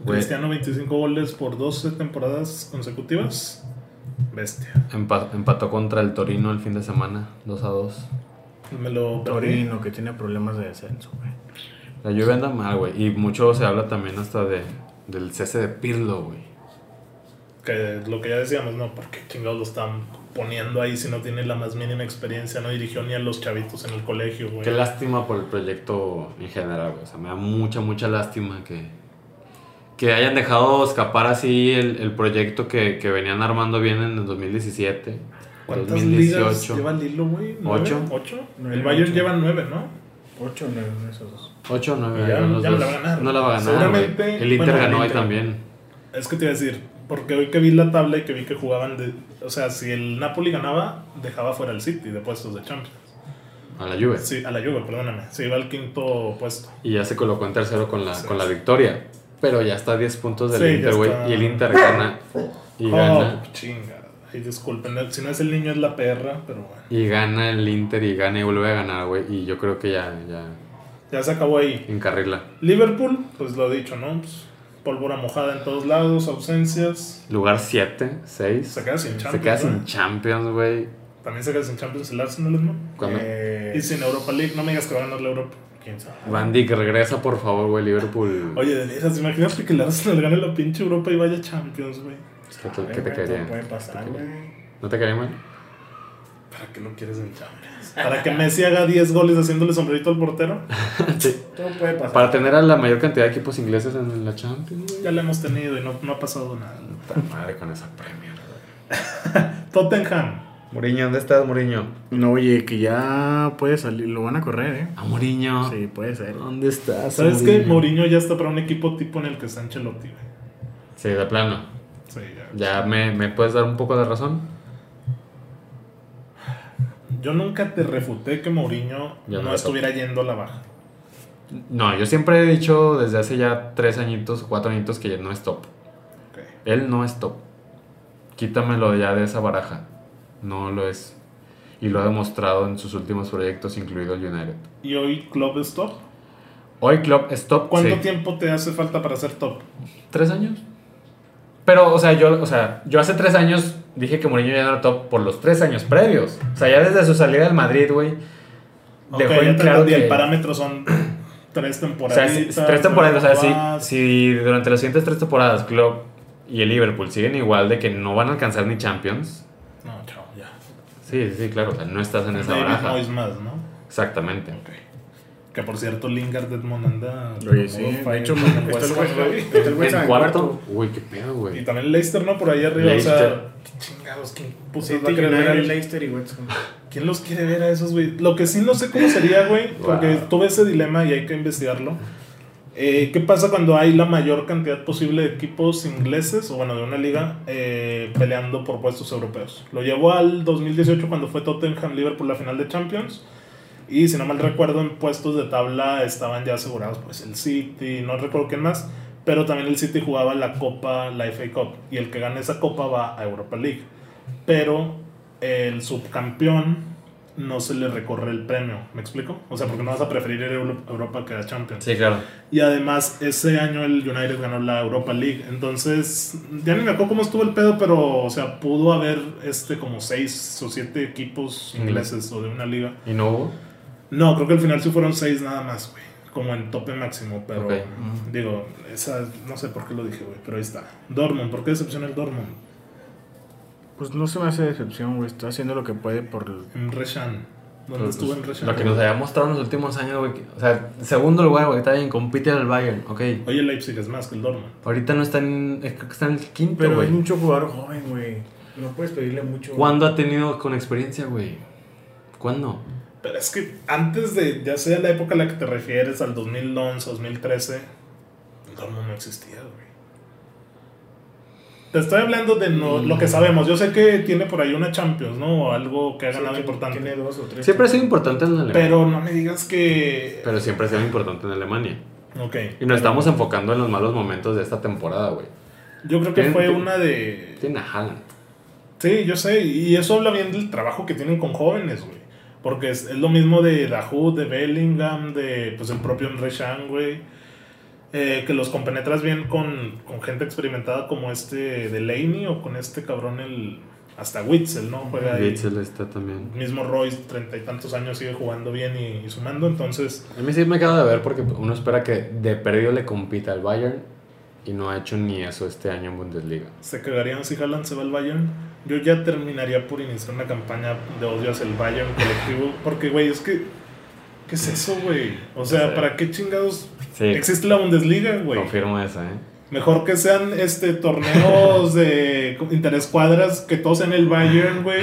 Speaker 2: Güey,
Speaker 1: Cristiano, 25 goles por 12 temporadas consecutivas. Bestia.
Speaker 2: empa- empató contra el Torino el fin de semana, 2 a 2.
Speaker 1: Me lo perdí.
Speaker 3: Torino, que tiene problemas de descenso, güey.
Speaker 2: La Juve anda mal, güey. Y mucho se habla también hasta de, del cese de Pirlo, güey.
Speaker 1: que lo que ya decíamos, ¿no? Porque chingados lo están poniendo ahí si no tiene la más mínima experiencia, no dirigió ni a los chavitos en el colegio, güey.
Speaker 2: Qué lástima por el proyecto en general, güey. O sea, me da mucha, mucha lástima que, que hayan dejado escapar así el, el proyecto que, que venían armando bien en el 2017,
Speaker 1: ¿Cuántas
Speaker 2: 2018.
Speaker 1: ligas lleva Lilo, güey? ¿Nueve?
Speaker 2: Ocho.
Speaker 1: ¿Ocho?
Speaker 4: Nueve,
Speaker 1: el Bayern
Speaker 4: ocho.
Speaker 1: lleva nueve, ¿no?
Speaker 4: 8 o 9 de esos dos.
Speaker 2: 8 o 9
Speaker 1: Ya- ya
Speaker 2: no
Speaker 1: la va a ganar.
Speaker 2: No la va a ganar.
Speaker 1: Seguramente-
Speaker 2: güey. El Inter
Speaker 1: bueno, el
Speaker 2: ganó hoy
Speaker 1: Inter.
Speaker 2: también.
Speaker 1: Es que te iba a decir, porque hoy que vi la tabla y que vi que jugaban de... O sea, si el Napoli ganaba, dejaba fuera al City de puestos de Champions.
Speaker 2: A la Juve.
Speaker 1: Sí, a la Juve, perdóname. Se iba al quinto puesto.
Speaker 2: Y ya se colocó en tercero con la,
Speaker 1: Sí.
Speaker 2: con la victoria. Pero ya está a 10 puntos del
Speaker 1: Sí, ya
Speaker 2: Inter, güey.
Speaker 1: está.
Speaker 2: Y el Inter gana. Y
Speaker 1: Oh,
Speaker 2: gana.
Speaker 1: chinga. Ay, disculpen, si no es el niño es la perra, pero bueno.
Speaker 2: Y gana el Inter y gana y vuelve a ganar, güey. Y yo creo que ya, ya
Speaker 1: Ya se acabó ahí.
Speaker 2: encarrila.
Speaker 1: Liverpool, pues lo dicho, ¿no? Pues, pólvora mojada en todos lados, ausencias.
Speaker 2: Lugar 7, 6.
Speaker 1: Se queda sin
Speaker 2: Se
Speaker 1: Champions,
Speaker 2: queda sin
Speaker 1: ¿no?
Speaker 2: Champions, güey.
Speaker 1: También se queda sin Champions el Arsenal, ¿no?
Speaker 2: Cuando-
Speaker 4: Eh,
Speaker 1: Y sin Europa League, no me digas que va a ganar la Europa.
Speaker 4: ¿Quién sabe?
Speaker 2: Van Dijk regresa, por favor, güey. Liverpool.
Speaker 1: Oye, de veras, imagínate que el Arsenal gane la pinche Europa y vaya a Champions, güey.
Speaker 2: ¿Qué te, qué
Speaker 4: Ay,
Speaker 2: te
Speaker 4: güey,
Speaker 2: caería?
Speaker 4: todo Puede pasar, güey.
Speaker 2: ¿No te caería mal?
Speaker 5: ¿Para qué no quieres en Champions?
Speaker 1: Para que Messi haga 10 goles haciéndole sombrerito al portero.
Speaker 2: Sí.
Speaker 4: Todo puede pasar.
Speaker 2: Para tener a la mayor cantidad de equipos ingleses en la Champions, güey.
Speaker 1: Ya lo hemos tenido y no, no ha pasado nada.
Speaker 2: Puta madre con esa premia.
Speaker 1: Tottenham.
Speaker 2: Moriño, ¿dónde estás, Moriño?
Speaker 3: No, oye, que ya puede salir, lo van a correr, ¿eh?
Speaker 2: A Moriño.
Speaker 3: Sí, puede ser.
Speaker 2: ¿Dónde estás?
Speaker 1: ¿Sabes qué? Mourinho ya está para un equipo tipo en el que está Ancelotti, güey.
Speaker 2: Sí, de plano.
Speaker 1: Sí, ya.
Speaker 2: ¿Ya me, me puedes dar un poco de razón?
Speaker 1: Yo nunca te refuté que Mourinho
Speaker 2: Ya no
Speaker 1: no
Speaker 2: le
Speaker 1: estuviera yendo a la baja.
Speaker 2: No, yo siempre he dicho desde hace ya tres añitos, cuatro añitos que no es top.
Speaker 1: Ok.
Speaker 2: Él no es top. Quítamelo ya de esa baraja. No lo es. Y lo ha demostrado en sus últimos proyectos, incluido el United.
Speaker 1: ¿Y hoy Club es top?
Speaker 2: Hoy Klopp es top.
Speaker 1: ¿Cuánto
Speaker 2: sí.
Speaker 1: tiempo te hace falta para ser top?
Speaker 2: ¿Tres años? Pero, o sea, yo, o sea, yo hace tres años dije que Mourinho ya no era top por los tres años previos. O sea, ya desde su salida del Madrid, güey.
Speaker 1: Ok,
Speaker 2: Dejó
Speaker 1: ya
Speaker 2: en
Speaker 1: te
Speaker 2: claro
Speaker 1: entendí,
Speaker 2: que-
Speaker 1: el parámetro son tres
Speaker 2: O sea,
Speaker 1: temporadas.
Speaker 2: si- tres temporadas. O sea, si, si durante las siguientes tres temporadas Klopp y el Liverpool siguen igual de que no van a alcanzar ni Champions.
Speaker 1: No, chao, ya.
Speaker 2: Sí, sí, claro. O sea, no estás en esa
Speaker 1: David
Speaker 2: baraja.
Speaker 1: Moyes más, ¿no?
Speaker 2: Exactamente.
Speaker 1: Ok. Que por cierto, Lingard Edmond anda.
Speaker 3: Oye,
Speaker 1: como
Speaker 3: sí.
Speaker 1: modo
Speaker 3: De
Speaker 1: fire
Speaker 3: hecho,
Speaker 1: con el
Speaker 3: está el
Speaker 1: West Ham, güey.
Speaker 4: Está el West Ham
Speaker 2: ¿En
Speaker 4: en
Speaker 2: cuarto? Uy, qué pedo,
Speaker 1: Y
Speaker 2: güey.
Speaker 1: también Leicester, ¿no? Por ahí arriba.
Speaker 2: Leicester.
Speaker 1: O sea, qué chingados, ¿quién putas
Speaker 4: City,
Speaker 1: va a querer ver
Speaker 4: United,
Speaker 1: al-
Speaker 4: Leicester y West Ham.
Speaker 1: ¿Quién los quiere ver a esos, güey? Lo que sí no sé cómo sería, güey, porque
Speaker 2: Wow.
Speaker 1: tuve ese dilema y hay que investigarlo. Eh, ¿Qué pasa cuando hay la mayor cantidad posible de equipos ingleses, o bueno, de una liga, eh, peleando por puestos europeos? Lo llevó al 2018 cuando fue Tottenham-Liverpool la final de Champions. Y si no mal recuerdo, en puestos de tabla estaban ya asegurados, pues el City, no recuerdo quién más. Pero también el City jugaba la Copa, la FA Cup. Y el que gane esa Copa va a Europa League. Pero el subcampeón no se le recorre el premio. ¿Me explico? O sea, porque no vas a preferir ir a Euro- Europa que a Champions.
Speaker 2: Sí, claro.
Speaker 1: Y además, ese año el United ganó la Europa League. Entonces, ya ni me acuerdo cómo estuvo el pedo, pero, o sea, pudo haber este como seis o siete equipos ingleses o de una liga.
Speaker 2: ¿Y no hubo?
Speaker 1: No, creo que al final sí fueron seis nada más, güey. Como en tope máximo, pero
Speaker 2: Ok.
Speaker 1: digo, esa, no sé por qué lo dije, güey, pero ahí está. Dortmund, ¿por qué decepciona el Dortmund?
Speaker 3: Pues no se me hace decepción, güey. Está haciendo lo que puede por... el-
Speaker 1: En Reshan. ¿Dónde
Speaker 2: Pues,
Speaker 1: estuvo en Reshan?
Speaker 2: Lo que nos había mostrado en los últimos años, güey. que- O sea, segundo lugar, güey. Está bien, compite en el Bayern, ok.
Speaker 1: Oye, Leipzig es más que el Dortmund.
Speaker 2: Ahorita no están. eh, Creo que están en el quinto,
Speaker 4: Pero es
Speaker 2: güey.
Speaker 4: mucho jugador joven, güey. No puedes pedirle mucho. güey.
Speaker 2: ¿Cuándo ha tenido con experiencia, güey? ¿Cuándo?
Speaker 1: Pero es que antes de, ya sea la época a la que te refieres, al 2011, 2013, el Dortmund no existía, güey. Te estoy hablando de no- lo
Speaker 2: Mm.
Speaker 1: que sabemos. Yo sé que tiene por ahí una Champions, ¿no? O algo que ha
Speaker 4: Sí,
Speaker 1: ganado
Speaker 4: tiene-
Speaker 1: importante.
Speaker 4: Tiene dos o tres.
Speaker 2: Siempre ha sido importante en Alemania. Pero,
Speaker 1: Pero no me digas que...
Speaker 2: siempre ha sido importante en Alemania.
Speaker 1: Ok.
Speaker 2: Y nos estamos enfocando en los malos momentos de esta temporada, güey.
Speaker 1: Yo creo que
Speaker 2: Tienen-
Speaker 1: fue
Speaker 2: tienen-
Speaker 1: una de...
Speaker 2: Tiene a Haaland.
Speaker 1: Sí, yo sé, y eso habla bien del trabajo que tienen con jóvenes, güey. Porque es, es lo mismo de Dahoud, de Bellingham, de pues el propio Andre Chan, güey. Eh, que los compenetras bien con, con gente experimentada como este Delaney o con este cabrón el... Hasta Witzel, ¿no? Juega ahí.
Speaker 2: Witzel está también.
Speaker 1: El mismo Royce, treinta y tantos años, sigue jugando bien y, y sumando. Entonces,
Speaker 2: A mí sí me acaba de ver porque uno espera que de perdido le compita al Bayern y no ha hecho ni eso este año en Bundesliga.
Speaker 1: ¿se cagarían si Haaland se va al Bayern? Yo ya terminaría por iniciar una campaña de odio hacia el Bayern colectivo. Porque, güey, es que... ¿Qué es eso, güey? O sea,
Speaker 2: Sí.
Speaker 1: ¿para qué chingados
Speaker 2: Sí,
Speaker 1: Existe la Bundesliga, güey.
Speaker 2: confirmo eso, ¿eh?
Speaker 1: Mejor que sean este torneos de interescuadras que todos sean el Bayern, güey.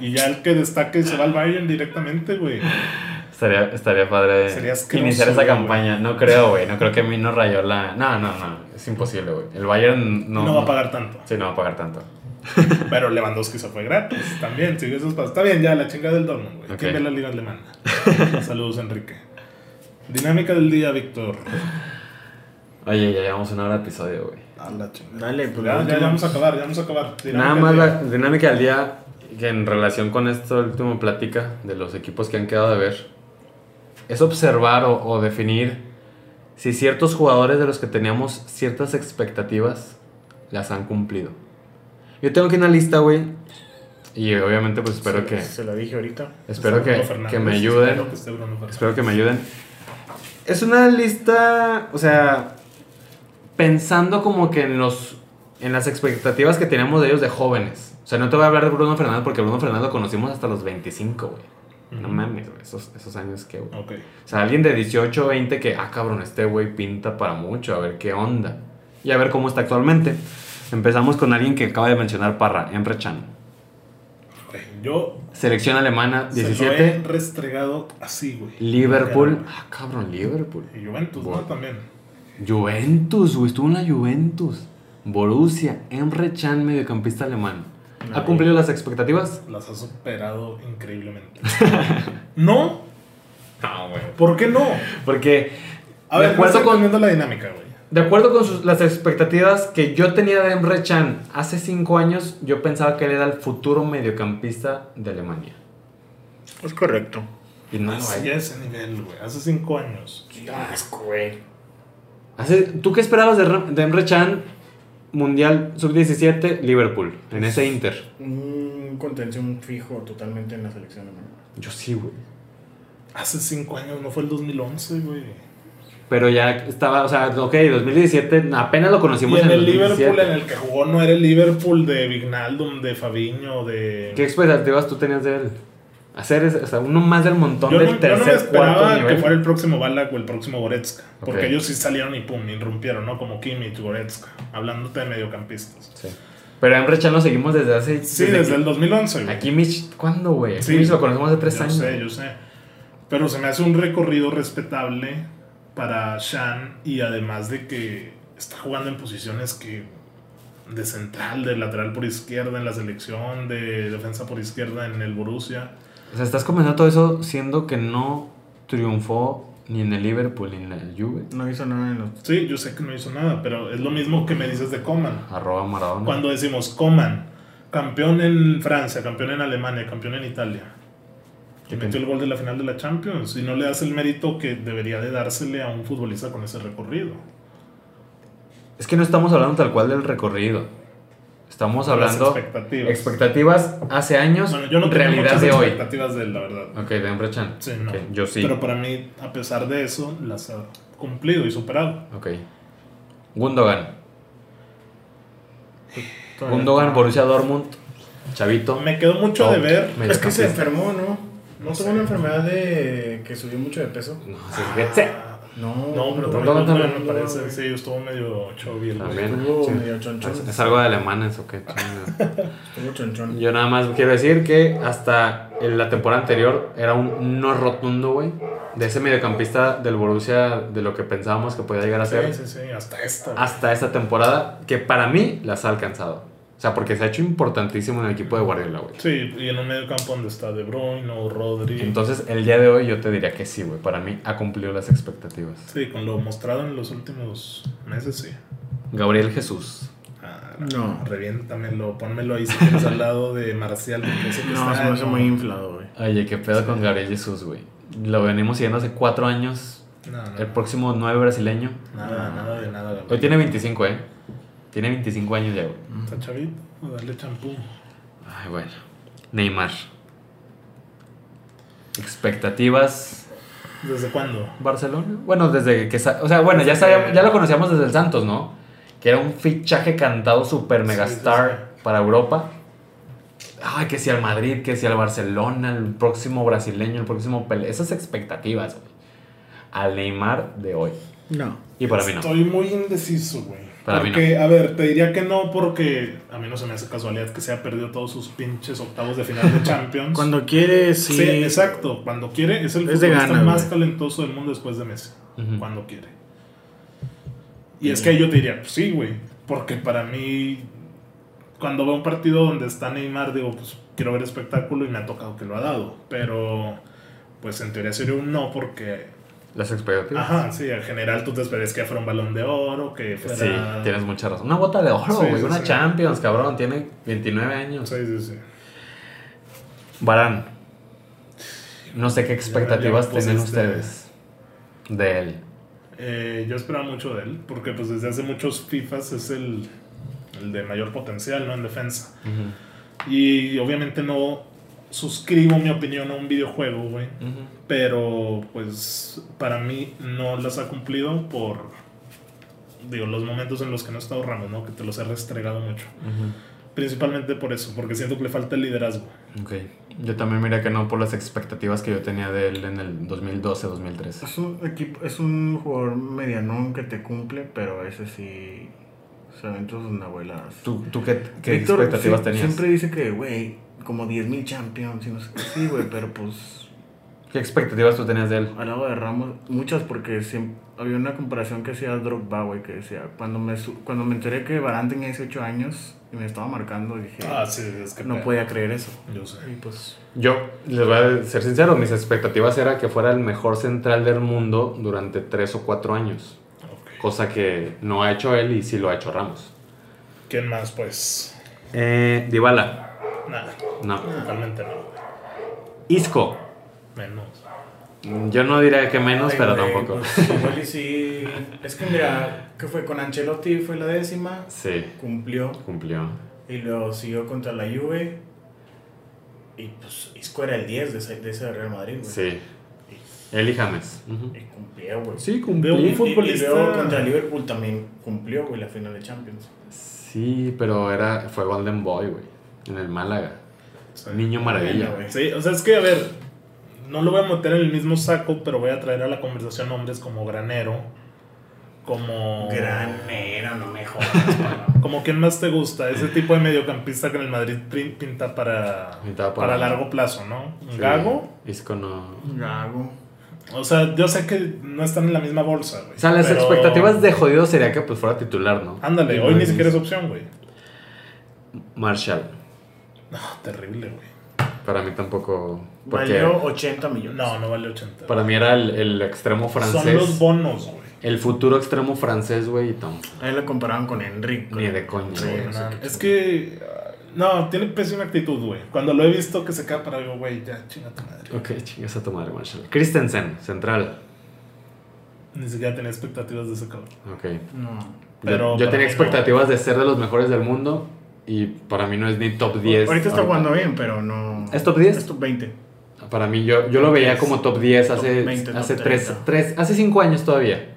Speaker 1: Y, y ya el que destaque se va al Bayern directamente, güey.
Speaker 2: Estaría, estaría padre
Speaker 1: Sería asqueroso,
Speaker 2: iniciar esa
Speaker 1: güey.
Speaker 2: campaña. No creo, güey. No creo que a mí no rayó la... No, no, no. Es imposible, güey. El Bayern no...
Speaker 1: No, va a pagar tanto.
Speaker 2: Sí, no va a pagar tanto.
Speaker 1: Pero Lewandowski se fue gratis. También, sigue esos pasos. Está bien, ya, la chingada del Dortmund, güey. ¿Quién ve
Speaker 2: Ok.
Speaker 1: la liga alemana? Saludos, Enrique. Dinámica del día, Víctor.
Speaker 2: Oye, ya llevamos una hora de episodio, güey.
Speaker 1: A la chingada.
Speaker 3: Dale, pues...
Speaker 1: Ya,
Speaker 3: la
Speaker 1: ya,
Speaker 3: última.
Speaker 1: ya vamos a acabar, ya vamos a acabar.
Speaker 2: Nada
Speaker 1: Dinámica
Speaker 2: más
Speaker 1: del
Speaker 2: la
Speaker 1: día.
Speaker 2: dinámica del día que en relación con esta última plática de los equipos que han quedado de ver es observar o, o definir si ciertos jugadores de los que teníamos ciertas expectativas las han cumplido. Yo tengo aquí una lista, güey, y obviamente pues espero
Speaker 4: Se-
Speaker 2: que
Speaker 4: Se la dije ahorita.
Speaker 2: espero
Speaker 1: Bruno
Speaker 2: que,
Speaker 1: Fernández,
Speaker 2: que me ayuden.
Speaker 1: espero que esté Bruno Fernández.
Speaker 2: Espero que me ayuden. Es una lista, o sea, pensando como que en los en las expectativas que teníamos de ellos de jóvenes. O sea, no te voy a hablar de Bruno Fernández porque Bruno Fernández lo conocimos hasta los 25, güey. No
Speaker 1: Ujú.
Speaker 2: mames, güey. Esos, esos años que, güey.
Speaker 1: Ok.
Speaker 2: O sea, alguien de 18, 20 que, ah, cabrón, este güey pinta para mucho, a ver qué onda. Y a ver cómo está actualmente. Empezamos con alguien que acaba de mencionar Parra, Emre Chan.
Speaker 1: Eh, Yo
Speaker 2: Selección alemana,
Speaker 1: se lo he
Speaker 2: 17.
Speaker 1: restregado así, güey.
Speaker 2: Liverpool. Ah, cabrón, Liverpool.
Speaker 1: Y Juventus, ¿no?
Speaker 2: Bueno.
Speaker 1: También.
Speaker 2: Juventus, güey, estuvo en la Juventus. Borussia, Emre Can, mediocampista alemán. ¿Ha cumplido las expectativas?
Speaker 1: Las ha superado increíblemente. no,
Speaker 2: No, güey.
Speaker 1: ¿por qué no?
Speaker 2: Porque,
Speaker 1: A
Speaker 2: De
Speaker 1: ver,
Speaker 2: acuerdo
Speaker 1: no estoy
Speaker 2: con-
Speaker 1: entendiendo la dinámica, güey.
Speaker 2: de acuerdo con sus- las expectativas que yo tenía de Emre Can hace cinco años, yo pensaba que él era el futuro mediocampista de Alemania.
Speaker 3: Es correcto.
Speaker 2: Y no,
Speaker 1: Así
Speaker 2: güey.
Speaker 1: a ese nivel, güey. Hace cinco años.
Speaker 2: Hace- ¿Tú qué esperabas de, Ra- de Emre Can? Mundial Sub-17, Liverpool, en ese Inter.
Speaker 4: Un contención fijo totalmente en la selección alemana.
Speaker 2: Yo sí, güey.
Speaker 1: Hace cinco años, no fue el 2011, güey.
Speaker 2: Pero ya estaba, o sea, ok, 2017, apenas lo
Speaker 1: Y
Speaker 2: conocimos
Speaker 1: en el
Speaker 2: 2017.
Speaker 1: Liverpool en el que jugó no era el Liverpool de Vignaldum, de Fabiño, de...
Speaker 2: ¿Qué expectativas tú tenías de él? Hacer, ese- o sea, uno más del montón
Speaker 1: Yo no, yo no
Speaker 2: del
Speaker 1: me
Speaker 2: tercer, cuarto
Speaker 1: esperaba que
Speaker 2: nivel.
Speaker 1: fuera el próximo Balak o el próximo Goretzka. Porque
Speaker 2: Ok.
Speaker 1: ellos sí salieron y pum, irrumpieron, ¿no? Como Kimmich, Goretzka. Hablándote de mediocampistas.
Speaker 2: Sí. Pero a Emre Can lo seguimos desde hace...
Speaker 1: Sí, desde el
Speaker 2: que-
Speaker 1: 2011, güey.
Speaker 2: A Kimmich, ¿cuándo, güey? A
Speaker 1: Sí.
Speaker 2: Kimmich lo conocemos hace tres
Speaker 1: yo
Speaker 2: años.
Speaker 1: sé, yo sé. Pero se me hace un recorrido respetable para Shan y además de que está jugando en posiciones que de central, de lateral por izquierda en la selección, de defensa por izquierda en el Borussia.
Speaker 2: O sea, estás comentando todo eso siendo que no triunfó ni en el Liverpool ni en el Juve.
Speaker 4: No hizo nada en los.
Speaker 1: Sí, yo sé que no hizo nada, pero es lo mismo que me dices de Coman.
Speaker 2: Arroba Maradona.
Speaker 1: Cuando decimos Coman, campeón en Francia, campeón en Alemania, campeón en Italia. Que
Speaker 2: ¿Qué
Speaker 1: metió
Speaker 2: ten-
Speaker 1: el gol de la final de la Champions y no le das el mérito que debería de dársele a un futbolista con ese recorrido.
Speaker 2: Es que no estamos hablando tal cual del recorrido. Estamos
Speaker 1: Las
Speaker 2: hablando...
Speaker 1: expectativas.
Speaker 2: Expectativas hace años,
Speaker 1: Bueno, yo no tengo
Speaker 2: realidad
Speaker 1: muchas
Speaker 2: de hoy.
Speaker 1: expectativas de él, la verdad.
Speaker 2: Ok, de Emre Can.
Speaker 1: Sí, no.
Speaker 2: Ok, yo sí.
Speaker 1: Pero para mí, a pesar de eso, las ha cumplido y superado.
Speaker 2: Ok. Gundogan. Gundogan, Borussia Dortmund. Chavito.
Speaker 1: Me quedó mucho
Speaker 2: Top,
Speaker 1: de ver.
Speaker 4: Es que se
Speaker 2: mediocampista.
Speaker 4: enfermó, ¿no? No tuvo una enfermedad de que subió mucho de peso.
Speaker 2: No, sí, sí.
Speaker 4: No,
Speaker 1: No, pero
Speaker 2: Gundogan
Speaker 1: también Gundogan
Speaker 2: también.
Speaker 1: me parece. Sí, estuvo medio chovil.
Speaker 2: También.
Speaker 4: Estuvo
Speaker 2: sí.
Speaker 4: medio chonchón.
Speaker 2: Es- Es algo de alemanes, ok. chingada.
Speaker 4: Estuvo chonchón.
Speaker 2: Yo nada más quiero decir que hasta en la temporada anterior era un no rotundo, güey. De ese mediocampista del Borussia, de lo que pensábamos que podía llegar a
Speaker 1: Sí,
Speaker 2: ser.
Speaker 1: sí, sí, hasta esta. güey.
Speaker 2: Hasta esta temporada, que para mí las ha alcanzado. O sea, porque se ha hecho importantísimo en el equipo de Guardiola, güey.
Speaker 1: Sí, y en un medio campo donde está De Bruyne o Rodri.
Speaker 2: Entonces, el día de hoy yo te diría que sí, güey. Para mí ha cumplido las expectativas.
Speaker 1: sí, con lo mostrado en los últimos meses, sí.
Speaker 2: Gabriel Jesús.
Speaker 1: Ah,
Speaker 3: No.
Speaker 1: Reviéntamelo, pónmelo ahí si quieres al lado de Marcial. porque ese que
Speaker 3: No, se
Speaker 1: está-
Speaker 3: me hace muy inflado, güey.
Speaker 2: Oye, qué pedo con Gabriel Jesús, güey. Lo venimos siguiendo hace cuatro años.
Speaker 1: No, no,
Speaker 2: El
Speaker 1: no.
Speaker 2: próximo nueve brasileño.
Speaker 1: Nada, nada de nada.
Speaker 2: Hoy
Speaker 1: güey.
Speaker 2: tiene 25, ¿eh? Tiene 25 años ya, güey.
Speaker 1: Está chavito, dale champú.
Speaker 2: Ay, bueno. Neymar. Expectativas.
Speaker 1: ¿Desde cuándo?
Speaker 2: Barcelona. Bueno, desde que... sa- O sea, bueno, ya, sabíamos- ya lo conocíamos desde el Santos, ¿no? Que era un fichaje cantado super mega
Speaker 1: Sí, sí,
Speaker 2: star para Europa. Ay, que si al Madrid, que si al Barcelona, el próximo brasileño, el próximo Pelé. Esas expectativas, güey. Al Neymar de hoy.
Speaker 3: No.
Speaker 2: Y para mí no.
Speaker 1: Estoy muy indeciso, güey.
Speaker 2: Para mí
Speaker 1: porque, a ver, te diría que no porque a mí no se me hace casualidad que se haya perdido todos sus pinches octavos de final de Champions.
Speaker 3: Cuando quieres,
Speaker 1: sí,
Speaker 3: sí.
Speaker 1: exacto. Cuando quiere, es el
Speaker 3: Es de
Speaker 1: futbolista
Speaker 3: gana,
Speaker 1: más
Speaker 3: güey. Mm.
Speaker 1: talentoso del mundo después de Messi.
Speaker 2: Ujú.
Speaker 1: Cuando quiere. Y es que yo te diría, pues sí, güey. Porque para mí, cuando veo un partido donde está Neymar, digo, pues quiero ver espectáculo y me ha tocado que lo ha dado. Pero, pues en teoría sería un no porque
Speaker 2: Las
Speaker 3: Pues,
Speaker 2: expectativas.
Speaker 1: Ajá, sí, en general tú te esperas que fuera un balón de oro, que fuera...
Speaker 2: Sí, tienes mucha razón. Una bota de oro,
Speaker 1: Sí,
Speaker 2: güey.
Speaker 1: sí,
Speaker 2: una
Speaker 1: sí.
Speaker 2: Champions, cabrón. Tiene 29 años.
Speaker 1: Sí, sí, sí.
Speaker 2: Barán. No sé qué expectativas
Speaker 1: Ya- ya me
Speaker 2: tienen
Speaker 1: pusiste-
Speaker 2: ustedes de él.
Speaker 1: Eh, yo esperaba mucho de él, porque pues desde hace muchos FIFAs es el, el de mayor potencial, ¿no? En defensa. Y obviamente no suscribo mi opinión a un videojuego, güey. Pero pues para mí no las ha cumplido por digo, los momentos en los que no está Ramos, ¿no? Que te los he restregado mucho. Principalmente por eso, porque siento que le falta el liderazgo.
Speaker 2: Ok. Yo también mira que no por las expectativas que yo tenía de él en el 2012-2013.
Speaker 3: Es un, equipo, es un jugador medianón que te cumple, pero ese sí se aventó sus abuelas.
Speaker 2: ¿Tú, tú qué, qué
Speaker 3: Víctor
Speaker 2: expectativas
Speaker 3: sie-
Speaker 2: tenías?
Speaker 3: Siempre dice que, güey, como 10.000 champions y no sé qué. Sí, güey, pero pues
Speaker 2: ¿Qué expectativas tú tenías de él?
Speaker 3: al lado de Ramos, muchas porque siempre, había una comparación que hacía Drogba, güey, que decía, cuando me, su- cuando me enteré que Barán tenía 18 años y me estaba marcando, dije,
Speaker 1: Ah, sí, es que
Speaker 3: no podía creer eso.
Speaker 1: Yo sé.
Speaker 3: Y pues,
Speaker 2: Yo, les voy a ser sincero, mis expectativas era que fuera el mejor central del mundo durante tres o cuatro años. Cosa que no ha hecho él y sí lo ha hecho Ramos.
Speaker 1: ¿Quién más, pues?
Speaker 2: Eh, Dybala.
Speaker 1: Nada,
Speaker 2: No.
Speaker 1: totalmente no.
Speaker 2: Isco.
Speaker 1: Menos.
Speaker 2: Yo no diría que menos,
Speaker 3: Ay,
Speaker 2: pero
Speaker 3: güey,
Speaker 2: tampoco.
Speaker 3: pues, igual y sí. Es que mira, que fue con Ancelotti, fue la décima,
Speaker 2: Sí,
Speaker 3: cumplió
Speaker 2: cumplió.
Speaker 3: y luego siguió contra la Juve. Y pues Isco era el 10 de ese, de ese Real Madrid, güey.
Speaker 2: Sí. Él y James.
Speaker 3: Y cumplió, güey.
Speaker 2: Sí,
Speaker 1: cumplió.
Speaker 3: Y- y-
Speaker 1: futbolista.
Speaker 3: Y luego contra Liverpool también cumplió, güey, la final de Champions.
Speaker 2: Sí, pero era, fue Golden Boy, güey. En el Málaga. Niño maravilla.
Speaker 3: Bueno, güey.
Speaker 1: Sí, o sea, es que, a ver, no lo voy a meter en el mismo saco, pero voy a traer a la conversación hombres como Granero, como...
Speaker 3: Granero, no me jodas, cabrón.
Speaker 1: Como quien más te gusta, ese tipo de mediocampista que en el Madrid pin- pinta para,
Speaker 2: Pintaba
Speaker 1: para,
Speaker 2: para-
Speaker 1: largo plazo, ¿no?
Speaker 2: Sí.
Speaker 1: Gago.
Speaker 2: Isco no.
Speaker 3: Gago.
Speaker 1: O sea, yo sé que no están en la misma bolsa, güey.
Speaker 2: O sea, las
Speaker 1: pero-
Speaker 2: expectativas de jodido sería que pues fuera titular, ¿no?
Speaker 1: Ándale,
Speaker 2: Y
Speaker 1: hoy
Speaker 2: no
Speaker 1: ni
Speaker 2: es-
Speaker 1: siquiera es opción, güey.
Speaker 2: Marshall.
Speaker 1: No, terrible, güey.
Speaker 2: Para mí tampoco. Porque
Speaker 3: Valió 80 millones.
Speaker 1: No, no vale 80.
Speaker 2: para mí era el, el extremo
Speaker 1: Son los
Speaker 2: francés.
Speaker 1: bonos, güey.
Speaker 2: El futuro extremo francés, güey. y tam-
Speaker 3: Ahí lo comparaban con Enrique.
Speaker 2: Ni de coña.
Speaker 3: Sí,
Speaker 2: güey.
Speaker 3: no sé
Speaker 1: Nah,
Speaker 3: qué
Speaker 1: es que. ah, No, tiene pésima actitud, güey. Cuando lo he visto que se queda para digo, güey, ya, chinga tu madre.
Speaker 2: Ok, chingas a tu madre, Marshall. Christensen, central.
Speaker 1: Ni siquiera tenía expectativas de ese cabrón.
Speaker 2: Ok.
Speaker 3: No.
Speaker 1: Pero
Speaker 2: yo yo
Speaker 1: para
Speaker 2: tenía
Speaker 1: mí no.
Speaker 2: expectativas de ser de los mejores del mundo y para mí no es ni top 10.
Speaker 3: Ahorita está jugando bien, pero no.
Speaker 2: ¿Es top 10?
Speaker 3: Es top 20.
Speaker 2: Para mí yo, yo lo veía como top 10 hace,
Speaker 3: Top 20, top
Speaker 2: hace, tres,
Speaker 3: 30.
Speaker 2: tres- hace 5 años todavía.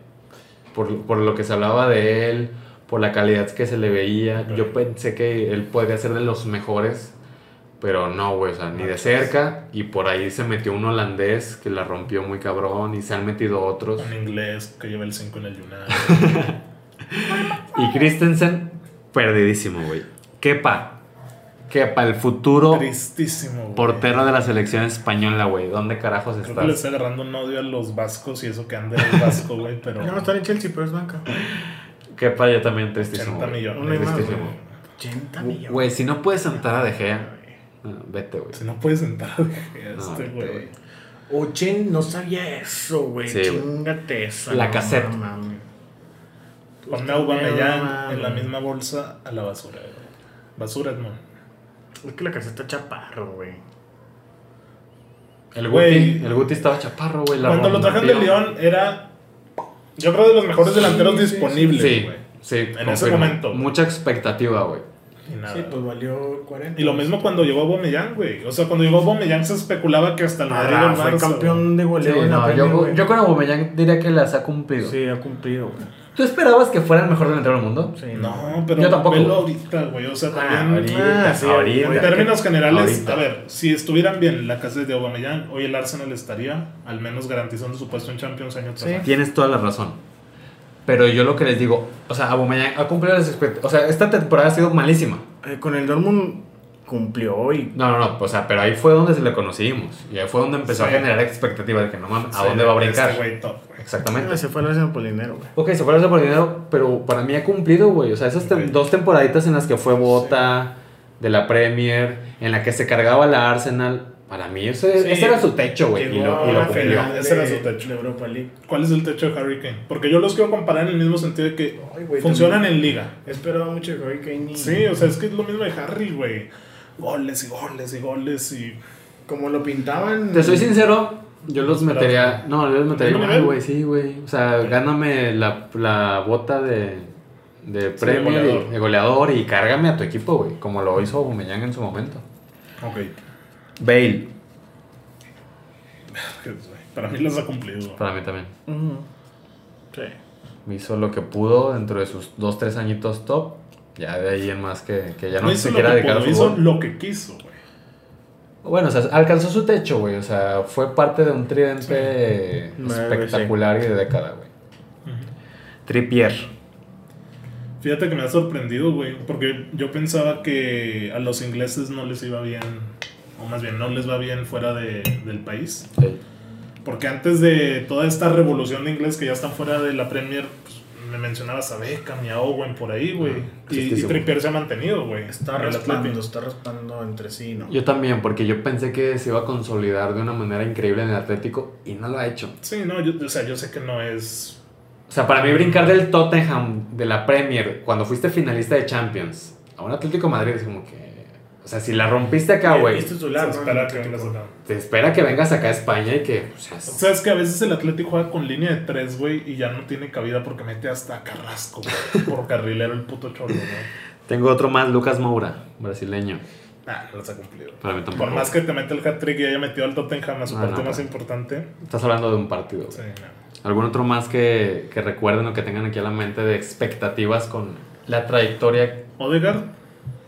Speaker 2: Por, por lo que se hablaba de él, por la calidad que se le veía. Yo pensé que él podría ser de los mejores, pero no, güey, o sea, ni de cerca. Y por ahí se metió un holandés que la rompió muy cabrón y se han metido otros.
Speaker 1: Un inglés que lleva el 5 en el United.
Speaker 2: Y Christensen, perdidísimo, güey. Kepa. Kepa, el futuro
Speaker 1: Tristísimo, güey.
Speaker 2: portero de la selección española, güey. ¿Dónde carajos
Speaker 1: Creo que le
Speaker 2: estás?
Speaker 1: está agarrando un odio a los vascos y eso que anda el vasco, güey, pero.
Speaker 3: Ya no está en Chelsea, pero es banca.
Speaker 2: Kepa, yo también tristísimo.
Speaker 1: 80
Speaker 2: güey.
Speaker 1: millones.
Speaker 3: No hay más,
Speaker 2: Tristísimo.
Speaker 3: 80 millones.
Speaker 2: Güey, si no puedes sentar a De Gea, ah, vete, güey.
Speaker 1: Si no puedes entrar,
Speaker 2: No,
Speaker 1: este,
Speaker 2: vete,
Speaker 1: güey.
Speaker 2: güey.
Speaker 3: Ochen, no sabía eso, güey.
Speaker 2: Sí, güey.
Speaker 3: Chingate esa.
Speaker 2: La
Speaker 3: no
Speaker 2: cassette.
Speaker 3: mames.
Speaker 1: Ponme a Aubameyang en la misma bolsa a la basura, güey. Basura, Edmond.
Speaker 3: Es que la caseta chaparro, güey.
Speaker 2: El
Speaker 1: Güey.
Speaker 2: Guti, el Guti estaba chaparro, güey. la
Speaker 1: Cuando lo
Speaker 2: rompió.
Speaker 1: trajeron de León era. Yo creo de los mejores
Speaker 3: Sí,
Speaker 1: delanteros
Speaker 3: sí, sí.
Speaker 1: disponibles,
Speaker 2: Sí,
Speaker 1: güey.
Speaker 2: sí.
Speaker 1: En ese
Speaker 2: confirmo.
Speaker 1: momento.
Speaker 2: Mucha expectativa, güey.
Speaker 1: Y nada.
Speaker 3: Sí, pues valió 40.
Speaker 1: Y lo mismo cuando llegó Bomellán, güey. O sea, cuando llegó Bomellán se especulaba que hasta el Madrid
Speaker 3: Ah,
Speaker 1: en
Speaker 3: fue
Speaker 1: marzo, güey.
Speaker 3: campeón de
Speaker 2: Sí,
Speaker 3: goleo en la
Speaker 2: no,
Speaker 3: Premier,
Speaker 2: yo,
Speaker 3: güey.
Speaker 2: yo con Aubameyang diría que las ha cumplido.
Speaker 3: Sí, ha cumplido, güey.
Speaker 2: ¿Tú esperabas que fuera el mejor delantero del mundo?
Speaker 3: Sí,
Speaker 1: No, pero
Speaker 2: Yo tampoco. Ah,
Speaker 1: velo ahorita, güey. O sea, también.
Speaker 3: ahorita, Ah, ahorita.
Speaker 1: en términos generales,
Speaker 2: ahorita.
Speaker 1: a ver, si estuvieran bien la casa de Aubameyang, hoy el Arsenal estaría al menos garantizando su puesto en Champions año tras
Speaker 3: Sí.
Speaker 1: año.
Speaker 2: Tienes toda la razón. Pero yo lo que les digo, o sea, Aubameyang ha cumplido las expectativas. O sea, esta temporada ha sido malísima.
Speaker 3: Eh, con el Dortmund cumplió y
Speaker 2: No, no, no, o sea, pero ahí fue donde se le conocimos. Y ahí fue donde empezó a
Speaker 1: Sí.
Speaker 2: generar expectativa de que no mames, ¿a dónde va a brincar?
Speaker 1: Este güey top, güey.
Speaker 2: Exactamente.
Speaker 3: se fue al Arsenal por dinero, güey.
Speaker 2: Ok, se fue a por dinero, pero para mí ha cumplido, güey. O sea, esas tem-
Speaker 1: Ok.
Speaker 2: dos temporaditas en las que fue Bota, de la Premier, en la que se cargaba la Arsenal, para mí ese,
Speaker 3: Sí.
Speaker 2: ese era su techo, güey. Y
Speaker 3: Llegó
Speaker 2: lo, y
Speaker 3: a
Speaker 2: lo
Speaker 3: la
Speaker 2: cumplió.
Speaker 3: final
Speaker 1: Ese era
Speaker 3: de-
Speaker 1: su techo.
Speaker 3: de Europa League.
Speaker 1: ¿Cuál es el techo de Harry Kane? Porque yo los quiero comparar en el mismo sentido de que
Speaker 3: Ay, güey,
Speaker 1: funcionan en liga.
Speaker 3: He esperado mucho de Harry Kane. y-
Speaker 1: Sí, o sea, es que es lo mismo de Harry, güey. Goles y goles y goles y.
Speaker 3: como lo pintaban.
Speaker 2: Te soy sincero, yo los
Speaker 1: Pero-
Speaker 2: metería. No, yo los metería
Speaker 1: ¿Mismo
Speaker 2: igual,
Speaker 1: nivel?
Speaker 2: güey, sí, güey. O sea, gáname la, la bota de, de Premier, y-
Speaker 1: goleador.
Speaker 2: de goleador y cárgame a tu equipo, güey. Como lo hizo Aubameyang en su momento.
Speaker 1: Ok.
Speaker 2: Bale,
Speaker 1: Para mí los ha cumplido.
Speaker 2: para mí también.
Speaker 3: Ujú. Sí.
Speaker 2: hizo lo que pudo dentro de sus dos, tres añitos top. Ya de ahí en más que, que ya no,
Speaker 1: No hizo
Speaker 2: se
Speaker 1: lo
Speaker 2: quiera
Speaker 1: que
Speaker 2: dedicar al
Speaker 1: pudo, hizo
Speaker 2: fútbol.
Speaker 1: lo que quiso, güey.
Speaker 2: Bueno, o sea, alcanzó su techo, güey. O sea, fue parte de un tridente
Speaker 3: Sí.
Speaker 2: espectacular y de década, güey.
Speaker 3: Trippier.
Speaker 1: Fíjate que me ha sorprendido, güey, porque yo pensaba que a los ingleses no les iba bien, o más bien no les va bien fuera de- del país.
Speaker 2: Sí.
Speaker 1: Porque antes de toda esta revolución de inglés que ya están fuera de la Premier, pues, me mencionabas a Beckham y a Owen por ahí, güey.
Speaker 2: sí,
Speaker 1: y
Speaker 2: estoy
Speaker 1: y
Speaker 2: seguro.
Speaker 1: Trippier se ha mantenido, güey.
Speaker 3: Está
Speaker 1: en el
Speaker 3: raspando,
Speaker 1: Atlético.
Speaker 3: está raspando entre sí, ¿no?
Speaker 2: Yo también, porque yo pensé que se iba a consolidar de una manera increíble en el Atlético y no lo ha hecho.
Speaker 1: Sí, no, yo, o sea, yo sé que no es...
Speaker 2: O sea, para mí brincar del Tottenham, de la Premier, cuando fuiste finalista de Champions, a un Atlético de Madrid es como que... O sea, si la rompiste acá, güey,
Speaker 3: Este es su
Speaker 1: se
Speaker 3: lado,
Speaker 1: espera
Speaker 3: ¿no?
Speaker 1: que vengas acá.
Speaker 2: te espera que vengas acá a España y que... o sea,
Speaker 1: O sea, es que a veces el Atlético juega con línea de tres, güey, y ya no tiene cabida porque mete hasta a Carrasco, güey, por carrilero el puto cholo, güey.
Speaker 2: Tengo otro más, Lucas Moura, brasileño.
Speaker 1: Nah, no se ha cumplido.
Speaker 2: Para mí tampoco.
Speaker 1: Por más que te mete el hat-trick y haya metido al Tottenham a su
Speaker 2: No,
Speaker 1: parte
Speaker 2: no,
Speaker 1: más
Speaker 2: no.
Speaker 1: importante,
Speaker 2: Estás hablando de un partido. güey.
Speaker 1: sí, no.
Speaker 2: ¿Algún otro más que, que recuerden o que tengan aquí a la mente de expectativas con la trayectoria?
Speaker 1: Odegaard,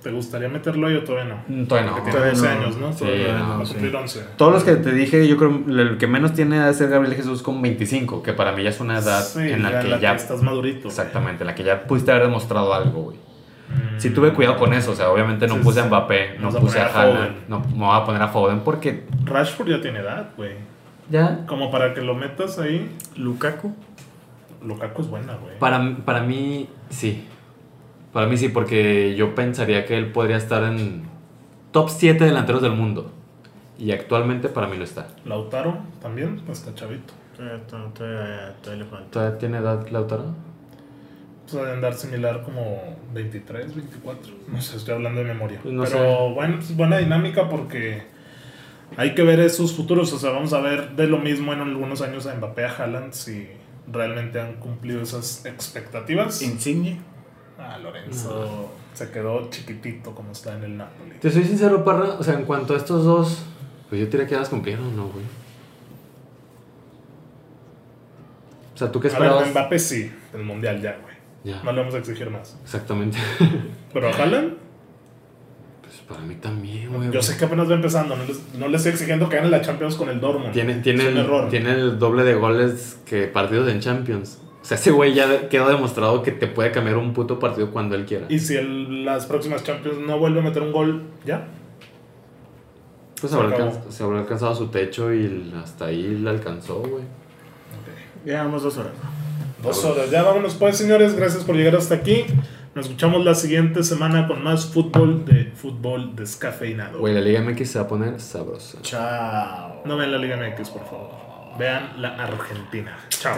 Speaker 1: ¿te gustaría meterlo ahí o todavía no?
Speaker 2: Mm, Todavía no.
Speaker 1: Que tiene 12 años, ¿no?
Speaker 2: Sí,
Speaker 1: Todavía
Speaker 2: no,
Speaker 1: va a
Speaker 3: sí.
Speaker 1: cumplir 11.
Speaker 2: Todos los que te dije, yo creo el que menos tiene edad es el Gabriel Jesús con 25, que para mí ya es una edad
Speaker 1: Sí,
Speaker 2: en
Speaker 1: ya
Speaker 2: la que ya...
Speaker 1: estás madurito.
Speaker 2: Exactamente, en la que ya pudiste haber demostrado algo, güey.
Speaker 1: Mm.
Speaker 2: Sí tuve cuidado con eso, o sea, obviamente no
Speaker 1: Sí,
Speaker 2: puse a
Speaker 1: sí.
Speaker 2: Mbappé, no
Speaker 1: Vamos a
Speaker 2: puse a
Speaker 1: poner a
Speaker 2: Haaland,
Speaker 1: Foden.
Speaker 2: no me voy a poner a Foden porque
Speaker 1: Rashford ya tiene edad, güey.
Speaker 2: ya
Speaker 1: Como para que lo metas ahí,
Speaker 3: Lukaku.
Speaker 1: Lukaku es buena, güey.
Speaker 2: para, para mí sí. Para mí sí, porque yo pensaría que él podría estar en top 7 delanteros del mundo. Y actualmente para mí lo está.
Speaker 1: Lautaro también, está chavito.
Speaker 3: Todavía, todavía- todavía- todavía le falta.
Speaker 2: ¿Todavía tiene edad Lautaro?
Speaker 1: O sea, de andar similar como 23, 24. No sé, estoy hablando de memoria.
Speaker 2: Pues no
Speaker 1: Pero buen- pues, buena dinámica porque hay que ver esos futuros. O sea, vamos a ver de lo mismo en algunos años a Mbappé, a Haaland, si realmente han cumplido esas expectativas.
Speaker 3: Insigne.
Speaker 1: Ah, Lorenzo se quedó chiquitito como está en el Napoli.
Speaker 2: Te soy sincero, Parra, o sea, en cuanto a estos dos, pues yo diría que ya las cumplieron, ¿no, güey? O sea, ¿tú qué
Speaker 1: A ver,
Speaker 2: esperabas?
Speaker 1: Mbappé sí, el Mundial ya, güey.
Speaker 2: Ya,
Speaker 1: No le vamos a exigir más.
Speaker 2: exactamente.
Speaker 1: Pero a Haaland,
Speaker 2: Pues para mí también, güey.
Speaker 1: yo sé que apenas va empezando. No les, no les estoy exigiendo que gane la Champions con el Dortmund.
Speaker 2: Tiene, tiene,
Speaker 1: Es un
Speaker 2: el,
Speaker 1: error.
Speaker 2: tiene el doble de goles que partidos en Champions. O sea, ese güey ya de- quedó demostrado que te puede cambiar un puto partido cuando él quiera.
Speaker 1: Y si el- las próximas Champions no vuelve a meter un gol, ya.
Speaker 2: Pues
Speaker 1: se
Speaker 2: habrá
Speaker 1: acabó.
Speaker 2: alcanz- se habrá alcanzado su techo y l- hasta ahí le alcanzó, güey.
Speaker 3: Llevamos dos horas.
Speaker 1: Dos horas. Ya vámonos pues, señores. Gracias por llegar hasta aquí. Nos escuchamos la siguiente semana con más fútbol de fútbol descafeinado.
Speaker 2: Güey, la Liga MX se va a poner sabrosa.
Speaker 3: Chao. Este
Speaker 1: No vean la Liga MX, por favor. Vean la Argentina. Chao.